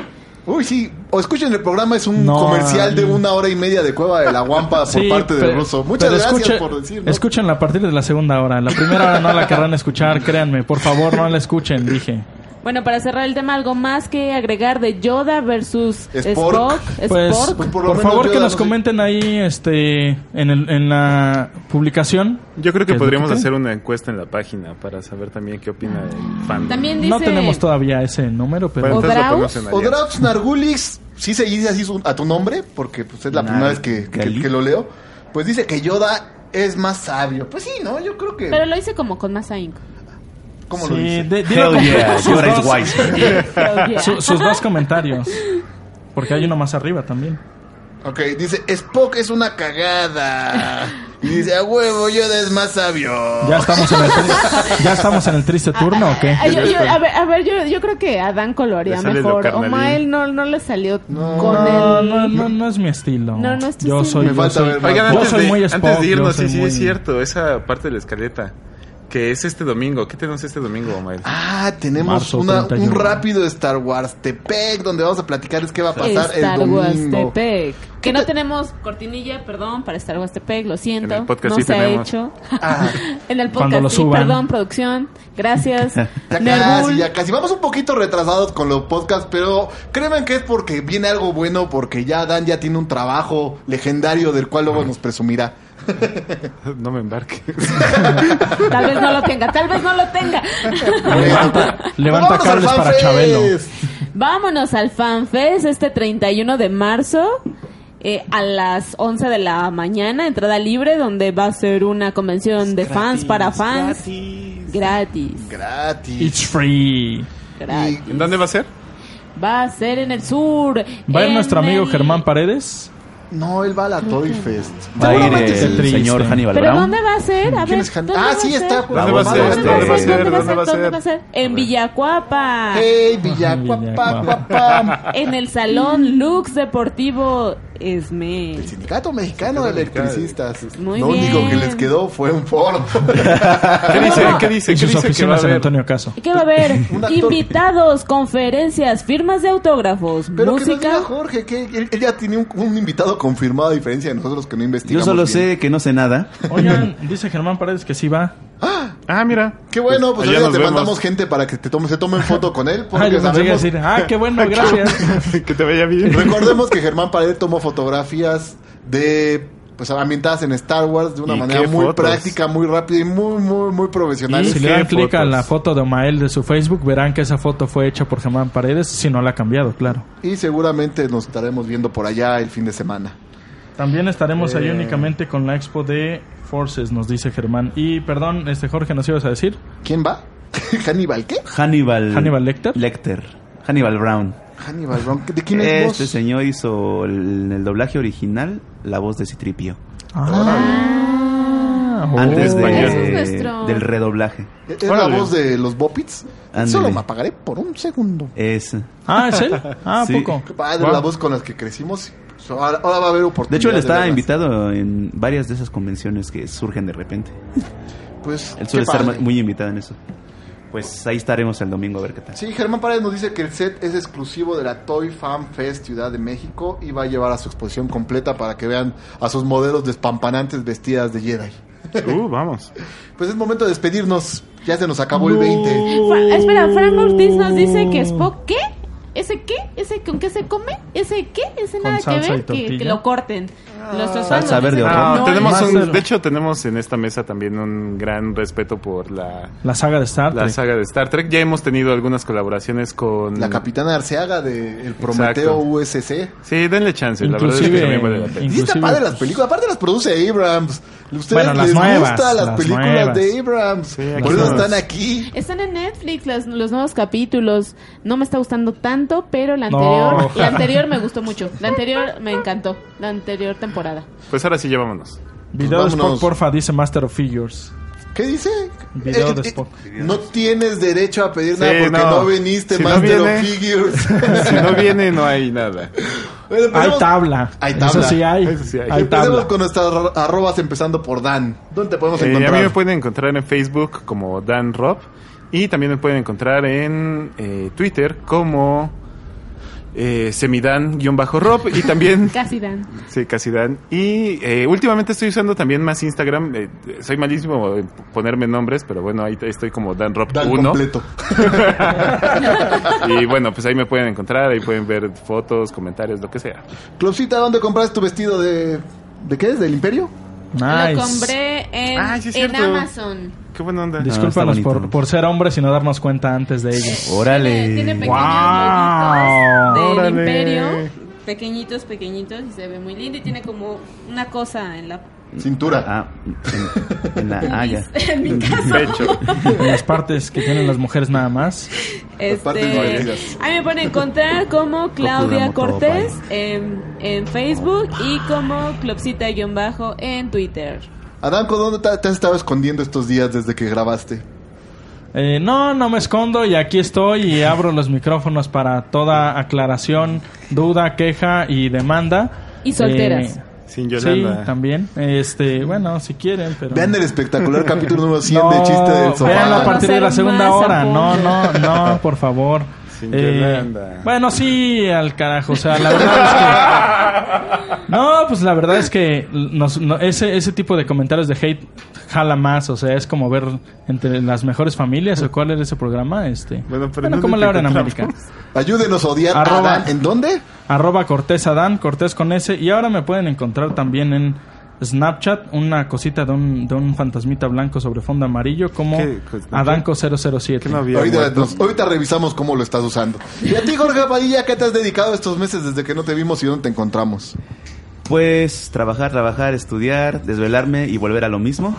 [SPEAKER 2] Uy, sí, o escuchen el programa, es un
[SPEAKER 3] No,
[SPEAKER 2] comercial de
[SPEAKER 3] ay.
[SPEAKER 2] una hora y media de Cueva de la Guampa por
[SPEAKER 3] Sí,
[SPEAKER 2] parte del
[SPEAKER 3] pero-
[SPEAKER 2] ruso. Muchas
[SPEAKER 3] pero
[SPEAKER 2] gracias
[SPEAKER 3] escuche-
[SPEAKER 2] por decirnos.
[SPEAKER 3] Escúchenla a partir de la segunda hora. La primera hora no la querrán escuchar, créanme. Por favor, no la escuchen, dije.
[SPEAKER 4] Bueno, para cerrar el tema, algo más que agregar de Yoda versus
[SPEAKER 2] Spork.
[SPEAKER 4] Spock.
[SPEAKER 3] Pues,
[SPEAKER 4] Spork.
[SPEAKER 2] Pues
[SPEAKER 3] por,
[SPEAKER 2] por lo menos
[SPEAKER 3] favor,
[SPEAKER 2] yo
[SPEAKER 3] que
[SPEAKER 2] ya
[SPEAKER 3] nos
[SPEAKER 2] no sé.
[SPEAKER 3] comenten ahí este en, el- en la publicación.
[SPEAKER 5] Yo creo
[SPEAKER 3] ¿Qué
[SPEAKER 5] que
[SPEAKER 3] es lo
[SPEAKER 5] podríamos
[SPEAKER 3] que creen?
[SPEAKER 5] hacer una encuesta en la página para saber también qué opina el fan.
[SPEAKER 4] También dice...
[SPEAKER 3] No tenemos todavía ese número, pero...
[SPEAKER 5] Bueno, entonces lo
[SPEAKER 4] ¿Odraus?
[SPEAKER 5] conocen allá.
[SPEAKER 2] O Draps Nargulix, sí se dice así su- a tu nombre, porque pues, es la primera vez que, que-
[SPEAKER 6] Nargali.
[SPEAKER 2] que lo leo. Pues dice que Yoda es más sabio. Pues sí, ¿no? Yo creo que...
[SPEAKER 4] Pero lo hice como con más ahínco.
[SPEAKER 2] ¿Cómo
[SPEAKER 3] Sí,
[SPEAKER 2] lo dice?
[SPEAKER 3] de- dilo
[SPEAKER 6] Hell
[SPEAKER 3] con-
[SPEAKER 6] yeah,
[SPEAKER 3] sus
[SPEAKER 6] Yoda
[SPEAKER 3] dos-
[SPEAKER 6] is wise.
[SPEAKER 4] Pero ya.
[SPEAKER 3] su- sus dos comentarios. Porque hay uno más arriba también.
[SPEAKER 2] Ok, dice, Spock es una cagada. Y dice, a huevo, Yoda es más sabio.
[SPEAKER 3] ¿Ya estamos en el, tri- ¿ya estamos en el triste turno o qué?
[SPEAKER 4] Ah, yo- yo- a ver, a ver, yo, yo creo que Adán colorearía
[SPEAKER 5] Le sale lo
[SPEAKER 4] mejor.
[SPEAKER 5] carnalín.
[SPEAKER 4] Omael no, no le salió
[SPEAKER 2] No.
[SPEAKER 4] con
[SPEAKER 3] No,
[SPEAKER 4] el...
[SPEAKER 3] no, no, no es mi estilo.
[SPEAKER 4] No, no es tu
[SPEAKER 3] yo
[SPEAKER 4] estilo.
[SPEAKER 3] soy,
[SPEAKER 2] Me
[SPEAKER 3] yo
[SPEAKER 2] falta
[SPEAKER 3] soy-
[SPEAKER 2] ver más.
[SPEAKER 5] Oigan,
[SPEAKER 3] yo
[SPEAKER 5] antes,
[SPEAKER 3] soy
[SPEAKER 5] de,
[SPEAKER 3] muy
[SPEAKER 5] antes
[SPEAKER 3] Spock,
[SPEAKER 5] de
[SPEAKER 3] yo
[SPEAKER 5] irnos,
[SPEAKER 3] soy
[SPEAKER 5] sí, sí,
[SPEAKER 3] muy-
[SPEAKER 5] es cierto, esa parte de la escaleta, que es este domingo. ¿Qué tenemos este domingo, Omael?
[SPEAKER 2] Ah, tenemos
[SPEAKER 3] Marzo
[SPEAKER 2] una- un
[SPEAKER 3] 31.
[SPEAKER 2] rápido Star Wars Tepec, donde vamos a platicarles qué va a pasar
[SPEAKER 4] Star
[SPEAKER 2] el
[SPEAKER 4] Wars
[SPEAKER 2] domingo.
[SPEAKER 4] Tepec. Que no tenemos cortinilla, perdón, para Star Wars Tepec, lo siento.
[SPEAKER 5] En el podcast
[SPEAKER 4] no
[SPEAKER 5] sí
[SPEAKER 4] se
[SPEAKER 5] tenemos.
[SPEAKER 4] ha hecho.
[SPEAKER 2] Ah,
[SPEAKER 4] en el
[SPEAKER 3] Cuando
[SPEAKER 4] podcast
[SPEAKER 3] lo
[SPEAKER 4] sí,
[SPEAKER 3] suban.
[SPEAKER 4] perdón, producción. Gracias.
[SPEAKER 2] ya
[SPEAKER 4] Nergul.
[SPEAKER 2] casi, ya casi. Vamos un poquito retrasados con los podcasts, pero créanme que es porque viene algo bueno, porque ya Dan ya tiene un trabajo legendario del cual luego nos presumirá.
[SPEAKER 5] No me embarque.
[SPEAKER 4] Tal vez no lo tenga, tal vez no lo tenga.
[SPEAKER 3] Levanta, levanta
[SPEAKER 2] ¡Vámonos al
[SPEAKER 3] cables para
[SPEAKER 2] FanFest!
[SPEAKER 3] Chabelo.
[SPEAKER 4] Vámonos al FanFest este 31 de marzo. eh, a las 11 de la mañana, entrada libre, donde va a ser una convención de fans para fans. Gratis.
[SPEAKER 2] Gratis.
[SPEAKER 3] It's free.
[SPEAKER 4] Gratis.
[SPEAKER 5] ¿En dónde va a ser?
[SPEAKER 4] Va a ser en el sur.
[SPEAKER 3] ¿Va a ir
[SPEAKER 4] en
[SPEAKER 3] nuestro amigo
[SPEAKER 4] el-
[SPEAKER 3] Germán Paredes?
[SPEAKER 2] No, él va a la Toy Fest.
[SPEAKER 6] Va a ir
[SPEAKER 3] Seguramente
[SPEAKER 6] el
[SPEAKER 3] se triste.
[SPEAKER 6] señor Hannibal
[SPEAKER 4] ¿Pero
[SPEAKER 6] Brown.
[SPEAKER 4] dónde va a ser? A
[SPEAKER 2] ¿Quién
[SPEAKER 4] ver,
[SPEAKER 2] es Han-
[SPEAKER 4] ¿dónde
[SPEAKER 2] Ah,
[SPEAKER 4] va
[SPEAKER 2] sí,
[SPEAKER 4] a
[SPEAKER 2] está.
[SPEAKER 4] ser?
[SPEAKER 5] ¿Dónde va a ser?
[SPEAKER 6] Vamos,
[SPEAKER 5] ¿Dónde va a
[SPEAKER 6] este,
[SPEAKER 4] ¿Dónde
[SPEAKER 5] ser?
[SPEAKER 4] va a ser?
[SPEAKER 5] ¿Dónde va a ser?
[SPEAKER 4] En Villacuapa.
[SPEAKER 2] Eh. Hey, Villacuapa,
[SPEAKER 3] Villacuapa.
[SPEAKER 2] guapa.
[SPEAKER 4] En el Salón Lux Deportivo Esme.
[SPEAKER 2] El Sindicato Mexicano de Electricistas.
[SPEAKER 4] Muy
[SPEAKER 2] Lo
[SPEAKER 4] bien.
[SPEAKER 2] único que les quedó fue un Ford.
[SPEAKER 5] ¿Qué dice? ¿Qué dice?
[SPEAKER 3] Y
[SPEAKER 5] ¿Qué
[SPEAKER 3] sus
[SPEAKER 5] dice que va a
[SPEAKER 3] oficinas Ah, en
[SPEAKER 5] haber?
[SPEAKER 3] Antonio Caso.
[SPEAKER 4] ¿Qué va a haber?
[SPEAKER 2] actor-
[SPEAKER 4] Invitados, conferencias, firmas de autógrafos,
[SPEAKER 2] Pero que nos
[SPEAKER 4] música.
[SPEAKER 2] diga Jorge, que él, él ya tiene un, un invitado confirmado a diferencia de nosotros que no
[SPEAKER 6] Yo
[SPEAKER 2] investigamos.
[SPEAKER 6] solo
[SPEAKER 2] bien.
[SPEAKER 6] sé que no sé nada.
[SPEAKER 3] Oigan, dice Germán Paredes que sí va.
[SPEAKER 5] Ah, mira.
[SPEAKER 2] Qué bueno, pues
[SPEAKER 5] Allá
[SPEAKER 2] ahorita
[SPEAKER 5] nos
[SPEAKER 2] te
[SPEAKER 5] vemos.
[SPEAKER 2] mandamos gente para que te tome, se tomen foto con él,
[SPEAKER 3] Ah,
[SPEAKER 2] porque
[SPEAKER 3] yo pensé que iba a
[SPEAKER 2] sabemos...
[SPEAKER 3] decir, ah, qué bueno, gracias.
[SPEAKER 5] que te vaya bien.
[SPEAKER 2] Recordemos que Germán Paredes tomó fotografías de... Pues ambientadas en Star Wars de una
[SPEAKER 5] ¿Y
[SPEAKER 2] manera
[SPEAKER 5] qué
[SPEAKER 2] muy
[SPEAKER 5] fotos?
[SPEAKER 2] práctica, muy rápida y muy, muy, muy profesional.
[SPEAKER 3] si le dan
[SPEAKER 5] qué
[SPEAKER 3] clic a
[SPEAKER 5] fotos?
[SPEAKER 3] la foto de Omael de su Facebook, verán que esa foto fue hecha por Germán Paredes, si no la ha cambiado, claro.
[SPEAKER 2] Y seguramente nos estaremos viendo por allá el fin de semana.
[SPEAKER 3] También estaremos ahí únicamente con la expo de Forces, nos dice Germán. Y perdón, este Jorge, ¿nos ibas a decir?
[SPEAKER 2] ¿Quién va? ¿Hannibal qué?
[SPEAKER 6] Hannibal.
[SPEAKER 3] Hannibal Lecter.
[SPEAKER 6] Lecter. Hannibal Brown.
[SPEAKER 2] Hannibal Brown. ¿De quién es
[SPEAKER 6] Este
[SPEAKER 2] vos?
[SPEAKER 6] señor hizo el- en el doblaje original la voz de Citripio.
[SPEAKER 2] Ah,
[SPEAKER 3] Ah, oh.
[SPEAKER 6] antes de-
[SPEAKER 4] Ese es nuestro-
[SPEAKER 6] del redoblaje.
[SPEAKER 2] ¿Es la voz de los Bopits?
[SPEAKER 6] Ándale.
[SPEAKER 2] Solo me apagaré por un segundo.
[SPEAKER 6] Es.
[SPEAKER 3] Ah, ¿es él? Ah, ¿a
[SPEAKER 6] Sí.
[SPEAKER 3] poco.
[SPEAKER 2] Qué padre, la voz con las que crecimos. Ahora, ahora va a haber oportunidad.
[SPEAKER 6] De hecho, él estaba
[SPEAKER 2] verlas.
[SPEAKER 6] invitado en varias de esas convenciones que surgen de repente.
[SPEAKER 2] Pues,
[SPEAKER 6] Él
[SPEAKER 2] qué
[SPEAKER 6] suele estar
[SPEAKER 2] padre.
[SPEAKER 6] muy invitado en eso. Pues ahí estaremos el domingo a ver qué tal.
[SPEAKER 2] Sí, Germán Paredes nos dice que el set es exclusivo de la Toy Fan Fest Ciudad de México y va a llevar a su exposición completa para que vean a sus modelos despampanantes vestidas de Jedi.
[SPEAKER 5] Uh, vamos.
[SPEAKER 2] Pues es momento de despedirnos. Ya se nos acabó el 20.
[SPEAKER 4] Fra- espera, Frank Ortiz nos dice que
[SPEAKER 2] Oh.
[SPEAKER 4] Spock, ¿qué? ¿Ese qué? ¿Ese con qué se come? ¿Ese qué? ¿Ese nada que
[SPEAKER 3] salsa y
[SPEAKER 4] ver? Que,
[SPEAKER 3] tortilla.
[SPEAKER 4] que lo corten.
[SPEAKER 2] Ah.
[SPEAKER 4] Los fans
[SPEAKER 6] Salsa
[SPEAKER 4] nos
[SPEAKER 6] verde
[SPEAKER 4] dicen que
[SPEAKER 6] horror.
[SPEAKER 5] No,
[SPEAKER 4] no
[SPEAKER 5] tenemos
[SPEAKER 4] es-
[SPEAKER 3] más
[SPEAKER 5] un,
[SPEAKER 3] cero.
[SPEAKER 5] de hecho, tenemos en esta mesa también un gran respeto por la,
[SPEAKER 3] La saga de Star
[SPEAKER 5] la
[SPEAKER 3] Trek.
[SPEAKER 5] saga de Star Trek. Ya hemos tenido algunas colaboraciones con...
[SPEAKER 2] La capitana Arceaga de El Prometeo
[SPEAKER 5] Exacto.
[SPEAKER 2] USC.
[SPEAKER 5] Sí, denle chance. la verdad es que
[SPEAKER 3] Inclusive,
[SPEAKER 5] también vale la pena.
[SPEAKER 2] Sí, está
[SPEAKER 3] inclusive-
[SPEAKER 2] padre las películas. Aparte las produce Abrams. Ustedes
[SPEAKER 3] Bueno, las
[SPEAKER 2] les
[SPEAKER 3] nuevas,
[SPEAKER 2] gusta las,
[SPEAKER 3] las
[SPEAKER 2] películas
[SPEAKER 3] nuevas.
[SPEAKER 2] de Abrams.
[SPEAKER 5] aquí
[SPEAKER 2] Por eso
[SPEAKER 5] nuevas.
[SPEAKER 2] están aquí.
[SPEAKER 4] Están en Netflix las- los nuevos capítulos. No me está gustando tanto, pero la
[SPEAKER 3] No.
[SPEAKER 4] anterior, la anterior me gustó mucho. La anterior me encantó. La anterior temporada.
[SPEAKER 5] Pues ahora sí, ya vámonos.
[SPEAKER 3] Video de
[SPEAKER 2] Pues vámonos.
[SPEAKER 3] Spock, porfa, dice Master of Figures.
[SPEAKER 2] ¿Qué dice? Eh,
[SPEAKER 3] Video de Spock.
[SPEAKER 2] no tienes derecho a pedir nada
[SPEAKER 5] Sí,
[SPEAKER 2] porque no,
[SPEAKER 5] no.
[SPEAKER 2] viniste,
[SPEAKER 5] Si no
[SPEAKER 2] Master of
[SPEAKER 5] viene-
[SPEAKER 2] Figures.
[SPEAKER 5] si no viene, no hay nada.
[SPEAKER 2] Bueno,
[SPEAKER 3] Hay
[SPEAKER 2] empecemos-
[SPEAKER 3] tabla.
[SPEAKER 2] Hay tabla.
[SPEAKER 3] Eso sí hay.
[SPEAKER 5] Eso sí hay.
[SPEAKER 3] hay
[SPEAKER 2] Empecemos
[SPEAKER 3] tabla.
[SPEAKER 2] con nuestras arro- arrobas empezando por Dan. ¿Dónde te podemos
[SPEAKER 5] Eh, a
[SPEAKER 2] encontrar?
[SPEAKER 5] mí me pueden encontrar en Facebook como Dan Rob y también me pueden encontrar en eh, Twitter como eh, semidan-rob y también
[SPEAKER 4] Casi dan.
[SPEAKER 5] sí, casi Dan. Y eh, últimamente estoy usando también más Instagram. eh, soy malísimo en ponerme nombres, pero bueno, ahí estoy como Dan Rob
[SPEAKER 2] Dan
[SPEAKER 5] 1.
[SPEAKER 2] completo.
[SPEAKER 5] Y bueno, pues ahí me pueden encontrar, ahí pueden ver fotos, comentarios, lo que sea.
[SPEAKER 2] Clopsita, ¿dónde compraste tu vestido de... ¿De qué es? ¿Del Imperio?
[SPEAKER 4] Lo
[SPEAKER 3] Nice.
[SPEAKER 4] compré en,
[SPEAKER 5] Ah, sí es
[SPEAKER 4] en
[SPEAKER 5] cierto.
[SPEAKER 4] Amazon.
[SPEAKER 5] Qué buena onda.
[SPEAKER 6] Ah,
[SPEAKER 3] Discúlpanos
[SPEAKER 6] está bonito.
[SPEAKER 3] por, por ser hombres y no darnos cuenta antes de ello.
[SPEAKER 6] Órale.
[SPEAKER 4] Tiene, tiene pequeños
[SPEAKER 3] Guau.
[SPEAKER 4] loguitos del
[SPEAKER 5] Órale.
[SPEAKER 4] imperio. Pequeñitos, pequeñitos y se ve muy lindo y tiene como una cosa en la
[SPEAKER 2] Cintura.
[SPEAKER 6] Ah, en, en la ah, haya.
[SPEAKER 4] en mi caso.
[SPEAKER 5] Pecho.
[SPEAKER 4] Eh.
[SPEAKER 3] En las partes que tienen las mujeres nada más.
[SPEAKER 2] partes
[SPEAKER 4] Este,
[SPEAKER 2] doloridas.
[SPEAKER 4] ahí me pueden encontrar como Claudia
[SPEAKER 6] Procuramos todo
[SPEAKER 4] Cortés en, en Facebook y como Clopsita-bajo en Twitter.
[SPEAKER 2] Adanco, ¿dónde te, te has estado escondiendo estos días desde que grabaste?
[SPEAKER 3] Eh, no, no me escondo y aquí estoy y abro los micrófonos para toda aclaración, duda, queja y demanda.
[SPEAKER 4] Y solteras.
[SPEAKER 3] Eh,
[SPEAKER 5] Sin
[SPEAKER 3] sí,
[SPEAKER 5] Yolanda.
[SPEAKER 3] también. Este, bueno, si quieren, pero...
[SPEAKER 2] Vean el espectacular capítulo número 100
[SPEAKER 3] No,
[SPEAKER 2] de Chiste del
[SPEAKER 3] véanlo
[SPEAKER 2] Sofá.
[SPEAKER 3] a partir de la
[SPEAKER 4] Conocer
[SPEAKER 3] segunda
[SPEAKER 4] más
[SPEAKER 3] hora.
[SPEAKER 4] a
[SPEAKER 3] No,
[SPEAKER 4] fondo.
[SPEAKER 3] no, no, por favor. Eh,
[SPEAKER 5] Sin Yolanda.
[SPEAKER 3] bueno, sí, al carajo. O sea, la verdad es que. No, pues la verdad es que nos- no- ese, ese tipo de comentarios de hate jala más. O sea, es como ver entre las mejores familias o cuál era ese programa. Este.
[SPEAKER 5] Bueno, pero ¿dónde
[SPEAKER 3] como
[SPEAKER 5] te
[SPEAKER 3] la hora en
[SPEAKER 5] encontramos?
[SPEAKER 3] América.
[SPEAKER 2] Ayúdenos a odiar
[SPEAKER 3] Arroba.
[SPEAKER 2] a Dan. ¿En dónde?
[SPEAKER 3] Arroba Cortés Adán, Cortés con S. Y ahora me pueden encontrar también en Snapchat una cosita de un, de un fantasmita blanco sobre fondo amarillo como
[SPEAKER 5] ¿Qué? Pues, ¿no?
[SPEAKER 3] Adanco007.
[SPEAKER 5] ¿Qué no había
[SPEAKER 2] Ahorita,
[SPEAKER 5] muerto?
[SPEAKER 2] nos- ahorita revisamos cómo lo estás usando. Y a ti, Jorge Padilla, ¿qué te has dedicado estos meses desde que no te vimos y dónde te encontramos?
[SPEAKER 6] Pues trabajar, trabajar, estudiar, desvelarme y volver a lo mismo.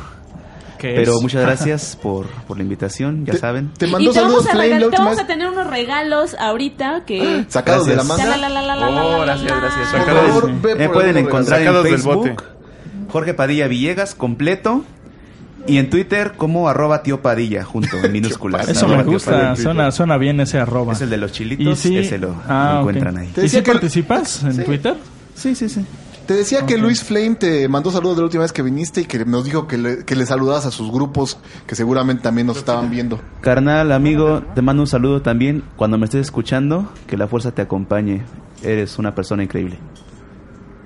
[SPEAKER 3] ¿Qué
[SPEAKER 6] Pero
[SPEAKER 3] es?
[SPEAKER 6] muchas gracias por, por la invitación, ya
[SPEAKER 2] Te-
[SPEAKER 6] saben.
[SPEAKER 2] Te
[SPEAKER 4] Y
[SPEAKER 2] mandó
[SPEAKER 4] te
[SPEAKER 2] saludos,
[SPEAKER 4] vamos, a
[SPEAKER 2] Flame,
[SPEAKER 4] regalar-
[SPEAKER 2] la
[SPEAKER 4] te
[SPEAKER 2] última
[SPEAKER 4] vamos
[SPEAKER 2] vez.
[SPEAKER 4] a tener unos regalos ahorita que...
[SPEAKER 2] Sacados de la
[SPEAKER 6] Gracias.
[SPEAKER 4] La,
[SPEAKER 2] manga.
[SPEAKER 4] la, la, la, la, la,
[SPEAKER 5] Oh,
[SPEAKER 4] la, la,
[SPEAKER 5] gracias,
[SPEAKER 4] la.
[SPEAKER 5] gracias.
[SPEAKER 2] Por
[SPEAKER 5] Sacados-
[SPEAKER 2] favor,
[SPEAKER 3] sí.
[SPEAKER 2] ve
[SPEAKER 6] Me
[SPEAKER 2] por
[SPEAKER 6] pueden
[SPEAKER 2] algunos
[SPEAKER 6] encontrar en
[SPEAKER 5] Sacados del
[SPEAKER 6] Facebook
[SPEAKER 5] bote.
[SPEAKER 6] Jorge Padilla Villegas completo y en Twitter como arroba tío Padilla junto en minúsculas.
[SPEAKER 3] Eso me
[SPEAKER 6] Arroba tío Padilla.
[SPEAKER 3] gusta, suena, suena bien ese arroba.
[SPEAKER 6] Es el de los chilitos,
[SPEAKER 3] Y sí-
[SPEAKER 6] ese lo,
[SPEAKER 3] ah,
[SPEAKER 6] lo
[SPEAKER 3] ok.
[SPEAKER 6] encuentran ahí.
[SPEAKER 2] Te
[SPEAKER 3] ¿Y
[SPEAKER 2] decía
[SPEAKER 3] si
[SPEAKER 2] que-
[SPEAKER 3] participas en Twitter? Ah,
[SPEAKER 6] Sí, sí, sí.
[SPEAKER 2] Te decía que Luis Flame te mandó saludos de la última vez que viniste y que nos dijo que le, que le saludas a sus grupos que seguramente también nos estaban viendo.
[SPEAKER 6] Carnal, amigo, te mando un saludo también. Cuando me estés escuchando, que la fuerza te acompañe. Eres una persona increíble.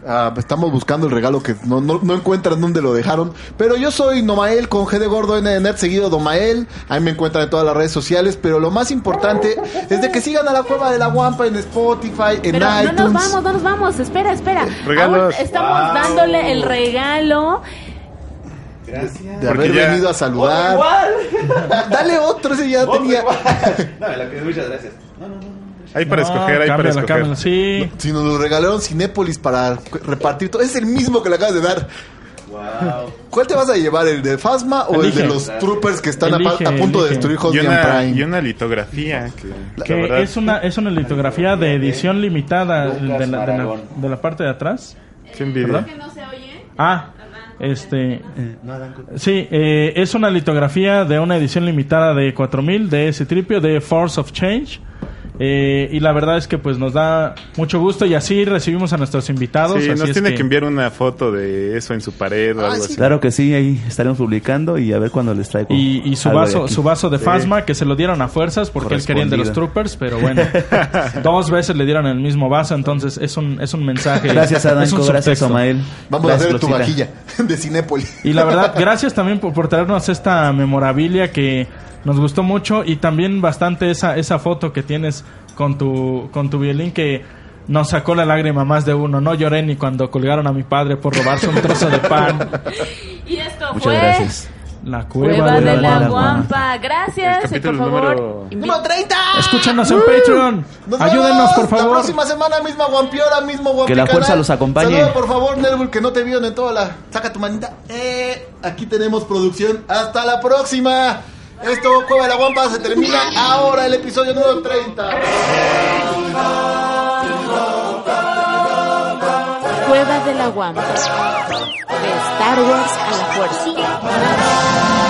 [SPEAKER 2] Ah, estamos buscando el regalo que no, no, no encuentran dónde lo dejaron. Pero yo soy Nomael con G de Gordo N de Nerd, seguido Domael. Ahí me encuentran en todas las redes sociales. Pero lo más importante es de que sigan a la Cueva de la Guampa en Spotify, en
[SPEAKER 4] Pero
[SPEAKER 2] iTunes.
[SPEAKER 4] no nos vamos, no nos vamos. Espera, espera.
[SPEAKER 7] Regalos.
[SPEAKER 4] Aún estamos dándole el regalo.
[SPEAKER 2] De haber
[SPEAKER 7] Porque ya-
[SPEAKER 2] venido a saludar. Dale otro, ese ya tenía.
[SPEAKER 6] muchas gracias.
[SPEAKER 7] Hay para
[SPEAKER 3] No,
[SPEAKER 7] escoger, hay para
[SPEAKER 3] cámbiala,
[SPEAKER 7] escoger.
[SPEAKER 3] cámbiala. Sí.
[SPEAKER 2] Si nos lo regalaron Cinépolis para cu- repartir todo. Es el mismo que le acabas de dar. ¿Cuál te vas a llevar? ¿El de Fasma o el
[SPEAKER 3] Elige.
[SPEAKER 2] de los troopers que están a, pa-
[SPEAKER 3] Elige,
[SPEAKER 2] a punto de
[SPEAKER 3] elige.
[SPEAKER 2] destruir
[SPEAKER 7] Y
[SPEAKER 2] Hotline
[SPEAKER 7] una,
[SPEAKER 2] Prime?
[SPEAKER 7] y una litografía que, la
[SPEAKER 3] Que
[SPEAKER 7] verdad,
[SPEAKER 3] es una, es una litografía de edición limitada de la, de la- de la parte de atrás.
[SPEAKER 7] qué envidia.
[SPEAKER 3] ¿Verdad?
[SPEAKER 4] No se oye.
[SPEAKER 3] Ah, este. eh, Sí, eh, es una litografía de una edición limitada de 4000 de ese tripio de Force of Change. Eh, y la verdad es que pues nos da mucho gusto y así recibimos a nuestros invitados.
[SPEAKER 7] Sí,
[SPEAKER 3] así
[SPEAKER 7] nos
[SPEAKER 3] es
[SPEAKER 7] tiene que... enviar una foto de eso en su pared o algo así.
[SPEAKER 6] Claro que sí, ahí estaremos publicando y a ver cuándo les traigo.
[SPEAKER 3] Y, y su
[SPEAKER 6] algo de
[SPEAKER 3] vaso,
[SPEAKER 6] aquí.
[SPEAKER 3] su vaso de Fasma que se lo dieron a fuerzas porque él quería el de los troopers, pero bueno, dos veces le dieron el mismo vaso, entonces es un, es un mensaje.
[SPEAKER 6] Gracias,
[SPEAKER 3] es un
[SPEAKER 6] Adanco. Gracias,
[SPEAKER 3] subtexto.
[SPEAKER 6] Omael.
[SPEAKER 2] Vamos
[SPEAKER 6] Gracias,
[SPEAKER 2] a hacer tu
[SPEAKER 6] Rosita.
[SPEAKER 2] vajilla de Cinépolis.
[SPEAKER 3] Y la verdad, gracias también por, por traernos esta memorabilia que nos gustó mucho y también bastante esa, esa foto que tienes con tu, con tu violín que nos sacó la lágrima más de uno. No lloré ni cuando colgaron a mi padre por robarse un trozo de pan.
[SPEAKER 4] Y esto
[SPEAKER 6] Muchas
[SPEAKER 4] fue
[SPEAKER 6] gracias.
[SPEAKER 3] La cueva,
[SPEAKER 4] Cueva de
[SPEAKER 6] Cueva
[SPEAKER 4] la
[SPEAKER 6] de la
[SPEAKER 4] Guampa.
[SPEAKER 7] El
[SPEAKER 4] Gracias. Y por
[SPEAKER 7] capítulo
[SPEAKER 4] favor,
[SPEAKER 7] número-
[SPEAKER 4] invi-
[SPEAKER 3] Escúchanos en Patreon.
[SPEAKER 2] Nos vemos
[SPEAKER 3] Ayúdenos, por
[SPEAKER 2] La
[SPEAKER 3] favor.
[SPEAKER 2] próxima semana, misma guampiora, mismo
[SPEAKER 6] Que la fuerza los acompañe.
[SPEAKER 2] Saludos, por favor, Nervul, que no te vieron en toda la... Saca tu manita. Eh, aquí tenemos producción. ¡Hasta la próxima! Esto, Cueva de la Guampa, se termina ahora el episodio número 30.
[SPEAKER 1] Cueva de la Guampa. De Star Wars a la fuerza.